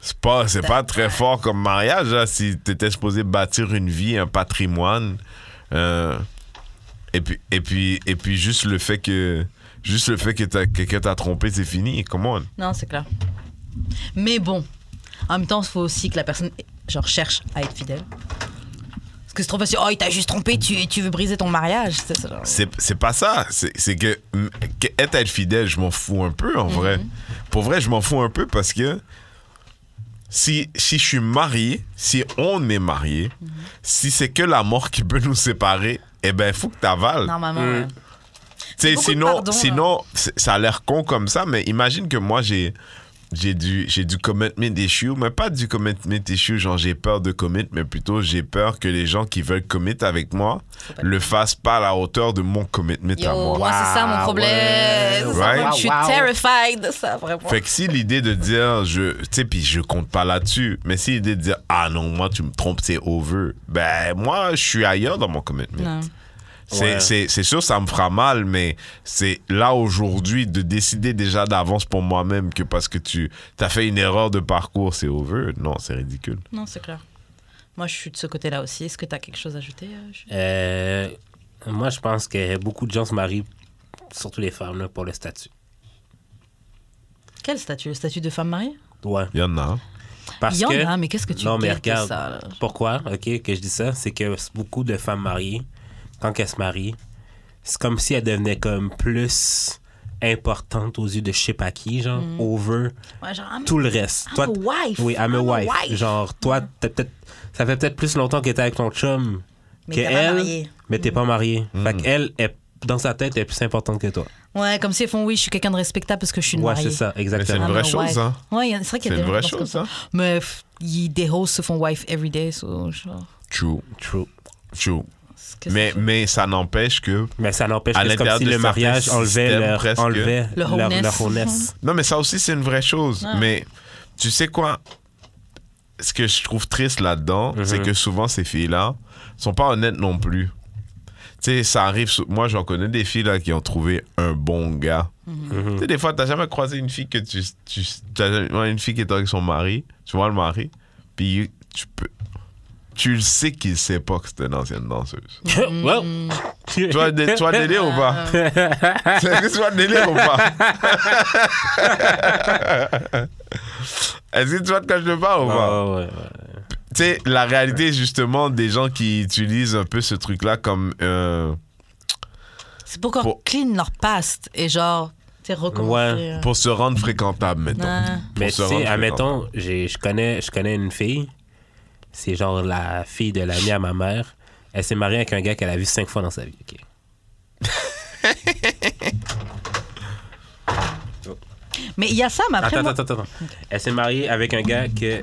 S3: C'est pas, c'est pas très fort comme mariage, là, si t'étais supposé bâtir une vie, un patrimoine. euh, et, puis, et, puis, et puis, juste le fait que. Juste le fait que t'as- que quelqu'un t'a trompé, c'est fini. Come on.
S1: Non, c'est clair. Mais bon, en même temps, il faut aussi que la personne genre, cherche à être fidèle. Parce que c'est trop facile. Oh, il t'a juste trompé, tu, tu veux briser ton mariage. C'est ça, genre.
S3: C'est c'est pas ça. C'est c'est que, m- que être, être fidèle, je m'en fous un peu, en vrai. Pour vrai, je m'en fous un peu parce que si, si je suis marié, si on est marié, si c'est que la mort qui peut nous séparer, eh ben, il faut que t'avales.
S1: Normalement,
S2: Mm.
S1: ouais.
S3: Tu sais,
S1: beaucoup de
S3: sinon,
S1: pardon, là.
S3: sinon c'est- ça a l'air con comme ça, mais imagine que moi, j'ai. J'ai du, j'ai du commitment issue, mais pas du commitment issue, genre j'ai peur de commit, mais plutôt j'ai peur que les gens qui veulent commit avec moi
S1: pas.
S3: le fassent pas à la hauteur de mon commitment
S1: Yo,
S3: à moi.
S1: moi, c'est ça mon
S2: Wow,
S1: problème.
S2: ouais.
S1: C'est ça,
S3: Right.
S1: moi, Je suis
S2: Wow, wow.
S1: terrified de ça, vraiment.
S3: Fait que si l'idée de dire, je, tu sais, puis je compte pas là-dessus, mais si l'idée de dire, ah non, moi tu me trompes, c'est over, ben moi je suis ailleurs dans mon commitment.
S1: Non.
S3: C'est-
S2: Ouais.
S3: C'est c'est sûr, ça me fera mal, mais c'est là aujourd'hui de décider déjà d'avance pour moi-même que parce que tu as fait une erreur de parcours, c'est over. Non, c'est ridicule.
S1: Non, c'est clair. Moi, je suis de ce côté-là aussi. Est-ce que tu as quelque chose à ajouter euh, Jules
S2: Euh, moi, je pense que beaucoup de gens se marient, surtout les femmes, là, pour le statut.
S1: Quel statut Le statut de femme mariée
S2: Ouais.
S3: Il y en a. hein.
S2: Parce
S1: Il y en
S2: que-
S1: a, hein, mais qu'est-ce que tu
S2: non, mais
S1: guettes de
S2: regarde,
S1: ça, là
S2: pourquoi ok, que je dis ça, c'est que beaucoup de femmes mariées, quand elles se marient, c'est comme si elles devenaient comme plus importantes aux yeux de je sais pas qui, genre,
S1: Mm.
S2: over
S1: Ouais, genre, ah, mais
S2: tout le reste.
S1: I'm
S2: Toi,
S1: a wife.
S2: Oui, I'm, a,
S1: I'm a
S2: wife.
S1: wife.
S2: Genre, toi, t'as peut-être, ça fait peut-être plus longtemps que t'es avec ton chum
S1: Mais
S2: que
S1: t'es pas
S2: elle,
S1: marié.
S2: mais t'es pas marié.
S3: Mm.
S2: Fait qu'elle, est, dans sa tête, elle est plus importante que toi.
S1: Ouais, comme si elles font oui, je suis quelqu'un de respectable parce que je suis une
S2: ouais,
S1: mariée.
S2: c'est ça,
S3: C'est une
S2: exactement.
S1: I'm
S3: vraie
S1: a
S3: chose,
S1: wife.
S3: hein.
S1: Ouais, il y a- c'est vrai qu'il y a
S3: C'est
S1: des
S3: une
S1: gens
S3: vraie
S1: qui pensent
S3: chose,
S1: comme
S3: hein.
S1: Mais pff, y- des hosts se font wife every day, so, genre,
S3: True.
S2: True.
S3: True.
S1: ce que ça
S3: Mais,
S1: fait.
S3: mais ça n'empêche que.
S2: Mais ça n'empêche
S3: À
S2: que c'est comme
S3: l'intérieur
S2: si
S3: de
S2: le
S3: certains
S2: mariage enlevait
S3: systèmes,
S2: leur,
S3: presque.
S2: enlevait
S1: Le
S2: leur,
S1: wholeness.
S2: leur wholeness.
S3: Non, mais ça aussi, c'est une vraie chose.
S1: Ouais.
S3: Mais tu sais quoi? Ce que je trouve triste là-dedans,
S2: Mhm.
S3: c'est que souvent, ces filles-là sont pas honnêtes non plus. Tu sais, ça arrive. sou- Moi, j'en connais des filles là qui ont trouvé un bon gars.
S2: Mhm.
S3: Tu sais, des fois, t'as jamais croisé une fille que tu. tu t'as jamais- ouais, une fille qui est avec son mari, tu vois le mari, puis tu peux. Tu le sais qu'il sait pas que c'est une ancienne danseuse.
S1: Mm.
S2: Well.
S3: Tu vois, dé- tu vois le délire ou pas?
S4: Euh,
S3: Est-ce que tu vois le délire ou pas? Est-ce que tu vois de quoi je te parle ou pas?
S2: Ah, ouais, ouais.
S3: Tu sais, la réalité, justement, des gens qui utilisent un peu ce truc-là comme. euh,
S1: C'est pour qu'on
S3: Pour-
S1: clean leur past et genre, t'es recommencé.
S3: pour se rendre fréquentable, mettons. Pour
S2: Mais
S3: se
S2: tu sais,
S3: rendre
S2: admettons, j'ai- je connais, je connais une fille, c'est genre la fille de l'ami à ma mère. Elle s'est mariée avec un gars qu'elle a vu cinq fois dans sa vie. ok.
S1: Mais il y a ça, mais après,
S2: Attends,
S1: moi-
S2: attends, attends, attends. Elle s'est mariée avec un gars que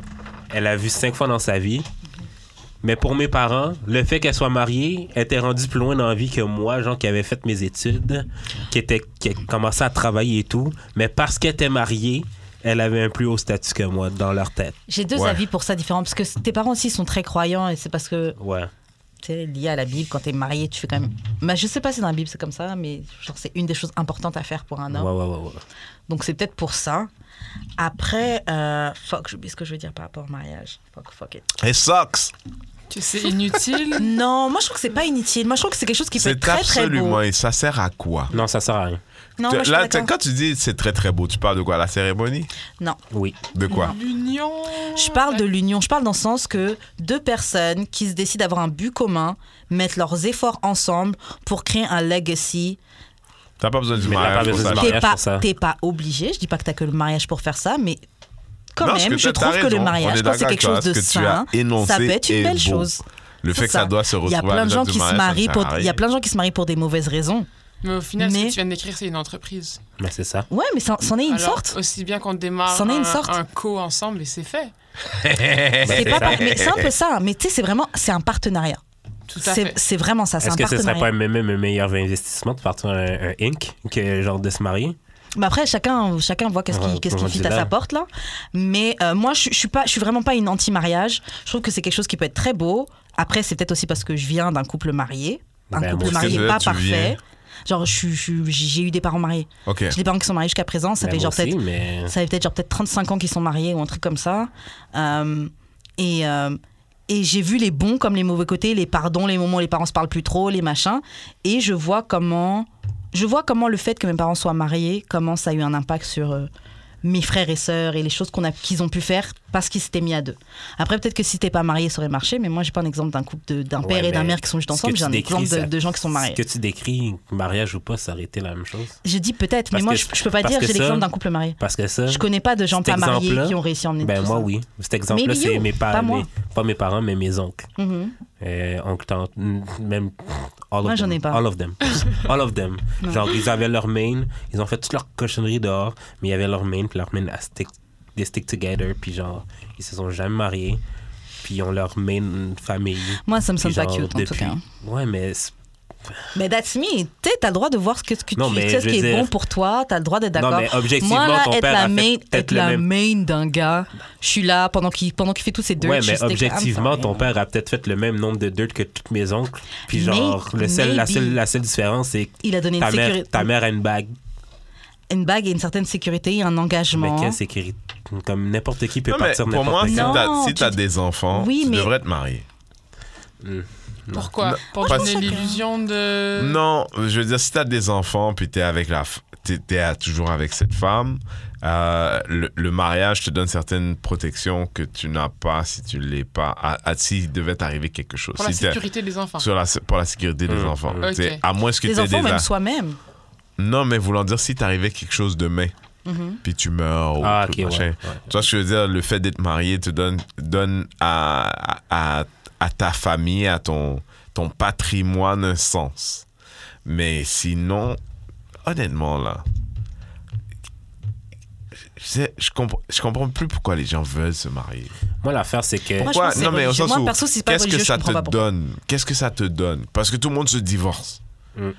S2: elle a vu cinq fois dans sa vie. Mais pour mes parents, le fait qu'elle soit mariée elle était rendue plus loin dans la vie que moi, genre qui avait fait mes études, qui était qui a commencé à travailler et tout. Mais parce qu'elle était mariée, elle avait un plus haut statut que moi dans leur tête.
S1: j'ai deux
S3: Ouais.
S1: avis pour ça différents. Parce que c- tes parents aussi sont très croyants et c'est parce que
S2: Ouais.
S1: c'est lié à la Bible. Quand t'es marié, tu fais quand même. Bah, je sais pas si dans la Bible c'est comme ça, mais genre, c'est une des choses importantes à faire pour un
S2: Ouais,
S1: homme.
S2: ouais, ouais, ouais.
S1: Donc c'est peut-être pour ça. Après, euh, fuck, j'oublie ce que je veux dire par rapport au mariage. Fuck, fuck it.
S3: Et sucks!
S4: Tu sais, inutile.
S1: Non, moi je trouve que c'est pas inutile. Moi je trouve que c'est quelque chose qui peut être
S3: C'est
S1: très très
S3: absolument.
S1: beau.
S3: Et ça sert à quoi?
S2: Non, ça sert à rien.
S1: Non, moi, je suis
S3: Là,
S1: d'accord.
S3: quand tu dis c'est très très beau, tu parles de quoi La cérémonie
S1: Non.
S2: Oui.
S3: De quoi
S4: L'union.
S1: Je parle de l'union. Je parle dans le sens que deux personnes qui se décident d'avoir un but commun mettent leurs efforts ensemble pour créer un legacy.
S3: T'as pas besoin du
S2: Mais t'as pas
S3: mariage pour
S2: besoin du
S3: ça.
S1: T'es
S2: mariage
S1: pas,
S2: pour ça.
S1: t'es pas obligé. Je dis pas que t'as que le mariage pour faire ça, mais quand
S3: Non, parce
S1: même,
S3: que
S1: je
S3: t'as-
S1: trouve
S3: t'as
S1: que le
S3: raison. On
S1: mariage,
S3: est
S1: quand c'est
S3: d'accord
S1: quelque chose
S3: avec toi.
S1: de
S3: Ce que tu as
S1: sain,
S3: énoncé
S1: ça peut être
S3: est
S1: une belle
S3: beau.
S1: chose.
S3: Le
S1: C'est
S3: fait que
S1: ça.
S3: ça doit se
S1: Il y
S3: retrouver
S1: a plein de gens qui se marient pour, il y a plein de gens qui se marient pour des mauvaises raisons.
S4: Mais au final, ce
S1: Mais-
S4: que tu viens de décrire, c'est une entreprise.
S2: Mais c'est ça.
S1: Ouais, mais c'en c'en est une
S4: Alors,
S1: sorte.
S4: Aussi bien qu'on démarre
S1: C'en est une
S4: un,
S1: sorte.
S4: un co ensemble et c'est fait.
S1: C'est
S2: c'est
S1: pas
S2: ça.
S1: par- mais c'est un peu ça. Mais tu sais, c'est vraiment, c'est un partenariat.
S4: Tout à
S1: C'est
S4: fait.
S1: c'est vraiment ça. C'est un
S2: Est-ce que ce serait
S1: partenariat.
S2: pas même un meilleur investissement de partir un, un Inc. que genre de se marier?
S1: Mais après, chacun, chacun voit qu'est-ce
S2: On
S1: qui,
S2: va-
S1: qu'est-ce
S2: on
S1: qui
S2: va
S1: fit
S2: dire
S1: à
S2: là.
S1: sa porte, là. Mais euh, moi, je, je suis pas, je suis vraiment pas une anti-mariage. Je trouve que c'est quelque chose qui peut être très beau. Après, c'est peut-être aussi parce que je viens d'un couple marié. Un
S2: Ben, moi
S1: couple
S2: aussi,
S1: marié
S3: je-
S1: pas
S3: tu
S1: parfait.
S3: viens.
S1: Genre, je suis- je suis- j'ai eu des parents mariés.
S3: Ok.
S1: J'ai des parents qui sont mariés jusqu'à présent. Ça
S2: Ben,
S1: fait
S2: moi
S1: genre
S2: aussi,
S1: peut-être
S2: mais...
S1: ça fait peut-être genre peut-être 35 ans qu'ils sont mariés ou un truc comme ça. Euh, et euh, et j'ai vu les bons comme les mauvais côtés, les pardons, les moments où les parents se parlent plus trop, les machins. Et je vois comment je vois comment le fait que mes parents soient mariés, comment ça a eu un impact sur euh, mes frères et sœurs et les choses qu'on a qu'ils ont pu faire parce qu'ils s'étaient mis à deux. Après peut-être que si t'es pas marié ça aurait marché, mais moi j'ai pas un exemple d'un couple de- d'un
S2: Ouais,
S1: père et d'un
S2: mais
S1: mère qui sont juste
S2: ce que
S1: ensemble.
S2: tu
S1: J'ai un
S2: décris,
S1: exemple de,
S2: ça-
S1: de gens qui sont mariés.
S2: Ce que tu décris, mariage ou pas, ça aurait été la même chose.
S1: Je dis peut-être, mais
S2: Parce
S1: moi
S2: que-
S1: je, je peux pas
S2: parce
S1: dire
S2: que
S1: j'ai
S2: ça-
S1: l'exemple d'un couple marié.
S2: Parce que ça,
S1: Je connais pas de gens
S2: Cet
S1: pas mariés
S2: exemple-là,
S1: qui ont réussi à emmener
S2: ben
S1: tout
S2: moi
S1: ça.
S2: oui. Cet exemple-là,
S1: Maybe
S2: c'est
S1: you,
S2: mes
S1: pas
S2: parents,
S1: moi.
S2: mes- pas mes parents, mais mes oncles.
S1: Mhm.
S2: Euh, oncle, tante, mm, même all
S1: Moi,
S2: of
S1: j'en
S2: them.
S1: ai pas.
S2: All of them. all of them.
S1: Non.
S2: Genre, ils avaient leur main, ils ont fait toute leur cochonnerie dehors, mais il y avait leur main, puis leur main, à stick, they stick together, puis genre, ils se sont jamais mariés, puis ils ont leur main famille.
S1: Moi, ça me semble
S2: puis
S1: pas
S2: genre,
S1: cute, en tout
S2: depuis-
S1: cas.
S2: Ouais, mais c'est-
S1: Mais that's me. Tu sais, t'as le droit de voir ce que, ce que
S2: Non,
S1: tu
S2: mais
S1: tu sais, ce
S2: je
S1: qui
S2: veux
S1: est
S2: dire-
S1: bon pour toi. T'as le droit d'être
S2: Non,
S1: d'accord.
S2: mais objectivement,
S1: Moi, là,
S2: ton
S1: être
S2: père
S1: la
S2: a fait
S1: main,
S2: peut-être
S1: être
S2: le
S1: la
S2: même.
S1: main d'un gars. Je suis là pendant qu'il pendant qu'il fait tous ses deux.
S2: ouais, mais objectivement, ton père a peut-être fait le même nombre de dirt que toutes mes oncles, puis
S1: May-
S2: genre, le seul, la,
S1: maybe.
S2: seule, la seule différence, c'est que
S1: Il a donné une,
S2: ta mère,
S1: sécurité-
S2: ta mère a une bague.
S1: une bague et une certaine sécurité et un
S2: Mais
S1: engagement.
S2: quelle sécurité? Comme n'importe qui peut
S3: Non, mais
S2: partir
S3: pour moi,
S2: n'importe
S3: si
S1: quand.
S3: t'as
S1: Non,
S3: si
S1: tu
S3: t'as
S1: dis-
S3: des enfants,
S1: Oui,
S3: tu
S1: mais-
S3: devrais te marier.
S4: Pourquoi
S3: Non,
S4: Pour
S3: parce-
S4: donner l'illusion
S1: Euh.
S4: de.
S3: Non, je veux dire, si t'as des enfants, puis t'es avec la, f- t'es, t'es à- toujours avec cette femme, euh, le, le mariage te donne certaines protections que tu n'as pas si tu l'es pas, à, à- s'il devait t'arriver quelque chose.
S4: Pour la
S3: Si t'es-
S4: sécurité des enfants.
S3: sur la, pour la sécurité des
S2: Mm,
S3: enfants.
S2: mm.
S4: Ok.
S3: T'sais, À moins que tu
S1: Les
S3: aies
S1: enfants,
S3: des...
S1: même
S3: a-
S1: soi-même.
S3: Non, mais voulant dire si t'arrivais quelque chose demain,
S1: Mhm.
S3: puis tu meurs ou
S2: Ah,
S3: tout
S2: ok, ouais.
S3: machin.
S2: ouais.
S3: Tu vois ce que je veux dire? Le fait d'être marié te donne, donne à, à, à ta famille, à ton, ton patrimoine un sens. Mais sinon, honnêtement, là, Je, sais, je, comprends, je comprends plus pourquoi les gens veulent se marier.
S2: Moi, l'affaire, c'est que.
S1: Moi, je
S3: Pourquoi
S1: pense que
S3: Non,
S1: c'est
S3: mais au
S1: religieux.
S3: sens
S1: Moi,
S3: où,
S1: perso, si c'est pas
S3: qu'est-ce que
S1: religieux, je
S3: ça
S1: comprends
S3: te
S1: pas pourquoi.
S3: donne Qu'est-ce que ça te donne Parce que tout le monde se divorce.
S2: Mm.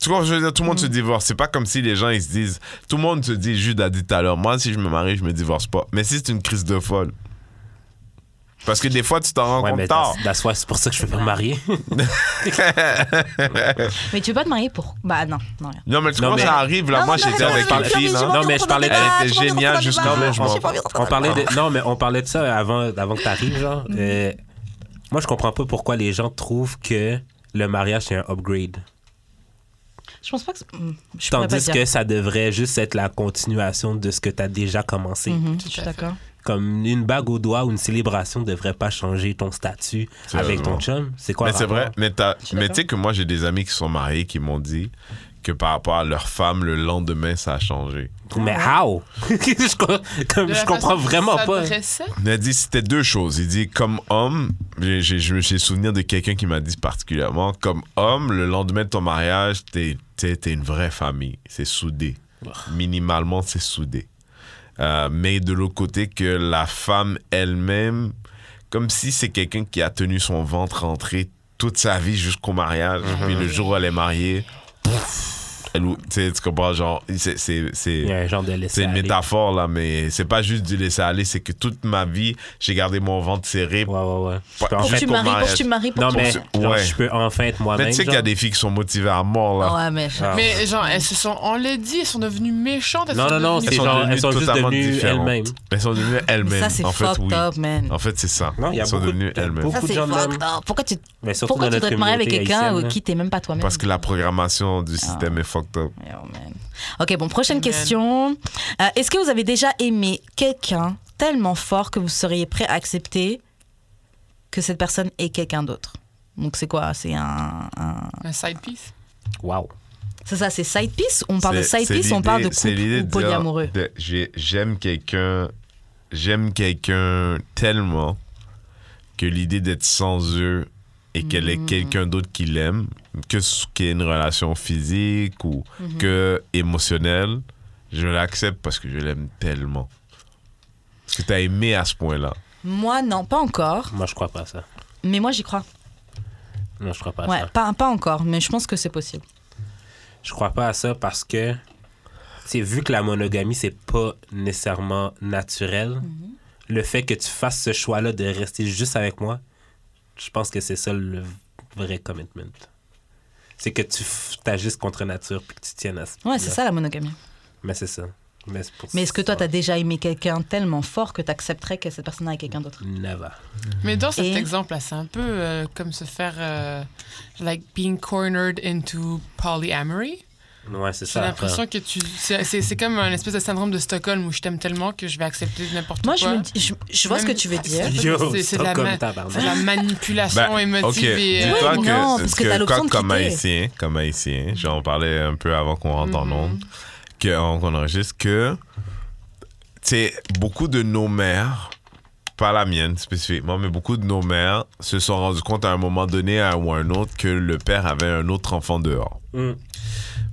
S3: Tu vois, je veux dire, tout le monde
S1: Mm.
S3: se divorce. C'est pas comme si les gens, ils se disent... Tout le monde se dit, Jude a dit tout à l'heure, moi, si je me marie, je me divorce pas. Mais si c'est une crise de folle... Parce que des fois, tu t'en rends
S2: Ouais,
S3: compte
S2: mais
S3: tard.
S2: that's- that's why, c'est pour ça que je peux pas me marier.
S1: Mais tu veux pas te marier pour. Bah non, non, rien.
S3: Non, mais tu
S2: Non,
S3: vois,
S2: mais-
S3: ça arrive. Là,
S1: Non,
S3: Bah, moi,
S1: non, non,
S3: j'étais
S1: non,
S3: avec
S1: non,
S3: ma
S1: non,
S3: fille, hein.
S1: non,
S3: là.
S2: Non, mais je parlais-
S3: Elle était géniale jusqu'au moment où je m'en
S2: on parlait de non mais on parlait de ça avant avant que t'arrives genre
S1: Mm-hmm.
S2: Euh, moi je comprends pas pourquoi les gens trouvent que le mariage c'est un upgrade
S1: Je pense pas que. c'est- hmm, Je pourrais pas
S2: tandis
S1: dire.
S2: que ça devrait juste être la continuation de ce que t'as déjà commencé
S1: Mhm, je suis d'accord.
S2: comme une bague au doigt ou une célébration devrait pas changer ton statut
S3: C'est
S2: avec ton
S3: vrai.
S2: chum c'est quoi
S3: Mais
S2: le
S3: c'est vrai.
S2: rapport?
S3: Mais t'as-
S1: suis
S3: mais
S1: d'accord.
S3: tu sais que moi, j'ai des amis qui sont mariés qui m'ont dit que par rapport à leur femme, le lendemain, ça a changé.
S2: mais
S1: Ah
S2: how je, com- comme,
S4: De
S2: je
S4: la
S2: comprends
S4: façon
S2: vraiment
S4: qu'il
S2: pas
S4: s'adressait?
S3: Il a dit c'était deux choses. Il dit comme homme, j'ai- j'ai- je me suis souvenir de quelqu'un qui m'a dit particulièrement comme homme, le lendemain de ton mariage, t'es t'es- t'es une vraie famille. C'est soudé. Minimalement, c'est soudé. Euh, mais de l'autre côté, que la femme elle-même, comme si c'est quelqu'un qui a tenu son ventre rentré toute sa vie jusqu'au mariage, puis le jour où elle est mariée, pouf, elle, ou- tu sais, tu comprends, genre, c'est. c'est- c'est-
S2: il y a un genre de laisser
S3: c'est une
S2: aller.
S3: métaphore là, mais c'est pas juste du laisser aller, c'est que toute ma vie, j'ai gardé mon ventre serré.
S2: ouais ouais ouais Je
S3: Ouais.
S2: peux
S1: Pour
S2: enfin-
S1: que tu me
S3: qu'on
S1: maries, pour que
S3: m'arrête.
S1: tu me maries, pour
S2: non
S1: que
S2: mais
S1: tu-
S2: genre,
S3: Ouais.
S2: je peux enfin être
S3: Mais
S2: moi-même
S3: tu sais qu'il y a
S2: genre.
S3: des filles qui sont motivées à mort là.
S1: Ouais, mais. je-
S2: Ah.
S4: Mais genre, elles se sont enlaidées, elles sont devenues méchantes. Elles
S2: non
S4: sont
S2: non non
S4: devenues-
S2: c'est
S3: sont
S2: genre
S3: devenues
S2: elles sont juste
S3: totalement
S2: devenues
S3: différentes.
S2: elles-mêmes
S3: Elles sont devenues
S1: Mais
S3: elles-mêmes.
S1: ça, c'est
S3: en fait,
S1: fucked
S3: oui.
S1: up, man.
S3: En fait, c'est ça.
S2: Non, il y a
S3: Elles sont
S2: beaucoup de-
S3: devenues elles-mêmes.
S1: Ça,
S2: beaucoup de
S1: c'est
S2: gens
S1: fucked
S2: même.
S1: up. Pourquoi tu,
S2: mais surtout
S1: pourquoi
S2: dans
S1: tu
S2: notre
S1: dois te marier avec
S2: communauté
S1: quelqu'un
S2: haïtienne,
S1: euh, qui t'es même pas toi-même
S3: hein. Parce que la programmation du système est fucked up.
S1: Oh, man. Ok, bon, prochaine
S4: Amen.
S1: question. Euh, Est-ce que vous avez déjà aimé quelqu'un tellement fort que vous seriez prêt à accepter que cette personne est quelqu'un d'autre Donc, c'est quoi C'est un. un-
S4: Un side piece.
S2: Wow.
S1: C'est ça, c'est side piece On parle de
S3: C'est-
S1: side
S3: c'est
S1: piece ou on parle de
S3: l'idée- c'est l'idée
S1: couple ou
S3: de dire
S1: polyamoureux
S3: de- j'ai- J'aime quelqu'un, j'aime quelqu'un tellement que l'idée d'être sans eux et qu'elle
S1: Hmm.
S3: est quelqu'un d'autre qui l'aime, que ce qu'il y ait une relation physique ou
S1: Hmm.
S3: que émotionnelle, je l'accepte parce que je l'aime tellement. Parce que t'as aimé à ce point-là.
S1: Moi, non, pas encore.
S2: Moi, je crois pas à ça.
S1: Mais moi, j'y crois.
S2: Non, je crois pas à
S1: ouais,
S2: ça.
S1: pas, pas encore, mais je pense que c'est possible.
S2: Je crois pas à ça parce que, tu sais, vu que la monogamie, c'est pas nécessairement naturel,
S1: Mhm.
S2: le fait que tu fasses ce choix-là de rester juste avec moi, je pense que c'est ça le vrai commitment. C'est que tu t'agisses contre nature puis que tu tiennes à ce
S1: Ouais, c'est ça la monogamie.
S2: Mais c'est ça. Mais, c'est pour
S1: Mais est-ce que toi,
S2: ça.
S1: t'as déjà aimé quelqu'un tellement fort que t'accepterais que cette personne est avec quelqu'un d'autre
S2: Never.
S4: Mais dans cet
S1: Et-
S4: exemple-là, c'est un peu euh, comme se faire. euh, like being cornered into polyamory.
S2: Ouais, c'est
S4: J'ai
S2: ça.
S4: l'impression que tu. C'est c'est comme un espèce de syndrome de Stockholm où je t'aime tellement que je vais accepter n'importe quoi.
S1: Moi, je, me dis- je, je vois ce que
S4: Même-
S1: tu veux dire.
S4: C'est-
S2: Yo,
S4: c'est- c'est de la
S2: Stockholm,
S4: ma-
S2: tabarnak.
S4: C'est la manipulation
S3: Ben,
S4: émotive
S3: ok,
S4: et. euh,
S3: dis-toi
S1: Ouais,
S3: que,
S1: non, parce que t'as
S3: que
S1: l'option
S3: quand-
S1: de
S3: comme
S1: quitter.
S3: haïtien, comme haïtien, j'en parlais un peu avant qu'on rentre
S4: Mm-hmm.
S3: en onde, que- qu'on enregistre, que c'est beaucoup de nos mères, pas la mienne spécifiquement, mais beaucoup de nos mères se sont rendues compte à un moment donné à- ou à un autre que le père avait un autre enfant dehors.
S2: Mm.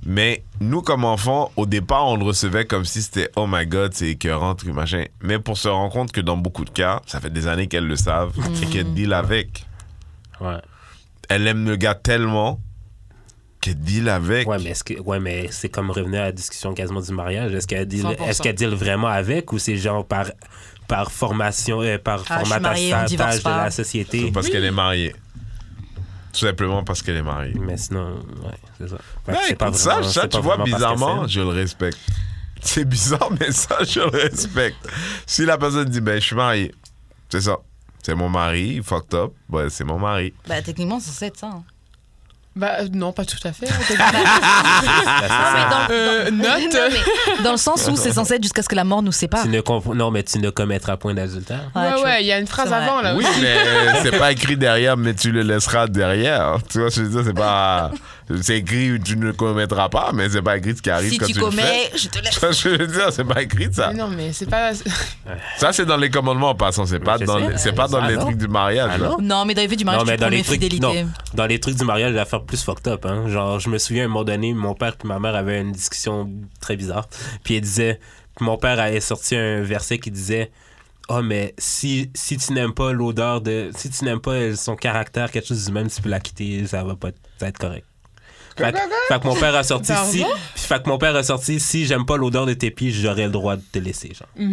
S3: Mais nous, comme enfants, au départ, on le recevait comme si c'était Oh my god, c'est écœurant, truc machin. Mais pour se rendre compte que dans beaucoup de cas, ça fait des années qu'elles le savent
S4: Mm.
S3: et qu'elles deal avec
S2: Ouais.
S3: elle aime le gars tellement qu'elle deal avec.
S2: Ouais, mais est-ce que ouais, mais c'est comme revenir à la discussion quasiment du mariage. Est-ce qu'elle deal,
S4: 100%.
S2: est-ce qu'elle deal vraiment avec ou c'est genre par par formation euh,
S1: Ah,
S2: par
S1: je suis
S2: formatage
S1: mariée, on divorce
S2: de
S1: pas.
S2: la société.
S3: Parce qu'elle est mariée. Tout simplement parce qu'elle est mariée.
S2: Mais sinon, ouais, c'est ça. Fait que
S3: Ouais,
S2: c'est
S3: écoute,
S2: pas
S3: ça,
S2: vraiment-
S3: ça
S2: c'est
S3: tu
S2: pas
S3: vois,
S2: vraiment parce
S3: bizarrement,
S2: qu'elle
S3: je le respecte. C'est bizarre, mais ça, je le respecte. Si la personne dit, ben, je suis mariée, c'est ça. C'est mon mari, fucked up. Ben, c'est mon mari.
S1: Bah, techniquement, c'est censé être ça. hein.
S4: Bah euh, non, pas tout à fait.
S2: s'aime.
S1: Ah
S2: Ça, Ah, c'est ça.
S4: Euh, note.
S1: Dans le sens où c'est censé être jusqu'à ce que la mort nous sépare.
S2: Tu ne comp- non, mais tu ne commettras point d'adultère.
S1: Ouais, tu
S4: Ouais,
S1: vois.
S4: ouais, il y a une phrase
S1: C'est vrai.
S4: avant là.
S3: Oui, mais c'est pas écrit derrière, mais tu le laisseras derrière. Tu vois, je veux dire, c'est pas. C'est écrit ou tu ne le commettras pas, mais c'est pas écrit ce qui arrive
S1: Si
S3: quand
S1: tu
S3: tu, le
S1: commets, je te
S3: fais.
S1: laisse.
S3: Ça, je veux dire, c'est pas écrit ça.
S4: Mais non, mais c'est pas.
S3: Ça, c'est dans les commandements en passant. C'est pas
S2: je
S3: dans,
S2: sais.
S3: les, c'est pas dans
S2: Ah
S3: les
S2: non.
S3: trucs du mariage.
S2: Ah
S3: là.
S2: non?
S1: Non, mais dans les vues du mariage,
S2: Non, mais
S1: tu
S2: dans
S1: promets
S2: les trucs non,
S1: fidélité.
S2: dans les trucs du mariage, la faire plus fucked up hein. Genre je me souviens à un moment donné, mon père et ma mère avaient une discussion très bizarre. Puis elle disait mon père avait sorti un verset qui disait Oh, mais si, si tu n'aimes pas l'odeur de. Si tu n'aimes pas son caractère, quelque chose du même, tu peux la quitter, ça va pas t- ça va être correct. Fait, que- fait que mon père a sorti
S4: Pardon?
S2: si. Fait que mon père a sorti si j'aime pas l'odeur de tes pieds, j'aurais le droit de te laisser, genre.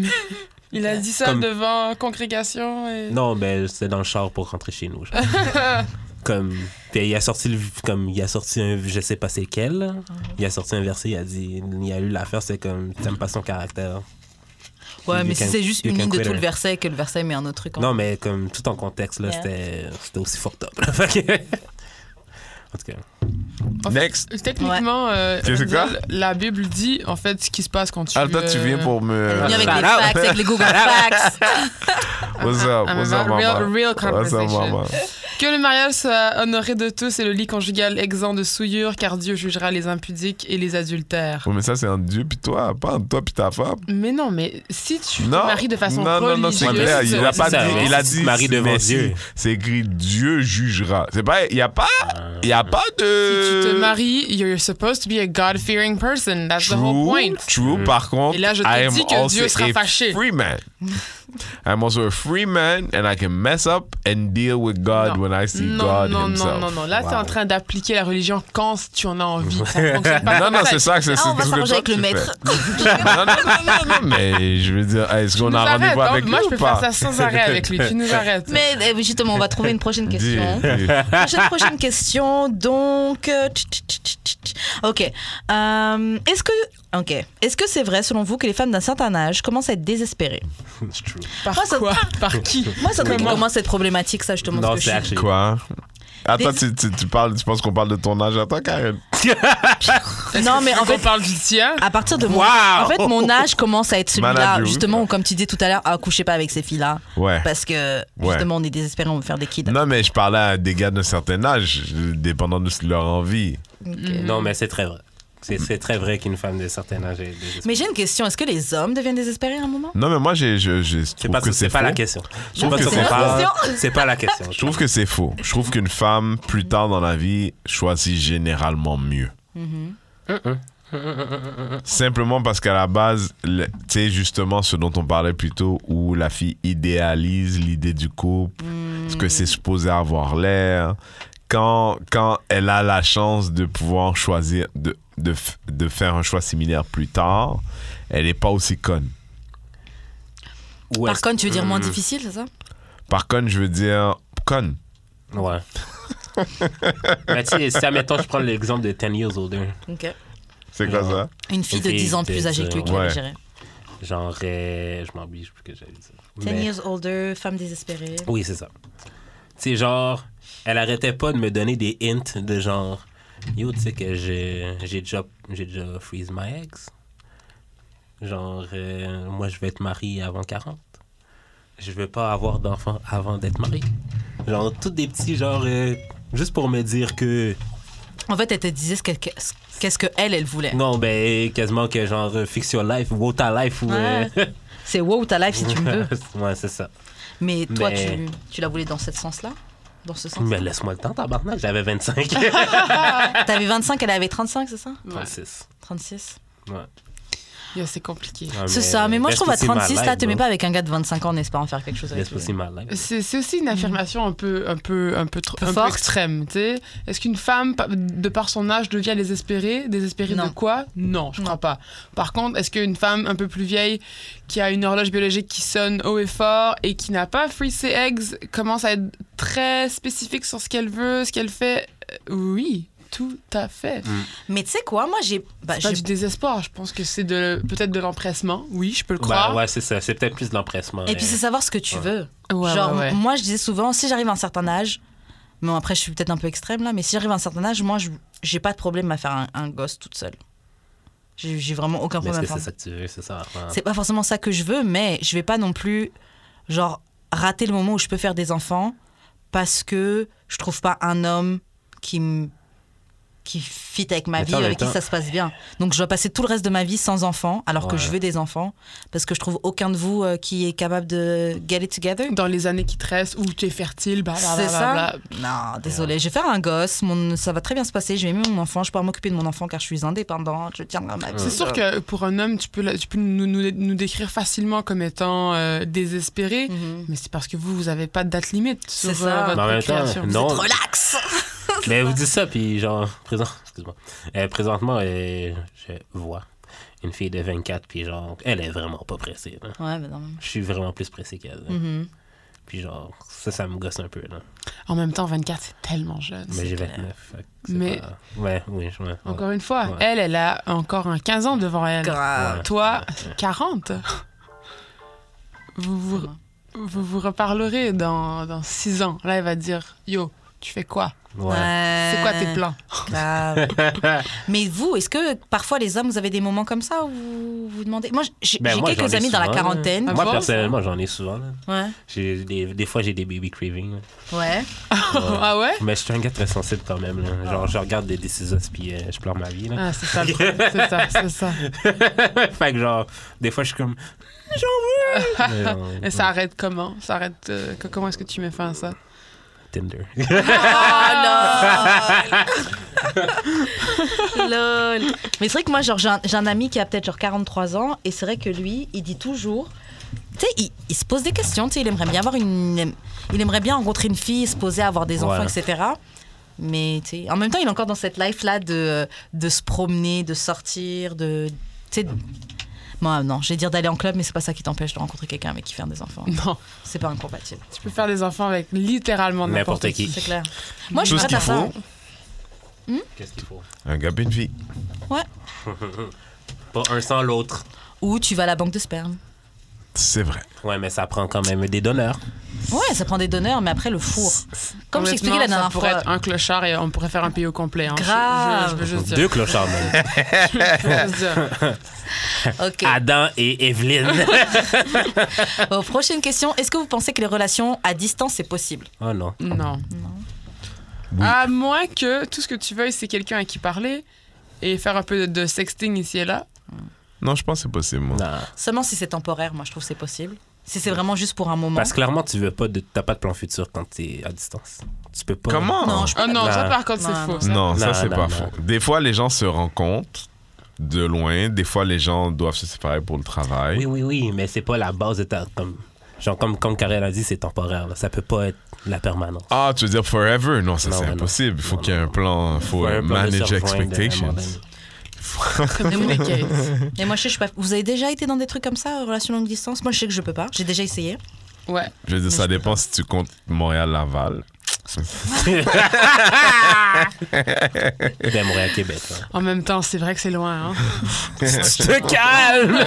S4: Il a dit ça
S2: Comme-
S4: devant congrégation et...
S2: Non, ben c'était dans le char pour rentrer chez nous. genre. comme puis il a sorti le, comme il a sorti un je sais pas c'est quel. là. Il a sorti un verset, il a dit il y a eu l'affaire c'est comme t'aimes pas son caractère.
S5: Ouais,
S2: You
S5: mais si
S2: can-
S5: c'est juste
S2: you
S5: une
S2: can
S5: ligne de
S2: quit
S5: tout
S2: her.
S5: le verset et que le verset met un autre
S1: hein.
S5: truc en
S2: Non mais comme tout en contexte là,
S5: Yeah.
S2: c'était c'était aussi fort top. là. Fait que- en tout cas,
S3: Next.
S4: Techniquement, euh,
S3: Tu sais quoi?
S4: la Bible dit en fait ce qui se passe quand tu.
S3: Ah, toi, tu
S4: euh,
S3: viens pour me.
S5: Elle vient avec
S2: Shout
S5: les
S2: out.
S5: facts, avec les Google Facts.
S3: What's up?
S4: I'm
S3: What's
S4: about
S3: up, maman?
S4: Ah, real, real
S3: What's up,
S4: conversation.
S3: maman?
S4: Que le mariage soit honoré de tous et le lit conjugal exempt de souillure, car Dieu jugera les impudiques et les adultères.
S3: Oui, mais ça, c'est entre Dieu puis toi, pas entre toi puis ta femme.
S4: Mais non, mais si tu te
S3: Non.
S4: maries de façon
S3: non, non, non, c'est
S4: religieuse,
S3: clair. Il a
S2: c'est
S3: pas
S2: ça,
S3: dit.
S2: mais
S3: Il a
S2: si tu
S3: dit.
S2: te maries devant
S3: mais si,
S2: Dieu.
S3: C'est écrit Dieu jugera. C'est pas. Il y a pas. Il y a pas de.
S4: Si tu te maries, you're supposed to be a God-fearing person. That's the whole point.
S3: True,
S2: Mm.
S3: par contre,
S4: Et là, je te
S3: I am
S4: dis que
S3: also
S4: Dieu sera
S3: a
S4: fâché.
S3: free man. I'm also a free man and I can mess up and deal with God
S4: Non.
S3: when I see
S4: non,
S3: God
S4: non,
S3: himself.
S4: non, non, non. Là, t'es
S2: Wow.
S4: en train d'appliquer la religion quand tu en as envie. Ça ne fonctionne pas
S3: Non,
S4: comme
S3: non, c'est ça que c'est.
S5: Ah, on
S3: c'est
S5: va
S3: tout ce que
S5: s'arranger
S3: toi,
S5: avec le
S3: tu
S5: maître.
S3: fais. non, non, non, non, non, mais je veux dire, est-ce qu'on
S4: Nous
S3: a
S4: arrête,
S3: rendez-vous
S4: hein.
S3: avec
S4: Moi,
S3: lui
S4: je peux
S3: ou pas?
S4: faire ça sans arrêt avec lui. Tu nous arrêtes.
S5: Mais
S1: eh,
S5: euh, justement, on va trouver une prochaine
S3: Dis-
S5: question.
S3: dis.
S1: Prochaine, prochaine question. Donc, euh, tch, tch, tch, tch, tch. ok. Euh, Est-ce que, ok, est-ce que c'est vrai selon vous que les femmes d'un certain âge commencent à être désespérées
S2: it's true.
S4: Par
S1: Moi, ça-
S4: quoi Par qui
S1: Moi, c'est un truc qui
S4: Comment
S1: commence à être problématique, ça justement.
S2: Non,
S1: ce que
S2: c'est
S1: je
S2: actually
S3: Quoi? Attends,
S1: Des-
S3: tu, tu, tu parles, tu penses qu'on parle de ton âge à toi, Karen?
S1: suis. Non, mais en
S4: On
S1: fait,
S4: parle du tien.
S1: à partir de mon,
S2: Wow.
S1: en fait, mon âge commence à être celui-là,
S3: Manager.
S1: justement, où, comme tu dis tout à l'heure, ah, couchez pas avec ces filles-là,
S3: Ouais.
S1: parce que
S3: Ouais.
S1: justement, on est désespéré, on veut faire des kids.
S3: Non, mais je parlais à des gars d'un certain âge, dépendant de leur envie.
S2: Non mais c'est très vrai. C'est c'est très vrai qu'une femme de certain âge est désespérée.
S1: Mais j'ai une question. Est-ce que les hommes deviennent désespérés à un moment
S3: Non, mais moi, j'ai- je, je
S2: C'est
S3: trouve
S2: pas,
S3: que
S2: c'est
S3: c'est
S2: pas la
S3: faux.
S2: question.
S3: Je
S2: C'est
S3: trouve
S2: pas
S3: que
S2: ça
S3: c'est
S2: qu'on
S3: faux.
S2: parle. C'est pas la question.
S3: Je trouve que c'est faux. Je trouve qu'une femme, plus tard dans la vie, choisit généralement mieux. Simplement parce qu'à la base, le- tu sais, justement, ce dont on parlait plus tôt, où la fille idéalise l'idée du couple, ce que c'est supposé avoir l'air. Quand, quand elle a la chance de pouvoir choisir, de, de, f- de faire un choix similaire plus tard, elle n'est pas aussi conne.
S2: Où
S1: Par
S2: est-ce-
S1: contre, tu veux dire moins
S2: Hmm.
S1: difficile, c'est ça
S3: Par contre, je veux dire, conne.
S2: Ouais. mais tu sais, si admettons, je prends l'exemple de 10 years older,
S1: Ok.
S3: C'est quoi ça?
S1: Une fille
S2: Une
S1: de
S2: fille
S1: 10 ans
S2: de
S1: plus âgée que lui qui
S3: ouais.
S1: va les gérer.
S2: genre, euh, je m'en oublie, je sais plus que j'avais dit ça.
S1: 10
S2: Mais-
S1: years older, femme désespérée.
S2: Oui, c'est ça. Tu sais, genre, elle arrêtait pas de me donner des hints de genre, yo, tu sais que j'ai j'ai déjà, j'ai déjà freeze my ex. Genre, euh, moi, je vais être marié avant 40. Je veux pas avoir d'enfant avant d'être marié. Genre, tous des petits, genre, euh, juste pour me dire que.
S1: En fait, elle te disait ce que- qu'est-ce qu'elle, elle, elle voulait.
S2: Non, ben, quasiment que genre, euh, fixe your life, wow ta life ou. euh,
S1: C'est wow ta life si tu me veux.
S2: ouais, c'est ça.
S1: Mais toi,
S2: Mais-
S1: tu, tu la voulais dans ce sens-là Dans ce sens
S2: Mais laisse-moi le temps, tabarnak, j'avais 25.
S1: T'avais 25, elle avait 35, c'est ça
S4: Ouais.
S2: 36.
S1: 36.
S2: Ouais.
S4: Yo, C'est compliqué.
S2: Ouais,
S1: c'est ça, mais moi je
S2: laisse
S1: trouve à
S2: pousser ma
S1: 36,
S2: life,
S1: là, te
S2: bro.
S1: mets pas avec un gars de 25 ans en espérant faire quelque chose avec
S2: Laisse
S1: lui.
S2: pousser ma life.
S4: C'est c'est aussi une affirmation un peu, un peu, un peu, tr-
S1: Mhm. Peu
S4: un peu
S1: forte.
S4: extrême. tu sais. Est-ce qu'une femme, pa- de par son âge, devient désespérée Désespérée
S1: Non.
S4: de quoi Non, je
S1: Non.
S4: crois pas. Par contre, est-ce qu'une femme un peu plus vieille, qui a une horloge biologique qui sonne haut et fort et qui n'a pas free ses eggs, commence à être très spécifique sur ce qu'elle veut, ce qu'elle fait Euh, Oui, tout à fait.
S1: Mais tu sais quoi, moi j'ai. bah,
S4: C'est pas
S1: j'ai-
S4: du désespoir. Je pense que c'est de, peut-être de l'empressement. Oui, je peux le croire.
S2: Bah, ouais, c'est ça. C'est peut-être plus de l'empressement.
S1: Et puis c'est savoir ce que tu
S2: Ouais.
S1: veux.
S4: Ouais,
S1: Genre,
S4: ouais, ouais.
S1: moi je disais souvent, si j'arrive à un certain âge, bon après je suis peut-être un peu extrême là, mais si j'arrive à un certain âge, moi je- j'ai pas de problème à faire un, un gosse toute seule. J'ai j'ai vraiment aucun
S2: Mais est-ce
S1: problème
S2: que
S1: à faire
S2: c'est ça que tu veux, c'est ça. l'affaire?
S1: C'est pas forcément ça que je veux, mais je vais pas non plus, genre, rater le moment où je peux faire des enfants parce que je trouve pas un homme qui me qui fit avec ma
S2: Mais
S1: vie,
S2: en même
S1: avec qui
S2: temps-
S1: ça se passe bien. Donc je dois passer tout le reste de ma vie sans enfants, alors que
S2: Ouais.
S1: je veux des enfants, parce que je trouve aucun de vous euh, qui est capable de get it together.
S4: Dans les années qui te restent, où tu es fertile, bah,
S1: C'est ça Non, désolé, je vais faire un gosse, mon- ça va très bien se passer, je vais aimer mon enfant, je pourrai m'occuper de mon enfant car je suis indépendante, je tiens à ma vie.
S4: C'est sûr que pour un homme, tu peux, la- tu peux nous, nous- nous décrire facilement comme étant euh, désespéré,
S1: Mhm.
S4: mais c'est parce que vous, vous n'avez pas de date limite sur
S1: C'est ça.
S4: euh, votre
S2: Mais en même temps,
S4: procréation.
S2: non.
S1: Relax
S2: Mais vous dites ça, puis genre, présent, excuse-moi. Euh, présentement, euh, je vois une fille de 24, puis genre, elle est vraiment pas pressée. là.
S1: Ouais, mais non.
S2: Je suis vraiment plus pressé qu'elle. là.
S1: Mhm.
S2: Puis genre, ça, ça me gosse un peu. Là.
S4: En même temps, 24, c'est tellement jeune.
S2: Mais j'ai 29. fait que c'est
S4: Mais-
S2: pas- Ouais, oui, je ouais,
S4: Encore une fois,
S2: Ouais.
S4: elle, elle a encore un 15 ans devant elle.
S1: Grave.
S2: Ouais.
S4: Toi, 40. Vous vous, vous vous reparlerez dans, dans 6 ans. Là, elle va te dire Yo, tu fais quoi
S2: Ouais. Ben,
S4: C'est quoi
S1: Euh.
S4: tes plans
S1: Grave. mais vous, est-ce que parfois les hommes, vous avez des moments comme ça où vous vous demandez Moi, j'ai
S2: Ben,
S1: j'ai
S2: moi,
S1: quelques
S2: j'en ai
S1: amis dans la
S2: souvent, là.
S1: quarantaine.
S4: Ah
S2: Moi,
S4: bon?
S2: personnellement, j'en ai souvent. Là.
S1: Ouais.
S2: J'ai Des, des fois, j'ai des baby cravings. là.
S1: Ouais.
S2: Ouais.
S4: Ah ouais
S2: Mais je suis un gars très sensible quand même. Là. Genre, je regarde des décisions, puis euh, je pleure ma vie. Là.
S4: Ah, c'est ça, le problème. c'est ça, c'est ça.
S2: fait que genre, des fois, je suis comme, j'en veux! Mais genre,
S4: Et ça arrête comment Ça arrête euh, que- comment est-ce que tu mets fin à ça
S2: Tinder.
S1: Lol. Mais c'est vrai que moi, genre, j'ai un, j'ai un ami qui a peut-être genre 43 ans et c'est vrai que lui, il dit toujours. Tu sais, il, il se pose des questions. Tu sais, il aimerait bien avoir une, il aimerait bien rencontrer une fille, se poser, avoir des enfants,
S2: Ouais.
S1: etc. Mais tu sais, en même temps, il est encore dans cette life là de de se promener, de sortir, de tu sais. de- Moi, non, je vais dire d'aller en club, mais c'est pas ça qui t'empêche de rencontrer quelqu'un avec qui faire des enfants.
S4: Non,
S1: C'est pas incompatible.
S4: tu peux faire des enfants avec littéralement n'importe
S2: N'importe
S4: qui.
S2: qui.
S1: C'est clair. Moi, je suis
S3: Tout ce
S1: prête à
S3: qu'il
S1: ça.
S2: Qu'est-ce qu'il faut?
S3: Un gars puis une fille.
S2: Pas un sans l'autre.
S1: Ou tu vas à la banque de sperme.
S3: C'est vrai.
S2: Ouais, mais ça prend quand même des donneurs.
S1: Ouais, ça prend des donneurs, mais après le four. Comme je t'expliquais la
S4: Honnêtement,
S1: dernière
S4: ça pourrait
S1: fois.
S4: être un clochard et on pourrait faire un pays au complet. hein. Je- je-
S1: Grave.
S4: Je, veux juste dire.
S2: Deux clochards, même.
S4: Je veux juste dire.
S1: euh, Ok.
S2: Adam et Evelyne.
S1: Bon, prochaine question. Est-ce que vous pensez que les relations à distance c'est possible
S2: oh non.
S4: Non.
S3: Oui.
S4: À moins que tout ce que tu veuilles, c'est quelqu'un à qui parler et faire un peu de, de sexting ici et là.
S3: Non, je pense que c'est possible, moi.
S2: Non.
S1: Seulement si c'est temporaire. Moi, je trouve que c'est possible. Si c'est vraiment juste pour un moment.
S2: Parce que clairement, tu veux pas de. T'as pas de plan futur quand t'es à distance. Tu peux pas.
S3: Comment
S1: Non, je
S4: Oh
S2: Non.
S4: non, ça par contre, c'est
S1: Non,
S4: faux.
S1: non.
S4: ça.
S3: Bah. Non, ça,
S2: Non, non,
S3: c'est pas
S2: non.
S3: faux. Des fois, les gens se rencontrent de loin. Des fois, les gens doivent se séparer pour le travail.
S2: Oui, oui, oui, mais c'est pas la base de ta. Comme, genre, comme, comme Karel a dit, c'est temporaire. là. Ça peut pas être la permanence.
S3: Ah, tu veux dire forever? Non, ça,
S2: Non,
S3: c'est
S2: mais non.
S3: impossible. Il faut
S2: Non,
S3: qu'il y ait un plan. Il faut
S2: Ouais,
S3: euh,
S2: un plan de surjoint
S3: manage
S2: de- à un moment
S3: expectations.
S2: donné.
S4: Communicate.
S1: Et moi, je sais, je suis pas. Vous avez déjà été dans des trucs comme ça, euh, relations longue distance Moi, je sais que je peux pas. J'ai déjà essayé.
S4: Ouais.
S3: Je veux dire, ça dépend si tu comptes Montréal-Laval.
S2: J'aimerais à Québec. hein.
S4: En même temps, c'est vrai que c'est loin. hein.
S2: Tu te calmes!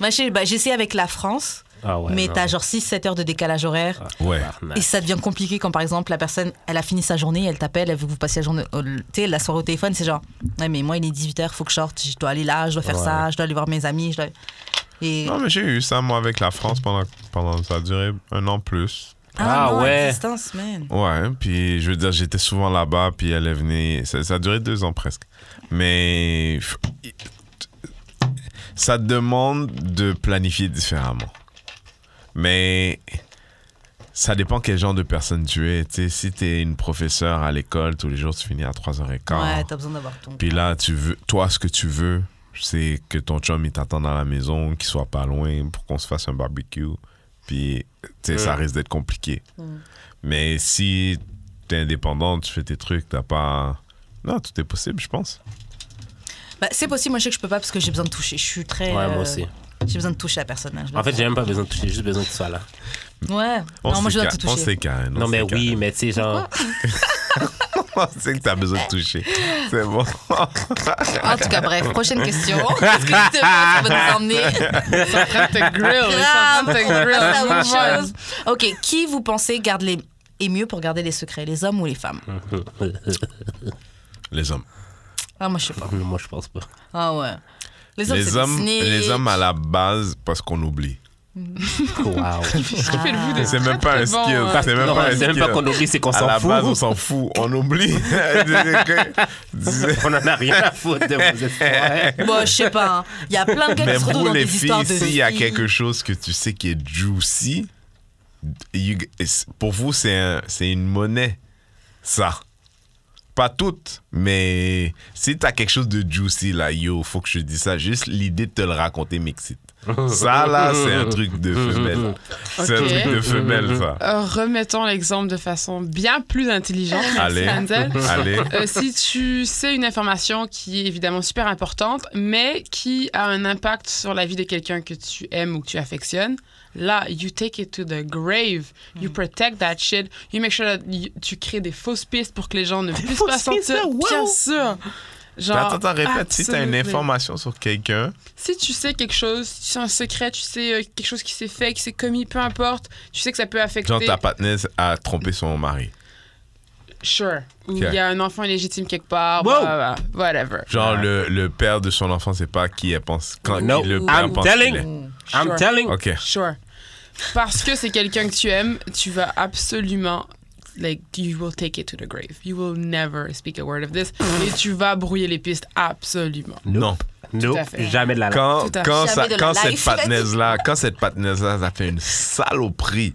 S1: Moi, je sais- bah, j'ai essayé avec la France,
S2: Ah ouais.
S1: mais
S2: non.
S1: t'as genre 6-7 heures de décalage horaire.
S3: Ouais.
S2: Tabarnak.
S1: Et ça devient compliqué quand, par exemple, la personne, elle a fini sa journée, elle t'appelle, elle veut que vous passiez la journée, au- tu sais, la soirée au téléphone, c'est genre, ouais, mais moi, il est 18h, faut que je sorte, je dois aller là, je dois faire
S2: Ouais.
S1: ça, je dois aller voir mes amis, je dois. Et...
S3: Non, mais j'ai eu ça, moi, avec la France pendant, pendant. Ça a duré un an plus.
S2: Ah
S1: non, à
S2: ouais.
S1: distance, man.
S3: Ouais, puis je veux dire, j'étais souvent là-bas, puis elle venait. Ça, ça a duré deux ans presque. Mais. f- Ça demande de planifier différemment. Mais. Ça dépend quel genre de personne tu es. Tu sais, si tu es une professeure à l'école, tous les jours, tu finis à 3h15.
S1: Ouais, t'as besoin d'avoir ton.
S3: Puis là, tu veux, toi, ce que tu veux, c'est que ton chum, il t'attende à la maison, qu'il soit pas loin pour qu'on se fasse un barbecue. Puis, tu sais, ça risque d'être compliqué. Mais si t'es indépendant, tu fais tes trucs, t'as pas... Non, tout est possible, je pense.
S1: Bah, c'est possible, moi je sais que je peux pas parce que j'ai besoin de toucher. Je suis très.
S2: Ouais, moi
S1: euh,
S2: aussi.
S1: J'ai besoin de toucher la personne. hein, je
S2: En
S1: le
S2: fait, j'ai même pas besoin de toucher, j'ai juste besoin que tu sois là.
S1: prends. Ouais.
S3: On
S1: non, moi
S3: sait
S1: je dois
S3: qu'à-
S1: tout
S3: On
S1: toucher.
S3: sait Karen. on
S2: Non, mais
S3: sait
S2: oui, mais tu sais, genre.
S3: Karen. On sait que t'as besoin de toucher. C'est bon.
S1: En tout cas, bref, prochaine question. Parce que justement, ça va nous emmener. Ah,
S4: Te grill.
S1: Grave.
S4: Te grill.
S1: à autre
S4: Ouais.
S1: chose. Ok, qui vous pensez garde les. est mieux pour garder les secrets, les hommes ou les femmes
S3: Les hommes.
S1: Ah, moi je sais pas.
S2: Moi, je pense pas.
S1: Ah ouais. Les hommes, c'est
S3: Les
S1: des
S3: hommes,
S1: sneaks.
S3: les hommes à la base, parce qu'on oublie.
S2: Wow.
S4: Je fais le vous
S1: Ah,
S4: de
S3: C'est même pas un skill. C'est même
S2: Non,
S3: pas un
S2: c'est même pas
S3: skill.
S2: qu'on oublie, c'est qu'on
S3: À
S2: s'en
S3: la
S2: fout.
S3: base, on s'en fout. On oublie.
S2: on en a rien à foutre de vos espoirs.
S1: Bon, je sais pas. hein. Il y a plein de gars
S3: Mais
S1: qui se retrouvent
S3: vous,
S1: dans
S3: les
S1: des histoires
S3: filles,
S1: de
S3: s'il y a
S1: filles.
S3: quelque chose que tu sais qui est juicy, you- pour vous, c'est un- c'est une monnaie. Ça. Pas toutes, mais si t'as quelque chose de juicy, là, yo, faut que je dise ça. Juste l'idée de te le raconter m'excite. Ça, là, c'est un truc de femelle. C'est un
S4: Ok.
S3: truc de femelle, ça.
S4: Euh, remettons l'exemple de façon bien plus intelligente. merci,
S3: Allez.
S4: Hansel.
S3: Allez.
S4: Euh, si tu sais une information qui est évidemment super importante, mais qui a un impact sur la vie de quelqu'un que tu aimes ou que tu affectionnes, là, you take it to the grave. You
S2: Mm.
S4: protect that shit. You make sure that you- tu crées des fausses pistes pour que les gens ne puissent pas
S2: fausses pistes,
S4: sentir.
S2: wow.
S4: Bien sûr. Genre,
S3: Attends, attends, répète. Si t'as une
S4: absolument.
S3: information sur quelqu'un,
S4: Si tu sais quelque chose, si c'est un secret, tu sais euh, quelque chose qui s'est fait, qui s'est commis, peu importe, tu sais que ça peut affecter.
S3: genre ta partenaire a trompé son mari.
S4: Sure.
S3: Ok.
S4: Ou il y a un enfant illégitime quelque part.
S2: Wow.
S4: bah, bah, bah, whatever.
S3: Genre, le, le père de son enfant, c'est pas qui elle pense. Quand
S2: No,
S3: qui le père
S2: I'm
S3: pense qu'il
S2: telling.
S3: est.
S2: I'm
S4: Sure.
S2: telling.
S3: Ok.
S4: Sure. Parce que c'est quelqu'un que tu aimes, tu vas absolument. Like, you will take it to the grave. You will never speak a word of this. Et tu vas brouiller les pistes, absolument.
S3: Non.
S2: Nope,
S4: à fait.
S2: jamais de la langue.
S3: Quand,
S4: Tout à fait.
S3: quand,
S1: Jamais
S3: ça,
S1: de la
S3: quand cette
S1: life.
S3: patnaise-là, quand cette patnaise-là, ça fait une saloperie.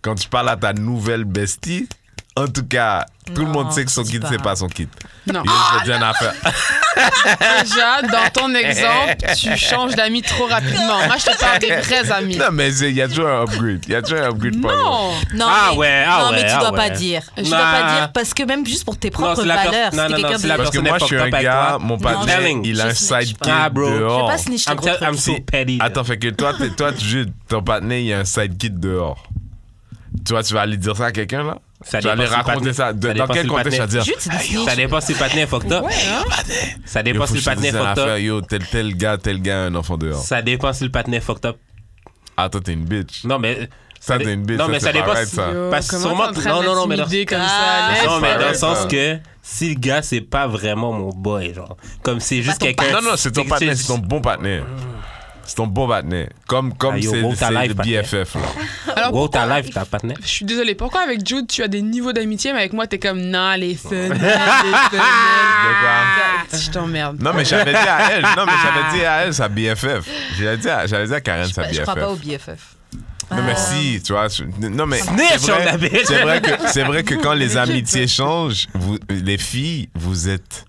S3: Quand tu parles à ta nouvelle bestie, en tout cas, tout le
S1: Non,
S3: monde sait que son
S1: dis
S3: kit,
S1: pas.
S3: c'est pas son kit.
S4: Non.
S3: Il y
S2: Ah,
S3: a une jeune affaire.
S4: Déjà, dans ton exemple, tu changes d'amis trop rapidement. Moi, je te parle des vrais amis.
S3: Non, mais c'est- il y a toujours un upgrade. Il y a toujours un upgrade pour
S4: Non!
S1: Non,
S2: Ah
S1: mais,
S2: ouais, ah
S1: non, mais
S2: ouais,
S1: tu
S2: ah
S1: dois pas
S2: ouais.
S1: dire. Tu dois
S2: Nah.
S1: pas dire parce que même juste pour tes propres
S2: c'est la per-
S1: valeurs,
S2: non, non,
S1: c'était
S2: non,
S1: quelqu'un
S2: c'est
S1: de.
S2: la
S3: Parce que
S2: personne
S3: moi,
S2: est
S3: je suis un
S2: fucked up avec
S3: gars,
S2: toi.
S3: mon
S1: Non,
S3: partenaire,
S2: mais
S3: il a
S1: je
S3: un
S1: snitch
S3: sidekick
S2: pas. Ah, bro. Je vais
S3: dehors.
S1: pas snitch. Je te
S2: I'm, tell-
S1: comprends.
S2: I'm so petty. là.
S3: Attends, fait que toi, t'es- toi, tu Jude, ton partenaire, il y a un sidekick dehors. Tu vois, tu vas aller dire ça à quelqu'un, là?
S2: Ça
S3: tu vas aller
S2: dépend si le
S3: raconter
S2: partenaire-
S3: ça. De-
S2: ça
S3: dans
S2: dépend si
S3: quel
S2: le
S3: contexte tu vas
S2: partenaire-
S3: dire?
S1: Juste, c'est snitch.
S2: Ça dépend si le patinet est fucked up. Ça dépend
S3: Yo, faut
S2: si le
S3: que je te
S2: patinet est
S3: dise une
S2: fucked
S3: affaire,
S2: up.
S3: Yo, tel, tel gars, tel gars, a un enfant dehors.
S2: Ça dépend si le patinet est fucked up.
S3: Ah, toi, t'es une bitch.
S2: Non, mais.
S3: Ça,
S2: dé-
S3: t'es une bitch.
S2: Non, mais ça
S3: c'est pas
S2: dépend
S3: right,
S2: si-
S3: ça.
S4: Yo,
S2: Parce que
S4: Oh, comment
S2: Bah, sûrement-
S4: t'es en train
S2: non, non, non, mais
S4: d'intimider comme
S1: Ah.
S4: ça, Alex?
S2: Non, mais dans le
S3: pareil,
S2: sens
S3: ça.
S2: que si le gars, c'est pas vraiment mon boy, genre. Comme c'est juste
S1: ton
S2: quelqu'un.
S3: Non, non, c'est ton partenaire, c'est ton bon partenaire. C'est ton bon partenaire. Comme comme
S2: Ah, yo,
S3: c'est
S2: wow, ta
S3: c'est
S2: life
S3: le
S2: partner.
S3: BFF, là.
S4: Alors,
S2: Wow, ta life, ta partenaire.
S4: Je suis désolée, pourquoi avec Jude tu as des niveaux d'amitié, mais avec moi t'es comme non, les
S2: Oh.
S4: femmes, les
S1: Ah.
S4: femmes. Je t'emmerde.
S3: Non, mais j'avais dit à elle, non, mais j'avais dit à elle sa BFF. J'avais dit à, j'avais dit à Karen sa
S1: Je crois
S3: BFF.
S1: pas au BFF.
S3: Non, mais si, tu vois. je- Non, mais.
S2: Snitch,
S3: C'est vrai,
S2: on avait-
S3: c'est vrai que, c'est vrai que quand les amitiés changent, vous, les filles, vous êtes,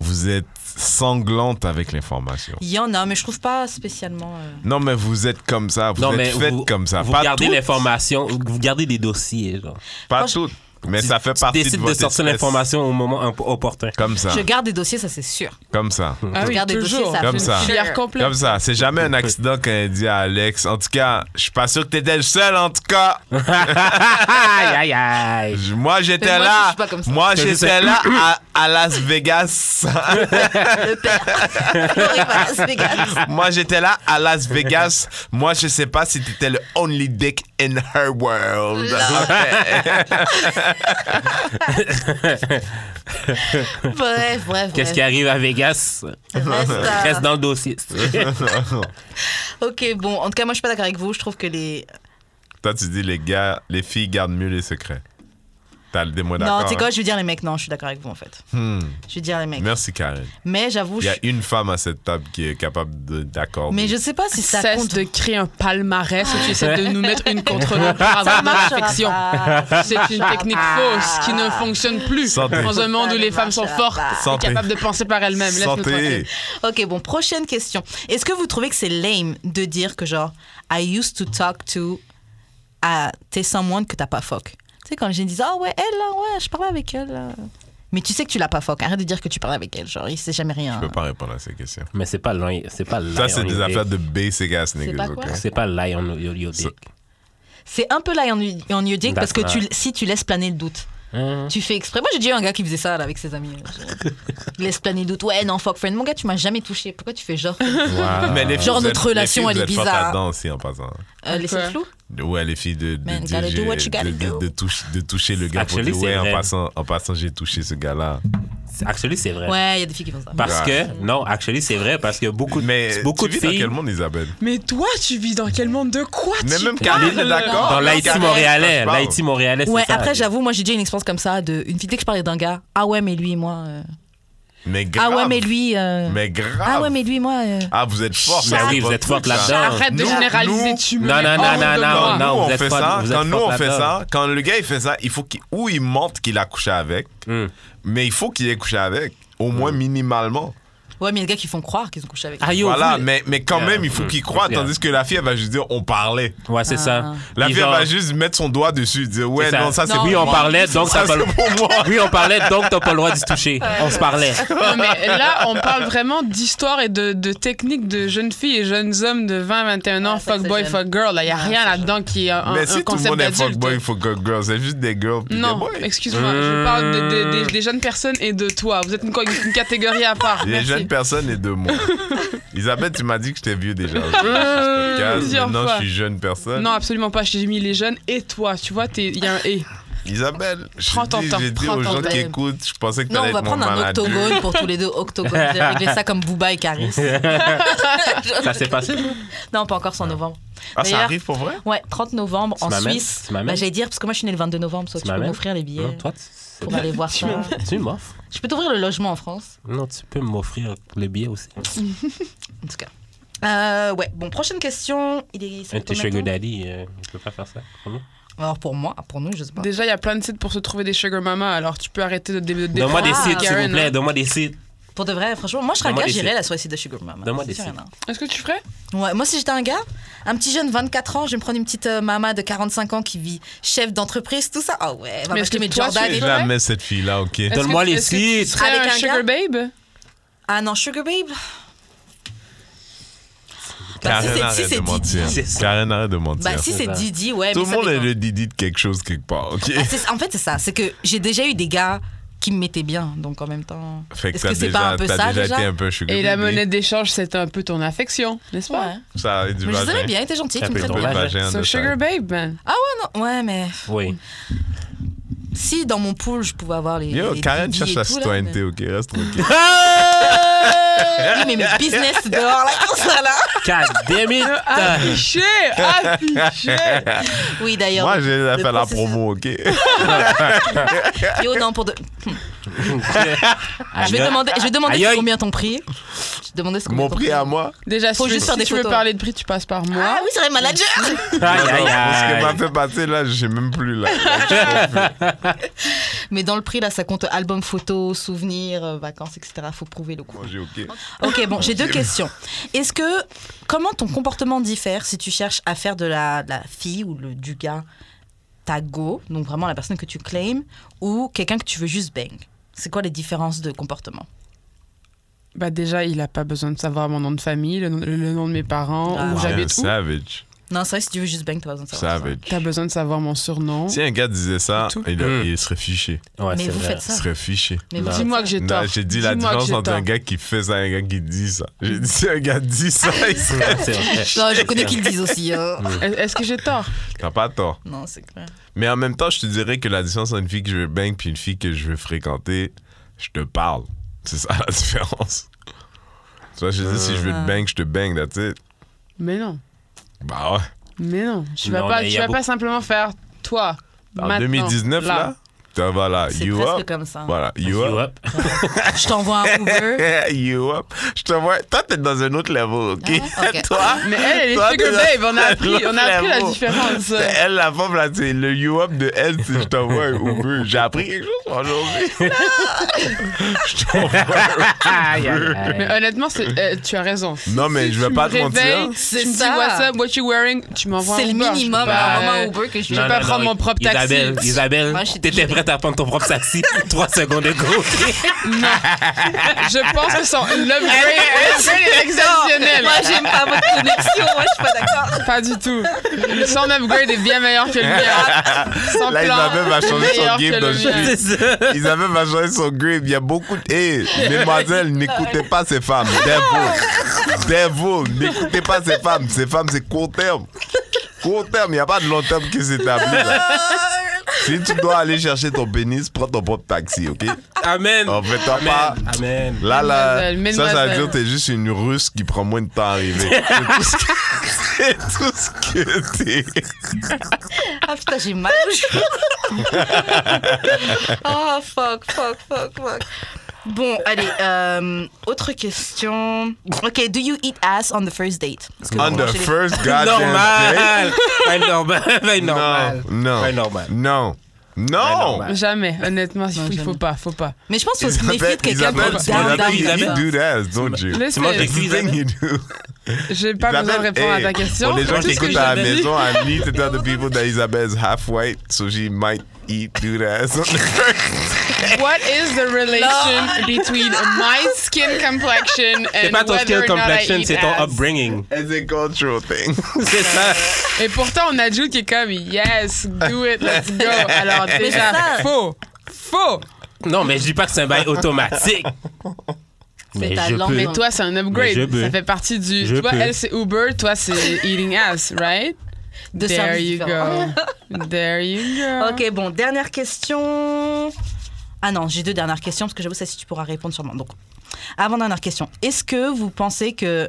S3: vous êtes sanglantes avec l'information.
S1: Il y en a, mais je trouve pas spécialement. euh,
S3: Non, mais vous êtes comme ça. Vous êtes faites comme ça.
S2: Vous
S3: pas
S2: gardez
S3: toutes,
S2: l'information, vous gardez des dossiers, genre.
S3: Pas
S1: Moi, je-
S3: toutes. Mais ça fait
S2: Tu
S3: partie de
S2: décides de
S3: votre
S2: sortir
S3: espèce.
S2: l'information au moment imp- opportun.
S3: Comme ça.
S1: Je garde des dossiers, ça c'est sûr.
S3: Comme ça.
S4: Ah oui,
S1: Regarde les
S4: toujours.
S1: dossiers, ça
S3: Comme ça.
S4: Une filière complète.
S3: Comme ça. C'est jamais un accident quand elle dit à Alex. En tout cas, je suis pas sûr que t'étais le seul, en tout cas.
S2: aïe, aïe, aïe.
S3: Je- Moi,
S1: Mais
S3: j'étais
S1: moi, je
S3: là.
S1: suis pas comme ça.
S3: Moi,
S2: Je sais.
S3: j'étais là à, à Las Vegas.
S1: Le père. Laurie va à Las Vegas.
S3: Moi, j'étais là à Las Vegas. Moi, je sais pas si t'étais le only dick in her world.
S1: Bref, bref.
S2: Qu'est-ce qui arrive à Vegas?
S1: Reste, euh,
S2: Reste dans le dossier.
S1: Ok, bon, en tout cas, moi je suis pas d'accord avec vous. Je trouve que les.
S3: Toi, tu dis les gars, les filles gardent mieux les secrets. T'as le démo d'accord.
S1: Non, tu sais quoi,
S3: hein?
S1: je veux dire les mecs. Non, je suis d'accord avec vous en fait.
S3: Hmm.
S1: Je veux dire les mecs.
S3: Merci, Karen.
S1: Mais j'avoue,
S3: Il y a
S1: je-
S3: une femme à cette table qui est capable de- d'accorder.
S1: mais je sais pas si ça
S4: Cesse
S1: compte.
S4: de créer un palmarès où tu essaies de nous mettre une contre l'autre pour avoir la Ah, perfection. C'est une technique fausse qui ne fonctionne plus
S3: Santé.
S4: dans un monde où les femmes sont fortes et
S3: Santé.
S4: capables de penser par elles-mêmes. Laisse-nous
S3: Santé.
S4: tranquille.
S1: Ok, bon, prochaine question. Est-ce que vous trouvez que c'est lame de dire que genre, I used to talk to, à t'es someone que t'as pas fuck Tu sais, quand les gens disent, ah ouais, elle, là, ouais, je parlais avec elle. là. Mais tu sais que tu l'as pas fuck. Arrête de dire que tu parlais avec elle. Genre, il sait jamais rien.
S3: Je peux pas répondre à ces questions.
S2: Mais c'est pas loin. C'est pas
S3: Ça,
S2: lion
S3: c'est des
S2: your
S3: affaires
S2: dick.
S3: de basic ass
S1: pas
S3: niggas,
S1: quoi?
S3: OK?
S2: C'est pas lion your, your dick.
S1: C'est un peu là en en you dick parce que tu,
S2: D'accord.
S1: si tu laisses planer le doute.
S2: Hein?
S1: Tu fais exprès. Moi, j'ai déjà eu un gars qui faisait ça là, avec ses amis. là. Il laisse planer le doute. Ouais, non, fuck friend. Mon gars, tu m'as jamais touché. Pourquoi tu fais genre. euh, que-
S2: Wow.
S3: Mais les filles,
S1: Genre,
S3: Ah. vous
S1: notre
S3: êtes- les
S1: relation,
S3: filles,
S1: elle
S3: vous
S1: est
S3: êtes fortes
S1: bizarre.
S3: là-dedans aussi, en passant.
S1: Euh, laissez
S4: Quoi
S1: flou
S3: Ouais, les filles de, de,
S1: Man,
S3: de-
S1: gotta do
S3: j'ai-
S1: what you gotta
S3: de- de-
S1: do.
S3: de touche- de toucher le gars pour
S2: Actually,
S3: dire, ouais,
S2: c'est
S3: en
S2: vrai.
S3: passant, en passant j'ai touché ce gars-là.
S2: C'est- Actually, c'est vrai.
S1: Ouais, il y a des filles qui font ça.
S2: Parce
S3: Ouais.
S2: que, non, actually, c'est vrai, parce que beaucoup de,
S3: Mais
S2: beaucoup
S3: tu
S2: de
S3: vis dans
S2: filles
S3: quel monde, Isabelle
S4: Mais toi, tu vis dans quel monde de quoi
S3: Mais
S4: tu
S3: même
S2: Ah,
S3: Karine est
S4: parles?
S3: d'accord.
S2: euh, dans
S3: Même
S2: l'Haïti
S3: Karine, quand
S2: montréalais.
S3: je parle.
S2: L'Haïti montréalais, c'est
S1: Ouais,
S2: ça.
S1: après, j'avoue, moi, j'ai déjà une expérience comme ça de une fille. Dès que je parlais d'un gars, ah ouais, mais lui et moi. euh,
S3: Mais grave.
S1: Ah ouais, mais lui. euh,
S3: Mais grave.
S1: Ah ouais, mais lui, moi. euh,
S3: Ah, vous êtes fort.
S2: Mais oui,
S3: votre
S2: vous êtes
S3: truc,
S2: forte là-dedans.
S3: ça.
S4: Arrête de
S3: Nous,
S4: généraliser,
S3: nous-
S4: tu me
S2: Non,
S4: mets
S2: non, non,
S4: hors
S2: non,
S4: de
S2: non,
S4: moi.
S2: non.
S3: Ah, nous, on
S2: vous êtes
S3: fait
S2: forte-
S3: ça.
S2: vous êtes
S3: Quand nous,
S2: forte
S3: on fait
S2: là-dedans.
S3: ça, quand le gars, il fait ça, il faut qu'il. Ou il mente qu'il a couché avec,
S2: Hmm.
S3: mais il faut qu'il ait couché avec. Au moins, minimalement.
S1: Ouais, mais les gars qui font croire qu'ils ont couché avec.
S2: Ah, yo,
S3: Voilà,
S2: vous-
S3: mais, mais quand
S2: Yeah.
S3: même, il faut
S2: Mm.
S3: qu'il croit,
S2: Yeah.
S3: tandis que la fille, elle va juste dire on parlait.
S2: Ouais, c'est ça.
S1: Ah.
S3: La
S2: Puis
S3: fille, elle
S2: genre,
S3: va juste mettre son doigt dessus, dire ouais,
S2: C'est ça.
S3: non, ça c'est
S1: Non,
S2: Oui, on
S1: moi,
S2: parlait, donc
S3: ça,
S2: t'as pas le...
S3: c'est pour moi.
S2: Oui, on parlait, donc t'as pas le droit d'y toucher. On se parlait.
S4: Non, mais là, on parle vraiment d'histoire et de, de technique de jeunes filles et jeunes hommes de 20, 21 ans,
S1: Ouais, ça,
S4: fuck
S1: c'est
S4: boy,
S1: jeune.
S4: fuck girl. Il n'y a
S1: Ouais,
S4: rien
S1: c'est
S4: là-dedans qui est un, un
S3: Mais si tout le
S4: concept
S3: monde est
S4: d'adulte.
S3: fuckboy, fuck girl, c'est juste des girls puis des
S4: Non,
S3: boys. Euh.
S4: excuse-moi, je parle de- de- des- des jeunes personnes et de toi. Vous êtes une, une catégorie à part.
S3: Les
S4: Merci.
S3: jeunes personnes et de moi. Isabelle, tu m'as dit que j'étais vieux
S1: Mmh,
S3: déjà. Podcast,
S4: Plusieurs
S3: Maintenant,
S4: fois.
S3: je suis jeune personne.
S4: Non, absolument pas. J'ai mis les jeunes et toi. Tu vois, t'es- il y a un et.
S3: Isabelle, je
S4: Prends ton
S3: dis-
S4: temps,
S3: j'ai dit
S4: prends
S3: aux
S4: ton
S3: gens
S4: temps.
S3: qui écoutent, je pensais que
S1: Non,
S3: t'allais
S1: on va
S3: être mon
S1: prendre un
S3: manager.
S1: octogone pour tous les deux. Octogone. J'ai réglé ça comme Booba et Karis.
S2: Ça s'est passé, ça?
S1: Non, pas encore, c'est en novembre.
S3: Ah, ça
S1: D'ailleurs-
S3: arrive pour vrai
S1: Ouais, 30 novembre
S2: Tu
S1: en
S2: m'amènes?
S1: Suisse.
S2: Tu m'amènes?
S1: Bah, j'allais dire, parce que moi, je suis née le 22 novembre, soit
S2: Tu
S1: tu peux
S2: m'amènes?
S1: m'offrir les billets euh,
S2: Non, toi, tu-
S1: pour aller voir ça.
S2: tu m'offres.
S1: Je peux t'ouvrir le logement en France.
S2: Non, tu peux m'offrir le billet aussi.
S1: En tout cas. Euh, ouais, bon, prochaine question. Il est. ça fait
S2: Un
S1: combien
S2: petit
S1: de
S2: sugar
S1: temps
S2: daddy, euh, je peux pas faire ça. Comment?
S1: Alors pour moi, pour nous, je sais pas.
S4: Déjà, il y a plein de sites pour se trouver des sugar mamas, alors tu peux arrêter de dé- de
S2: Donne-moi des
S1: Ah,
S2: sites, s'il vous
S4: Karen,
S2: plaît.
S4: hein.
S2: Donne-moi des sites.
S1: Pour de vrai, franchement, moi, je serais un
S2: Donne-moi
S1: gars,
S2: des
S1: j'irais
S2: sites.
S1: à la soirée de Sugar Mama.
S2: Donne-moi
S1: C'est
S2: des
S1: sûr,
S2: sites.
S1: il y en a.
S4: Est-ce que tu ferais
S1: Ouais, moi, si j'étais un gars, un petit jeune 24 ans, je vais me prendre une petite euh, mama de 45 ans qui vit chef d'entreprise, tout ça. Ah ouais, elle va
S4: Mais
S1: m'acheter
S4: est-ce
S1: mes
S4: que toi,
S1: Jordan
S4: tu-
S1: et tout.
S4: vrai
S3: Jamais cette fille-là, ok.
S1: Euh,
S4: Est-ce
S2: Donne-moi
S4: que-
S2: les
S4: est-ce que tu
S2: sites.
S4: serais
S1: Avec
S4: un
S1: un
S4: sugar
S1: gars?
S4: babe
S1: Ah non, Sugar Babe Bah, si
S3: Karen,
S1: c'est- si
S3: arrête
S1: c'est
S3: de
S1: Didi.
S3: mentir.
S2: C'est ça.
S3: Karen, arrête de mentir.
S1: Bah, si
S2: c'est
S1: c'est
S2: ça.
S1: Didi, ouais.
S3: Tout
S1: mais
S3: le
S1: ça
S3: monde est
S1: dépend.
S3: le Didi de quelque chose quelque part, ok
S1: Ah, c'est- En fait, c'est ça. C'est que j'ai déjà eu des gars qui me mettaient bien. Donc, en même temps.
S3: Fait que
S1: Est-ce
S3: t'as
S1: que c'est
S3: déjà,
S1: pas un peu
S3: t'as
S1: ça,
S3: déjà,
S1: déjà
S3: été un peu sugar
S4: Et la
S3: baby.
S4: monnaie d'échange, c'est un peu ton affection, n'est-ce pas
S1: Ouais.
S3: Ça a du
S1: Mais je les
S3: vagin.
S1: aimais bien, ils étaient gentils.
S2: Ça
S1: tu me
S2: peut être
S1: traitais
S3: Un peu
S1: bien.
S3: de
S2: dommage.
S3: vagin,
S4: So
S3: de
S4: sugar
S3: ça.
S4: babe, man.
S1: Euh, Non, Ouais, mais
S2: Oui.
S1: si dans mon pool, je pouvais avoir les.
S3: Yo,
S1: les
S3: Karen
S1: Didi
S3: cherche
S1: et
S3: la
S1: tout, là,
S3: citoyenneté, ok, reste tranquille.
S1: mais- Oui, mais mes business dehors, là, comme ça, là.
S2: God damn it!
S1: ah.
S4: Affiché, affiché.
S1: Oui, d'ailleurs.
S3: Moi, j'ai
S1: le
S3: fait la
S1: processus-
S3: promo, ok.
S1: Yo, non, pour de-
S2: Aïe,
S1: Je vais demander, je vais demander
S2: Aïe, aïe.
S1: combien ton prix. Je vais demander ce combien
S3: Mon
S1: ton
S3: prix à moi.
S4: Déjà, si,
S1: Faut
S4: tu-
S1: juste faire
S4: si
S1: des
S4: tu veux
S1: photos.
S4: parler de prix, tu passes par moi.
S1: Ah oui, c'est vrai, manager.
S2: Aïe, aïe,
S3: Parce que m'a
S2: aïe.
S3: fait passer là, je sais même plus là.
S1: Mais dans le prix, là, ça compte album photo, souvenirs, euh, vacances, etc. Faut prouver le coup.
S3: Moi, j'ai ok.
S1: Ok, bon, j'ai deux questions. Est-ce que. Comment ton comportement diffère si tu cherches à faire de la, de la fille ou le, du gars ta go, donc vraiment la personne que tu claims, ou quelqu'un que tu veux juste bang C'est quoi les différences de comportement
S4: Bah déjà, il a pas besoin de savoir mon nom de famille, le, nom- le nom de mes parents,
S1: Ah.
S4: où
S1: Ouais,
S4: j'habite. où.
S3: Euh, Savage.
S1: Non, c'est vrai, si tu veux juste bang, t'as pas besoin de savoir. ça.
S3: Savage.
S4: T'as besoin de savoir mon surnom.
S3: Si un gars disait ça,
S4: Tout.
S3: il,
S2: Mm.
S3: il serait fiché.
S2: Ouais,
S1: Mais
S2: c'est
S1: vous
S2: vrai.
S1: faites
S3: Il
S1: ça.
S3: serait fiché.
S1: Mais
S2: Non.
S1: vous
S4: Dis-moi
S1: faites
S4: que j'ai
S3: Non,
S4: tort.
S3: j'ai dit la
S4: Dis-moi que
S3: différence
S4: j'ai
S3: entre un
S4: tort.
S3: gars qui fait ça et un gars qui dit ça. J'ai dit si un gars dit ça, il serait...
S2: C'est vrai.
S1: ça. Non, je connais qu'ils le disent aussi. hein.
S4: Est- Est-ce que j'ai tort
S3: T'as pas tort.
S1: Non, c'est clair.
S3: Mais en même temps, je te dirais que la différence entre une fille que je veux bang puis une fille que je veux fréquenter, je te parle. C'est ça la différence. Tu vois, je te dis, si je veux te bang, je te bang, that's it.
S4: Mais non,
S3: Bah ouais.
S4: mais non. Tu
S2: Non,
S4: vas pas,
S2: mais y
S4: tu
S2: a
S4: vas
S2: beaucoup-
S4: pas simplement faire toi.
S3: En
S4: maintenant,
S3: 2019, là, t'as- voilà,
S1: C'est
S3: you
S1: presque
S3: up.
S1: comme ça.
S3: Voilà, you,
S2: You
S3: up.
S2: up?
S1: Je t'envoie un Uber.
S3: you up. Je te vois. Toi, t'es dans un autre level, OK?
S1: Ah ouais, ok.
S3: Toi,
S4: Mais elle, elle est
S3: toi, t'es
S4: sugar
S3: dans
S4: babe, on a
S3: un
S4: appris,
S3: autre
S4: on a appris la
S3: level.
S4: différence.
S3: C'est Elle, la femme, là, c'est le you up de elle, si je t'envoie un Uber. J'ai appris quelque chose aujourd'hui. je t'envoie
S2: Aïe, aïe,
S4: Mais
S2: aïe.
S4: honnêtement, c'est- euh, tu as raison.
S3: Non, mais
S4: Si
S3: je vais
S4: tu
S3: pas
S4: me
S3: te mentir.
S4: réveilles,
S1: C'est
S4: tu me dis
S1: ça.
S4: what's up, what you wearing, tu m'envoies
S1: C'est
S4: un
S1: le
S4: Uber, je
S1: minimum.
S4: peux pas-
S1: Un moment Uber que je
S4: Je vais
S2: Non,
S4: pas
S2: non,
S4: prendre
S2: non,
S4: mon propre taxi.
S2: Isabelle, Isabelle,
S1: Moi, je suis
S2: t'étais
S1: désolée.
S2: prête à prendre ton propre taxi trois secondes ago.
S4: Je pense que son l'upgrade est exceptionnel.
S1: Moi, j'aime pas votre connexion. Moi, je suis pas d'accord.
S4: Pas du tout. Son upgrade est bien meilleur que le mien. Son
S3: Là,
S4: plan
S3: Isabelle va changer son
S4: meilleur
S3: game
S4: que
S3: dans
S4: le
S3: le
S4: mien.
S3: jeu. Isabelle va changer son grave. Il y a beaucoup de. Hé, mesdemoiselles, n'écoutez pas ces femmes. Devil. Devil, n'écoutez pas ces femmes. Ces femmes, c'est court terme. Court terme, il n'y a pas de long terme qui s'établit. là. Si tu dois aller chercher ton pénis, prends ton propre taxi, ok?
S2: Amen.
S3: En fait, t'as pas.
S2: Amen. Amen.
S3: Là, là,
S4: Mademoiselle,
S3: ça, ça veut
S4: mademoiselle.
S3: dire que t'es juste une russe qui prend moins de temps à arriver. C'est tout ce que- c'est tout ce que t'es.
S1: Ah putain, j'ai mal aujourd'hui. oh fuck, fuck, fuck, fuck.
S6: Bon, allez, euh, autre question.
S1: Ok, do you eat ass on the first date?
S3: On the first goddamn day.
S2: Normal. Pas normal. Pas normal.
S3: Non.
S2: Pas normal.
S3: Non. Non!
S2: normal.
S4: Jamais, honnêtement, il faut, il faut pas, faut pas.
S1: Mais je pense qu'il faut se
S3: Ils
S1: méfier de
S3: appellent- ils
S1: quelqu'un qui
S3: appellent-
S1: est
S3: ils
S1: down,
S3: appellent-
S1: down,
S3: You
S1: down.
S3: do that, don't you?
S4: Laisse-
S2: Tu manges des
S4: It's
S3: It's the
S2: cuisines.
S3: thing you do.
S4: J'ai
S3: Ils
S4: pas besoin de
S3: appellent-
S4: répondre à
S3: hey,
S4: ta question.
S3: Pour les gens
S4: Tout
S3: qui
S4: ce que
S3: écoutent à la
S4: j'ai dit-
S3: maison, I need to tell the people that Isabelle's half white, so she might eat do that. on the first-
S4: What is the relation between my skin complexion
S2: C'est
S4: and
S2: pas ton
S4: whether
S2: skill
S4: or not I
S2: complexion,
S4: eat
S2: c'est ton
S4: ass?
S2: upbringing.
S3: It's a cultural thing.
S2: C'est ça.
S4: Et pourtant, on a Jude qui est comme Yes, do it, let's go. Alors déjà,
S1: ça-
S4: faux, faux.
S2: Non, mais je dis pas que c'est un bail automatique. Mais
S1: ta
S2: je
S1: langue,
S2: peux.
S1: mais
S4: Toi, c'est un
S2: Mais je
S4: upgrade.
S2: peux.
S4: Ça fait partie du.
S2: Je
S4: tu vois,
S2: peux.
S4: elle, c'est Uber, toi, c'est eating ass, right?
S1: Deux
S4: There
S1: services
S4: you
S1: différents.
S4: go. There you go.
S1: Ok, bon, dernière question. Ah non, j'ai deux dernières questions parce que j'avoue, ça, si tu pourras répondre sûrement. Donc, avant-dernière question. Est-ce que vous pensez que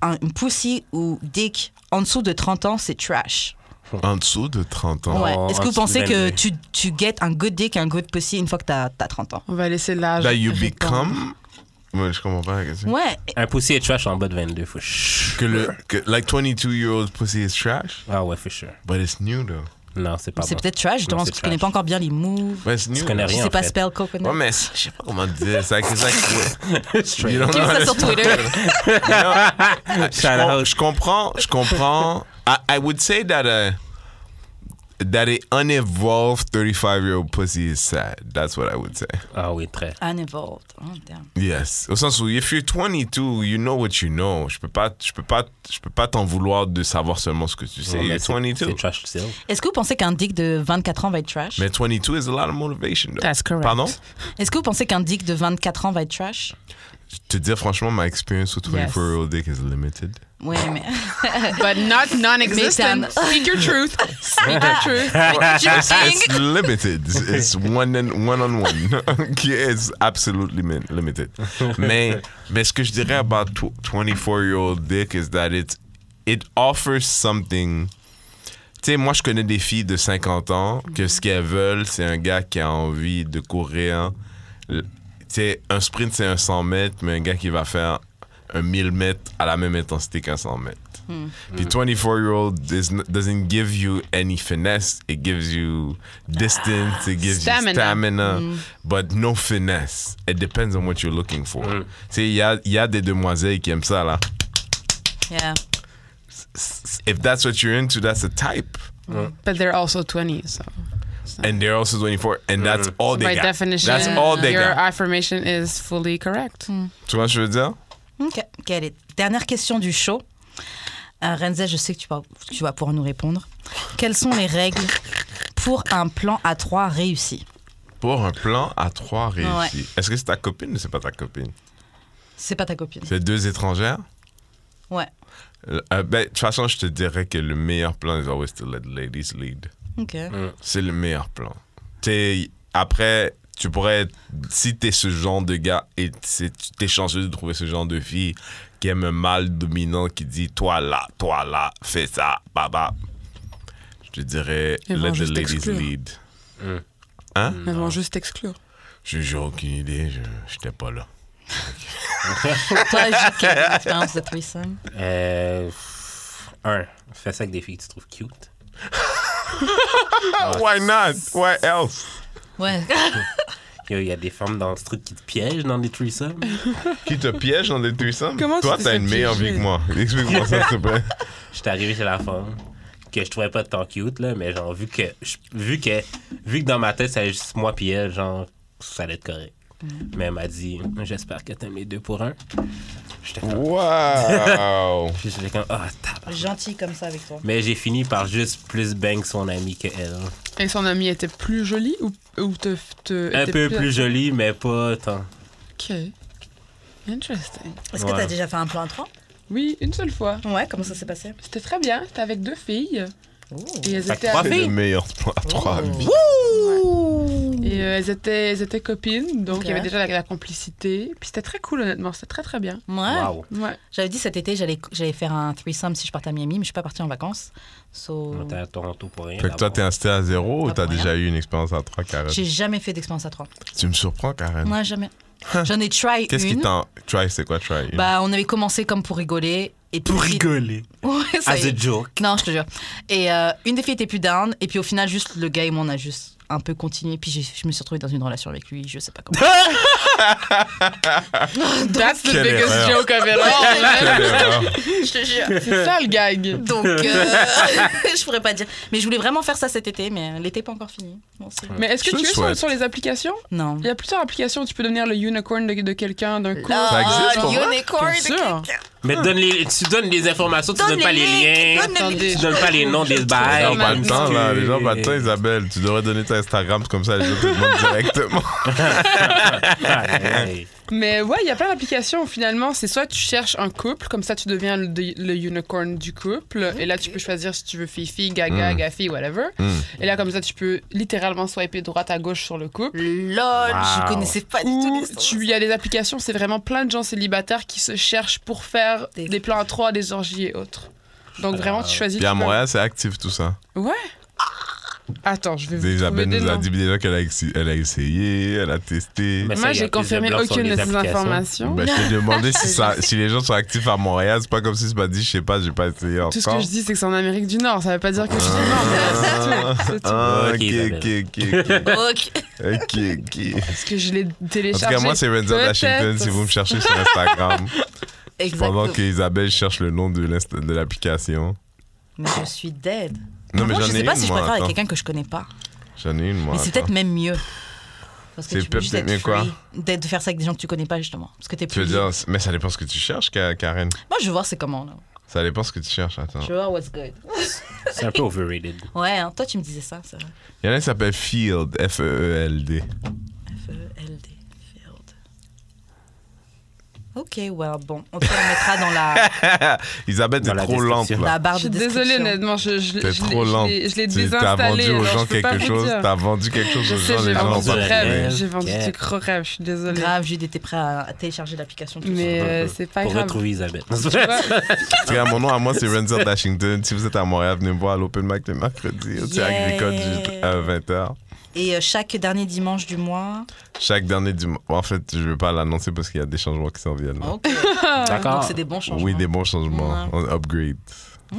S1: un une pussy ou dick en dessous de 30 ans, c'est trash?
S3: En dessous de 30 ans.
S2: Oh,
S1: Ouais. Est-ce que
S2: en
S1: vous pensez
S2: dessous de
S1: que
S2: 22.
S1: tu, tu get un good dick, un good pussy une fois que t'as as 30 ans?
S4: On va laisser l'âge.
S3: That you
S4: répondre.
S3: become. Ouais, je comprends pas la
S2: Mmh.
S3: question.
S1: Ouais,
S2: Un poussier est trash en bas de 22, for sure.
S3: Que le, que, like 22 year old pussy is trash,
S2: Ah ouais, for sure.
S3: but it's new though.
S2: Non, c'est pas
S1: c'est
S2: bon.
S1: peut-être trash, justement,
S2: Non,
S1: parce
S2: c'est
S1: que tu connais
S2: trash.
S1: pas encore bien les moves.
S3: But it's new.
S2: Tu connais
S1: Je
S2: rien,
S1: sais
S2: en
S1: pas
S2: fait.
S1: spell coconut.
S3: Ouais, mais c'est- je sais pas comment dire. C'est like, it's like, you
S1: Écrivez
S3: don't
S1: ça sur
S3: understand.
S1: Twitter.
S2: Shout
S3: Je com-
S2: out.
S3: je comprends, je comprends. I, I would say that a that a unevolved 35 year old pussy is sad. That's what I would say.
S2: Ah oui, très.
S1: Unevolved. Oh, damn.
S3: Yes. Au sens où, if you're 22, you know what you know. Je peux pas, je peux pas, je peux pas t'en vouloir de savoir seulement ce que tu sais.
S2: Ouais, mais
S3: You're 22.
S2: C'est trash still.
S1: Est-ce que vous pensez qu'un dick de 24 ans va être trash?
S3: Mais 22 is a lot of motivation. Though.
S4: That's correct.
S3: Pardon?
S1: Est-ce que vous pensez qu'un dick de 24 ans va être trash?
S3: Te dire franchement, my experience with 24 year old dick is limited.
S1: Oui, mais.
S4: But not non-existent.
S1: Mais
S4: Speak your truth. Speak your truth.
S3: It's limited. It's one and- one on one. Ok, It's absolutely min- limited. Mais, mais ce que je dirais about tw- 24 year old dick is that it's, it offers something. Tu sais, moi, je connais des filles de 50 ans que ce qu'elles veulent, c'est un gars qui a envie de courir. L- Tu sais, un sprint, c'est un 100 mètres, mais un gars qui va faire un 1000 mètres à la même intensité qu'un 100 mètres.
S4: Hmm.
S3: The 24 year old is n- doesn't give you any finesse. It gives you distance, it gives you
S4: Stamina. Hmm.
S3: stamina, but no finesse. It depends on what you're looking for. Tu sais, il y a, il y a des demoiselles qui aiment ça, là.
S1: Yeah.
S3: If that's what you're into, that's a type.
S4: But they're also 20, so.
S3: And they're also 24, and that's all they
S4: By
S3: got.
S4: definition,
S3: that's all they
S4: your
S3: got.
S4: affirmation is fully correct.
S3: Tu vois ce que je veux dire?
S1: Ok, get it. Dernière question du show. Euh, Renzel, je sais que tu vas, tu vas pouvoir nous répondre. Quelles sont les règles pour un plan à 3 réussi
S3: Pour un plan à trois réussis. Est-ce que c'est ta copine ou c'est pas ta copine?
S1: C'est pas ta copine.
S3: C'est deux étrangères?
S1: Ouais.
S3: Euh, ben, de toute façon, je te dirais que le meilleur plan is always to let the ladies lead.
S1: Ok.
S3: C'est le meilleur plan. T'es- après, tu pourrais. être- Si t'es ce genre de gars et c'est- tu- t'es chanceux de trouver ce genre de fille qui aime un mâle dominant qui dit toi là, toi là, fais ça, baba. Je te dirais,
S4: Ils vont
S3: let the
S4: juste
S3: ladies
S4: exclure.
S3: lead.
S4: Elles vont juste exclure.
S3: Je J'ai aucune idée, je j'étais pas là.
S1: Toi, Jules, quelle est l'expérience de threesome
S2: Euh, un, fais ça avec des filles que tu trouves cute.
S3: Ah, Why not? Why else?
S1: Ouais.
S2: Yo, Il y a des femmes dans ce truc qui te piègent dans des threesomes.
S3: Qui te piège dans des threesomes?
S4: Comment tu
S3: Toi,
S4: te
S3: t'as
S4: fais
S3: une meilleure vie
S4: piéger?
S3: que moi. Explique-moi ça, s'il te plaît.
S2: J'étais arrivé chez la femme que je trouvais pas tant cute, là, mais genre, vu que, je- vu que, vu que dans ma tête, c'est juste moi pis elle, genre, ça allait être correct. Mais elle m'a dit, j'espère que t'aimes les deux pour un. J'étais
S3: Mm.
S2: comme,
S3: Wow!
S2: puis j'étais comme, ah, tabarnak.
S1: Gentil comme ça avec toi.
S2: Mais j'ai fini par juste plus bang son amie que elle.
S4: Et son ami était plus joli ou, ou te, te-
S2: Un
S4: était
S2: peu plus jolie, mais pas tant.
S4: Ok. Interesting.
S1: Est-ce que
S2: Ouais.
S1: t'as déjà fait un plan à 3
S4: Oui, une seule fois.
S1: Ouais, comment ça s'est passé
S4: C'était très bien. C'était avec deux filles. Et elles
S2: Fait que
S4: étaient
S2: trois
S4: avec-
S3: C'est
S2: filles.
S3: le meilleur plan à trois vies.
S4: Et euh, elles, étaient, elles étaient copines, donc il
S1: Ok.
S4: y avait déjà la, la complicité. Puis c'était très cool, honnêtement. C'était très, très bien.
S1: Ouais.
S2: Wow.
S4: Ouais.
S1: J'avais dit cet été, j'allais j'allais faire un threesome si je partais à Miami, mais je suis pas partie en vacances. So,
S2: On était à Toronto pour rien.
S3: Fait que toi, t'es
S2: d'abord.
S3: resté à zéro ou
S1: Ah,
S3: t'as
S1: pour rien.
S3: déjà eu une expérience à trois, Karen
S1: j'ai jamais fait d'expérience à trois.
S3: Tu me surprends, Karen.
S1: Moi, jamais. J'en ai try
S3: Qu'est-ce qui
S1: une.
S3: t'en. Try, c'est quoi try? une?
S1: Bah, on avait commencé comme pour rigoler. Et puis-
S2: Pour rigoler.
S1: Ouais,
S3: Ah,
S1: ça
S2: As
S1: y
S2: a
S1: est.
S2: joke.
S1: Non, je te jure. Et euh, une des filles était plus down. Et puis au final, juste le gars et moi, on a juste un peu continué. Puis j'ai- je me suis retrouvée dans une relation avec lui. Je sais pas comment.
S4: That's the
S3: Quelle
S4: biggest
S3: erreur.
S4: joke of it
S3: Quelle
S4: all.
S3: erreur.
S1: je te jure.
S4: C'est ça le gag.
S1: Donc, euh, je pourrais pas dire. Mais je voulais vraiment faire ça cet été. Mais l'été pas encore fini. Bon, c'est-
S4: Mais est-ce que
S3: Je
S4: tu es sur,
S3: souhaite.
S4: sur les applications
S1: non.
S4: Il y a plusieurs applications où tu peux devenir le unicorn de, de quelqu'un d'un coup.
S1: Ah,
S3: Ça existe pour moi?
S5: unicorn
S4: Bien sûr.
S2: Mais donne les, tu donnes les informations, tu donnes pas les
S5: liens,
S2: liens,
S5: donne les
S4: Attendez,
S2: tu donnes pas les noms des bails.
S3: Les gens ont pas le
S2: parce
S3: temps, là. Les gens ont pas le temps,
S2: que-
S3: Isabelle. Tu devrais donner ta Instagram c'est comme ça, les gens te demandent directement.
S2: Ah, Aïe.
S4: Mais ouais, il y a plein d'applications finalement. C'est soit tu cherches un couple, comme ça tu deviens le, le unicorn du couple. Et là tu peux choisir si tu veux fille-fille, gaga,
S3: Mm.
S4: gafi, whatever.
S3: Mm.
S4: Et là comme ça tu peux littéralement swiper droite à gauche sur le couple.
S5: Lol,
S2: Wow.
S5: je connaissais pas du tout
S4: Ou
S5: les
S4: tu- il y a des applications, c'est vraiment plein de gens célibataires qui se cherchent pour faire
S5: Des-
S4: des, plans à trois, des orgies et autres. Donc vraiment tu choisis.
S3: Puis à
S4: tu peux-
S3: Montréal, c'est actif tout ça.
S4: Attends, je vais vous trouver
S3: Isabelle
S4: des
S3: nous a
S4: noms.
S3: dit déjà qu'elle a, ex- elle a essayé, elle a testé.
S2: Mais ça,
S4: Moi
S2: il y a
S4: j'ai
S2: plus de
S4: confirmé
S2: blogs sur
S4: aucune
S2: les
S4: de ces
S2: applications.
S4: informations.
S3: Ben, je t'ai demandé si, ça- si les gens sont actifs à Montréal. C'est pas comme si je pas dit, je sais pas, j'ai pas essayé encore.
S4: Tout ce que je dis, c'est que c'est en Amérique du Nord. Ça veut pas dire que je suis du Nord.
S3: Ah.
S4: C'est tout. C'est tout.
S3: Ah,
S2: Ok,
S3: ok, ok,
S2: Isabelle.
S3: ok,
S5: Ok.
S3: ok, ok.
S4: Parce que je l'ai
S3: En tout
S4: téléchargé.
S3: cas, moi, c'est Renzo
S4: Peut-être.
S3: Washington si vous me cherchez sur Instagram.
S5: Exactement.
S3: pendant que Isabelle cherche le nom de l'inst- de l'application.
S1: Mais je suis dead.
S3: Non, mais
S1: Moi,
S3: j'en
S1: je
S3: ai
S1: sais pas
S3: une,
S1: si je
S3: moi.
S1: préfère avec
S3: attends.
S1: quelqu'un que je connais pas.
S3: J'en ai une, moi.
S1: Mais c'est
S3: attends.
S1: peut-être même mieux. Parce que
S3: C'est
S1: tu peux juste
S3: peut-être
S1: être
S3: mieux quoi
S1: free d'être- de faire ça avec des gens que tu connais pas justement. Parce que t'es
S3: Tu
S1: plus.
S3: veux
S1: libre.
S3: dire, c'est- mais ça dépend ce que tu cherches, Ka- Karen.
S1: Moi je veux voir c'est comment là.
S3: Ça dépend ce que tu cherches, attends.
S1: Je veux voir what's good.
S2: C'est un peu overrated.
S1: Ouais, hein, toi tu me disais ça, c'est vrai.
S3: Il y en a qui s'appelle Field, F-E-E-L-D.
S1: F-E-L-D. E Field. Ok, well, bon. On te le mettra dans la,
S3: Isabelle, t'es
S2: Dans la
S3: trop lente,
S2: description.
S3: là.
S1: la barre
S4: Je suis
S1: de
S4: désolée,
S1: description.
S4: honnêtement. Je, je,
S3: T'es
S4: je
S3: trop
S4: l'ai-
S3: lente.
S4: je l'ai- je l'ai
S3: Tu t'as
S4: désinstallé.
S3: vendu aux
S4: alors
S3: gens
S4: je peux pas
S3: quelque
S4: vous
S3: chose.
S4: dire.
S3: T'as vendu quelque chose
S4: Je
S3: aux
S4: sais,
S3: gens,
S4: j'ai
S3: les gens
S4: vendu
S3: n'ont
S4: du
S3: pas
S4: rêve.
S3: trouvé.
S4: J'ai vendu
S2: Ok.
S4: du gros rêve. Je suis désolée.
S1: Grave, Jude était prêt à, à télécharger l'application. tout
S4: Mais euh, c'est pas
S2: Pour
S4: grave.
S2: retrouver Isabelle.
S3: En tout cas, mon nom à moi, c'est Renzo Dashington. Si vous êtes à Montréal, venez me voir à l'Open Mic le mercredi. au
S1: Yeah.
S3: Théâtre agricole du- à 20h.
S1: ça. Et euh, chaque dernier dimanche du mois.
S3: Chaque dernier du mois. En fait, je ne vais pas l'annoncer parce qu'il y a des changements qui s'en viennent. là.
S1: Ok. Donc
S2: D'accord.
S1: c'est des bons changements.
S3: Bah. Oui, des bons changements.
S1: Oh, Ouais.
S3: On upgrade.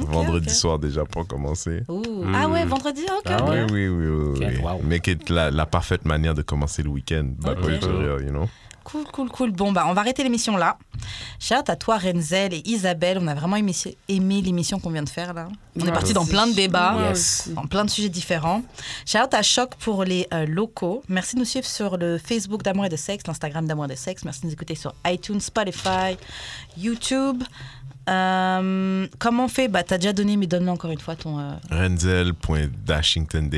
S1: Ok,
S3: Vendredi
S1: ok.
S3: soir déjà pour commencer.
S1: Ouh.
S2: Mm.
S1: Ah ouais, vendredi, ok.
S2: Ah
S1: ok.
S2: ouais.
S3: Mmh. Bah Oui, oui, oui. oui,
S2: Ok,
S3: oui.
S2: wow.
S3: Mais qui est la, la parfaite manière de commencer le week-end. Bah,
S1: Ok.
S3: pas du tout rire, you know.
S1: Cool, cool, cool. Bon, bah, on va arrêter l'émission là. Shout à toi, Renzel et Isabelle. On a vraiment aimé, aimé l'émission qu'on vient de faire là. On est
S4: Ouais,
S1: parti dans
S4: c'est
S1: plein de débats,
S4: moi
S2: Yes.
S4: aussi.
S1: dans plein de sujets différents. Shout à Choc pour les euh, locaux. Merci de nous suivre sur le Facebook d'Amour et de Sexe, l'Instagram d'Amour et de Sexe. Merci de nous écouter sur iTunes, Spotify, YouTube. Euh, comment on fait Bah, t'as déjà donné, mais donne-le encore une fois ton. euh,
S3: Renzel.dashington,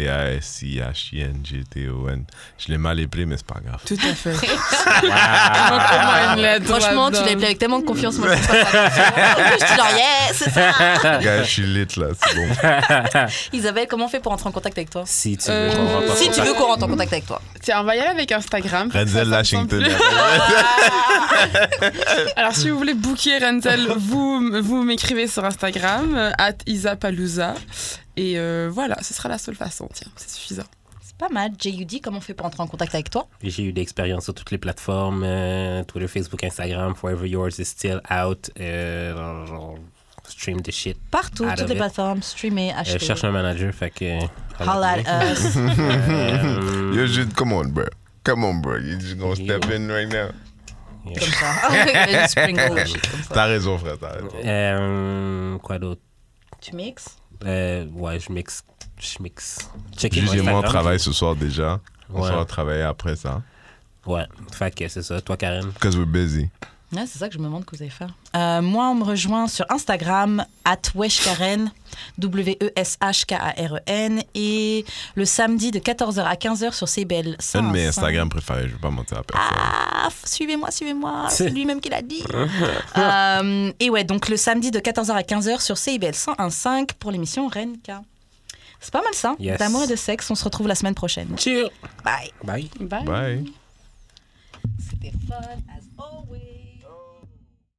S3: D-A-S-I-H-I-N-G-T-O-N. Je l'ai mal écrit, mais c'est pas grave.
S4: Tout à fait.
S2: Wow.
S4: Manque-moi une lettre
S1: Franchement, tu l'as
S4: là-dedans.
S1: appelé avec tellement de confiance. Moi, je pense pas que ça fonctionne. Je suis genre, yeah, c'est ça.
S3: Gars, je suis lit là, c'est bon.
S1: Isabelle, comment on fait pour entrer en contact avec toi
S2: Si tu
S4: Euh,
S2: veux qu'on rentre en
S1: Si tu
S2: contact.
S1: veux qu'on rentre en contact avec toi.
S4: Tiens, on va y aller avec Instagram. Ça, ça
S3: Renzel
S4: me
S3: Lashington.
S4: semble plus- Alors, si vous voulez booker Renzel, vous, vous m'écrivez sur Instagram, euh, at Isapalooza. Et euh, voilà, ce sera la seule façon. Tiens, c'est suffisant.
S1: C'est pas mal. JUD, comment on fait pour entrer en contact avec toi
S2: J'ai eu des expériences sur toutes les plateformes euh, Twitter, Facebook, Instagram. Forever Yours is still out. Euh, stream the shit.
S1: Partout,
S2: Ah,
S1: toutes
S2: le
S1: les
S2: vrai.
S1: plateformes, streamer,
S2: Euh,
S1: acheter.
S2: je cherche un manager, fait que.
S1: Holla at us.
S2: Euh,
S3: Yo, Jude, come on, bro. Come on, bro. You just gonna step
S2: Yeah.
S3: in right now.
S2: yeah.
S1: comme ça. Ah ouais, juste sprinkle le shit comme ça.
S3: T'as raison, frère, t'as raison.
S2: Euh, quoi d'autre?
S1: Tu mixes
S2: Euh, ouais, je mixe. Je mixe. Checkez
S3: Jude
S2: mon
S3: et moi, on
S2: Instagram.
S3: travaille ce soir déjà. On
S2: Ouais.
S3: sera travailler après ça.
S2: Ouais, fait que c'est ça. Toi, Karen?
S3: Because we're busy.
S1: Ouais, c'est ça que je me demande que vous allez faire. Euh, moi, on me rejoint sur Instagram, at Weshkaren, E W-E-S-H-K-A-R-E-N, E et le samedi de 14h à 15h sur CBL 5.
S3: Un de mes Instagram préférés, je vais pas mentir à personne.
S1: Ah, f- suivez-moi, suivez-moi. C'est lui-même qui l'a dit. Euh, et ouais, donc le samedi de 14h à 15h sur CIBL 101.5 pour l'émission Renka. C'est pas mal ça.
S2: Yes.
S1: D'amour et de sexe, on se retrouve la semaine prochaine.
S2: Cheers.
S1: Bye.
S2: Bye.
S4: Bye.
S3: Bye.
S1: C'était fun as always.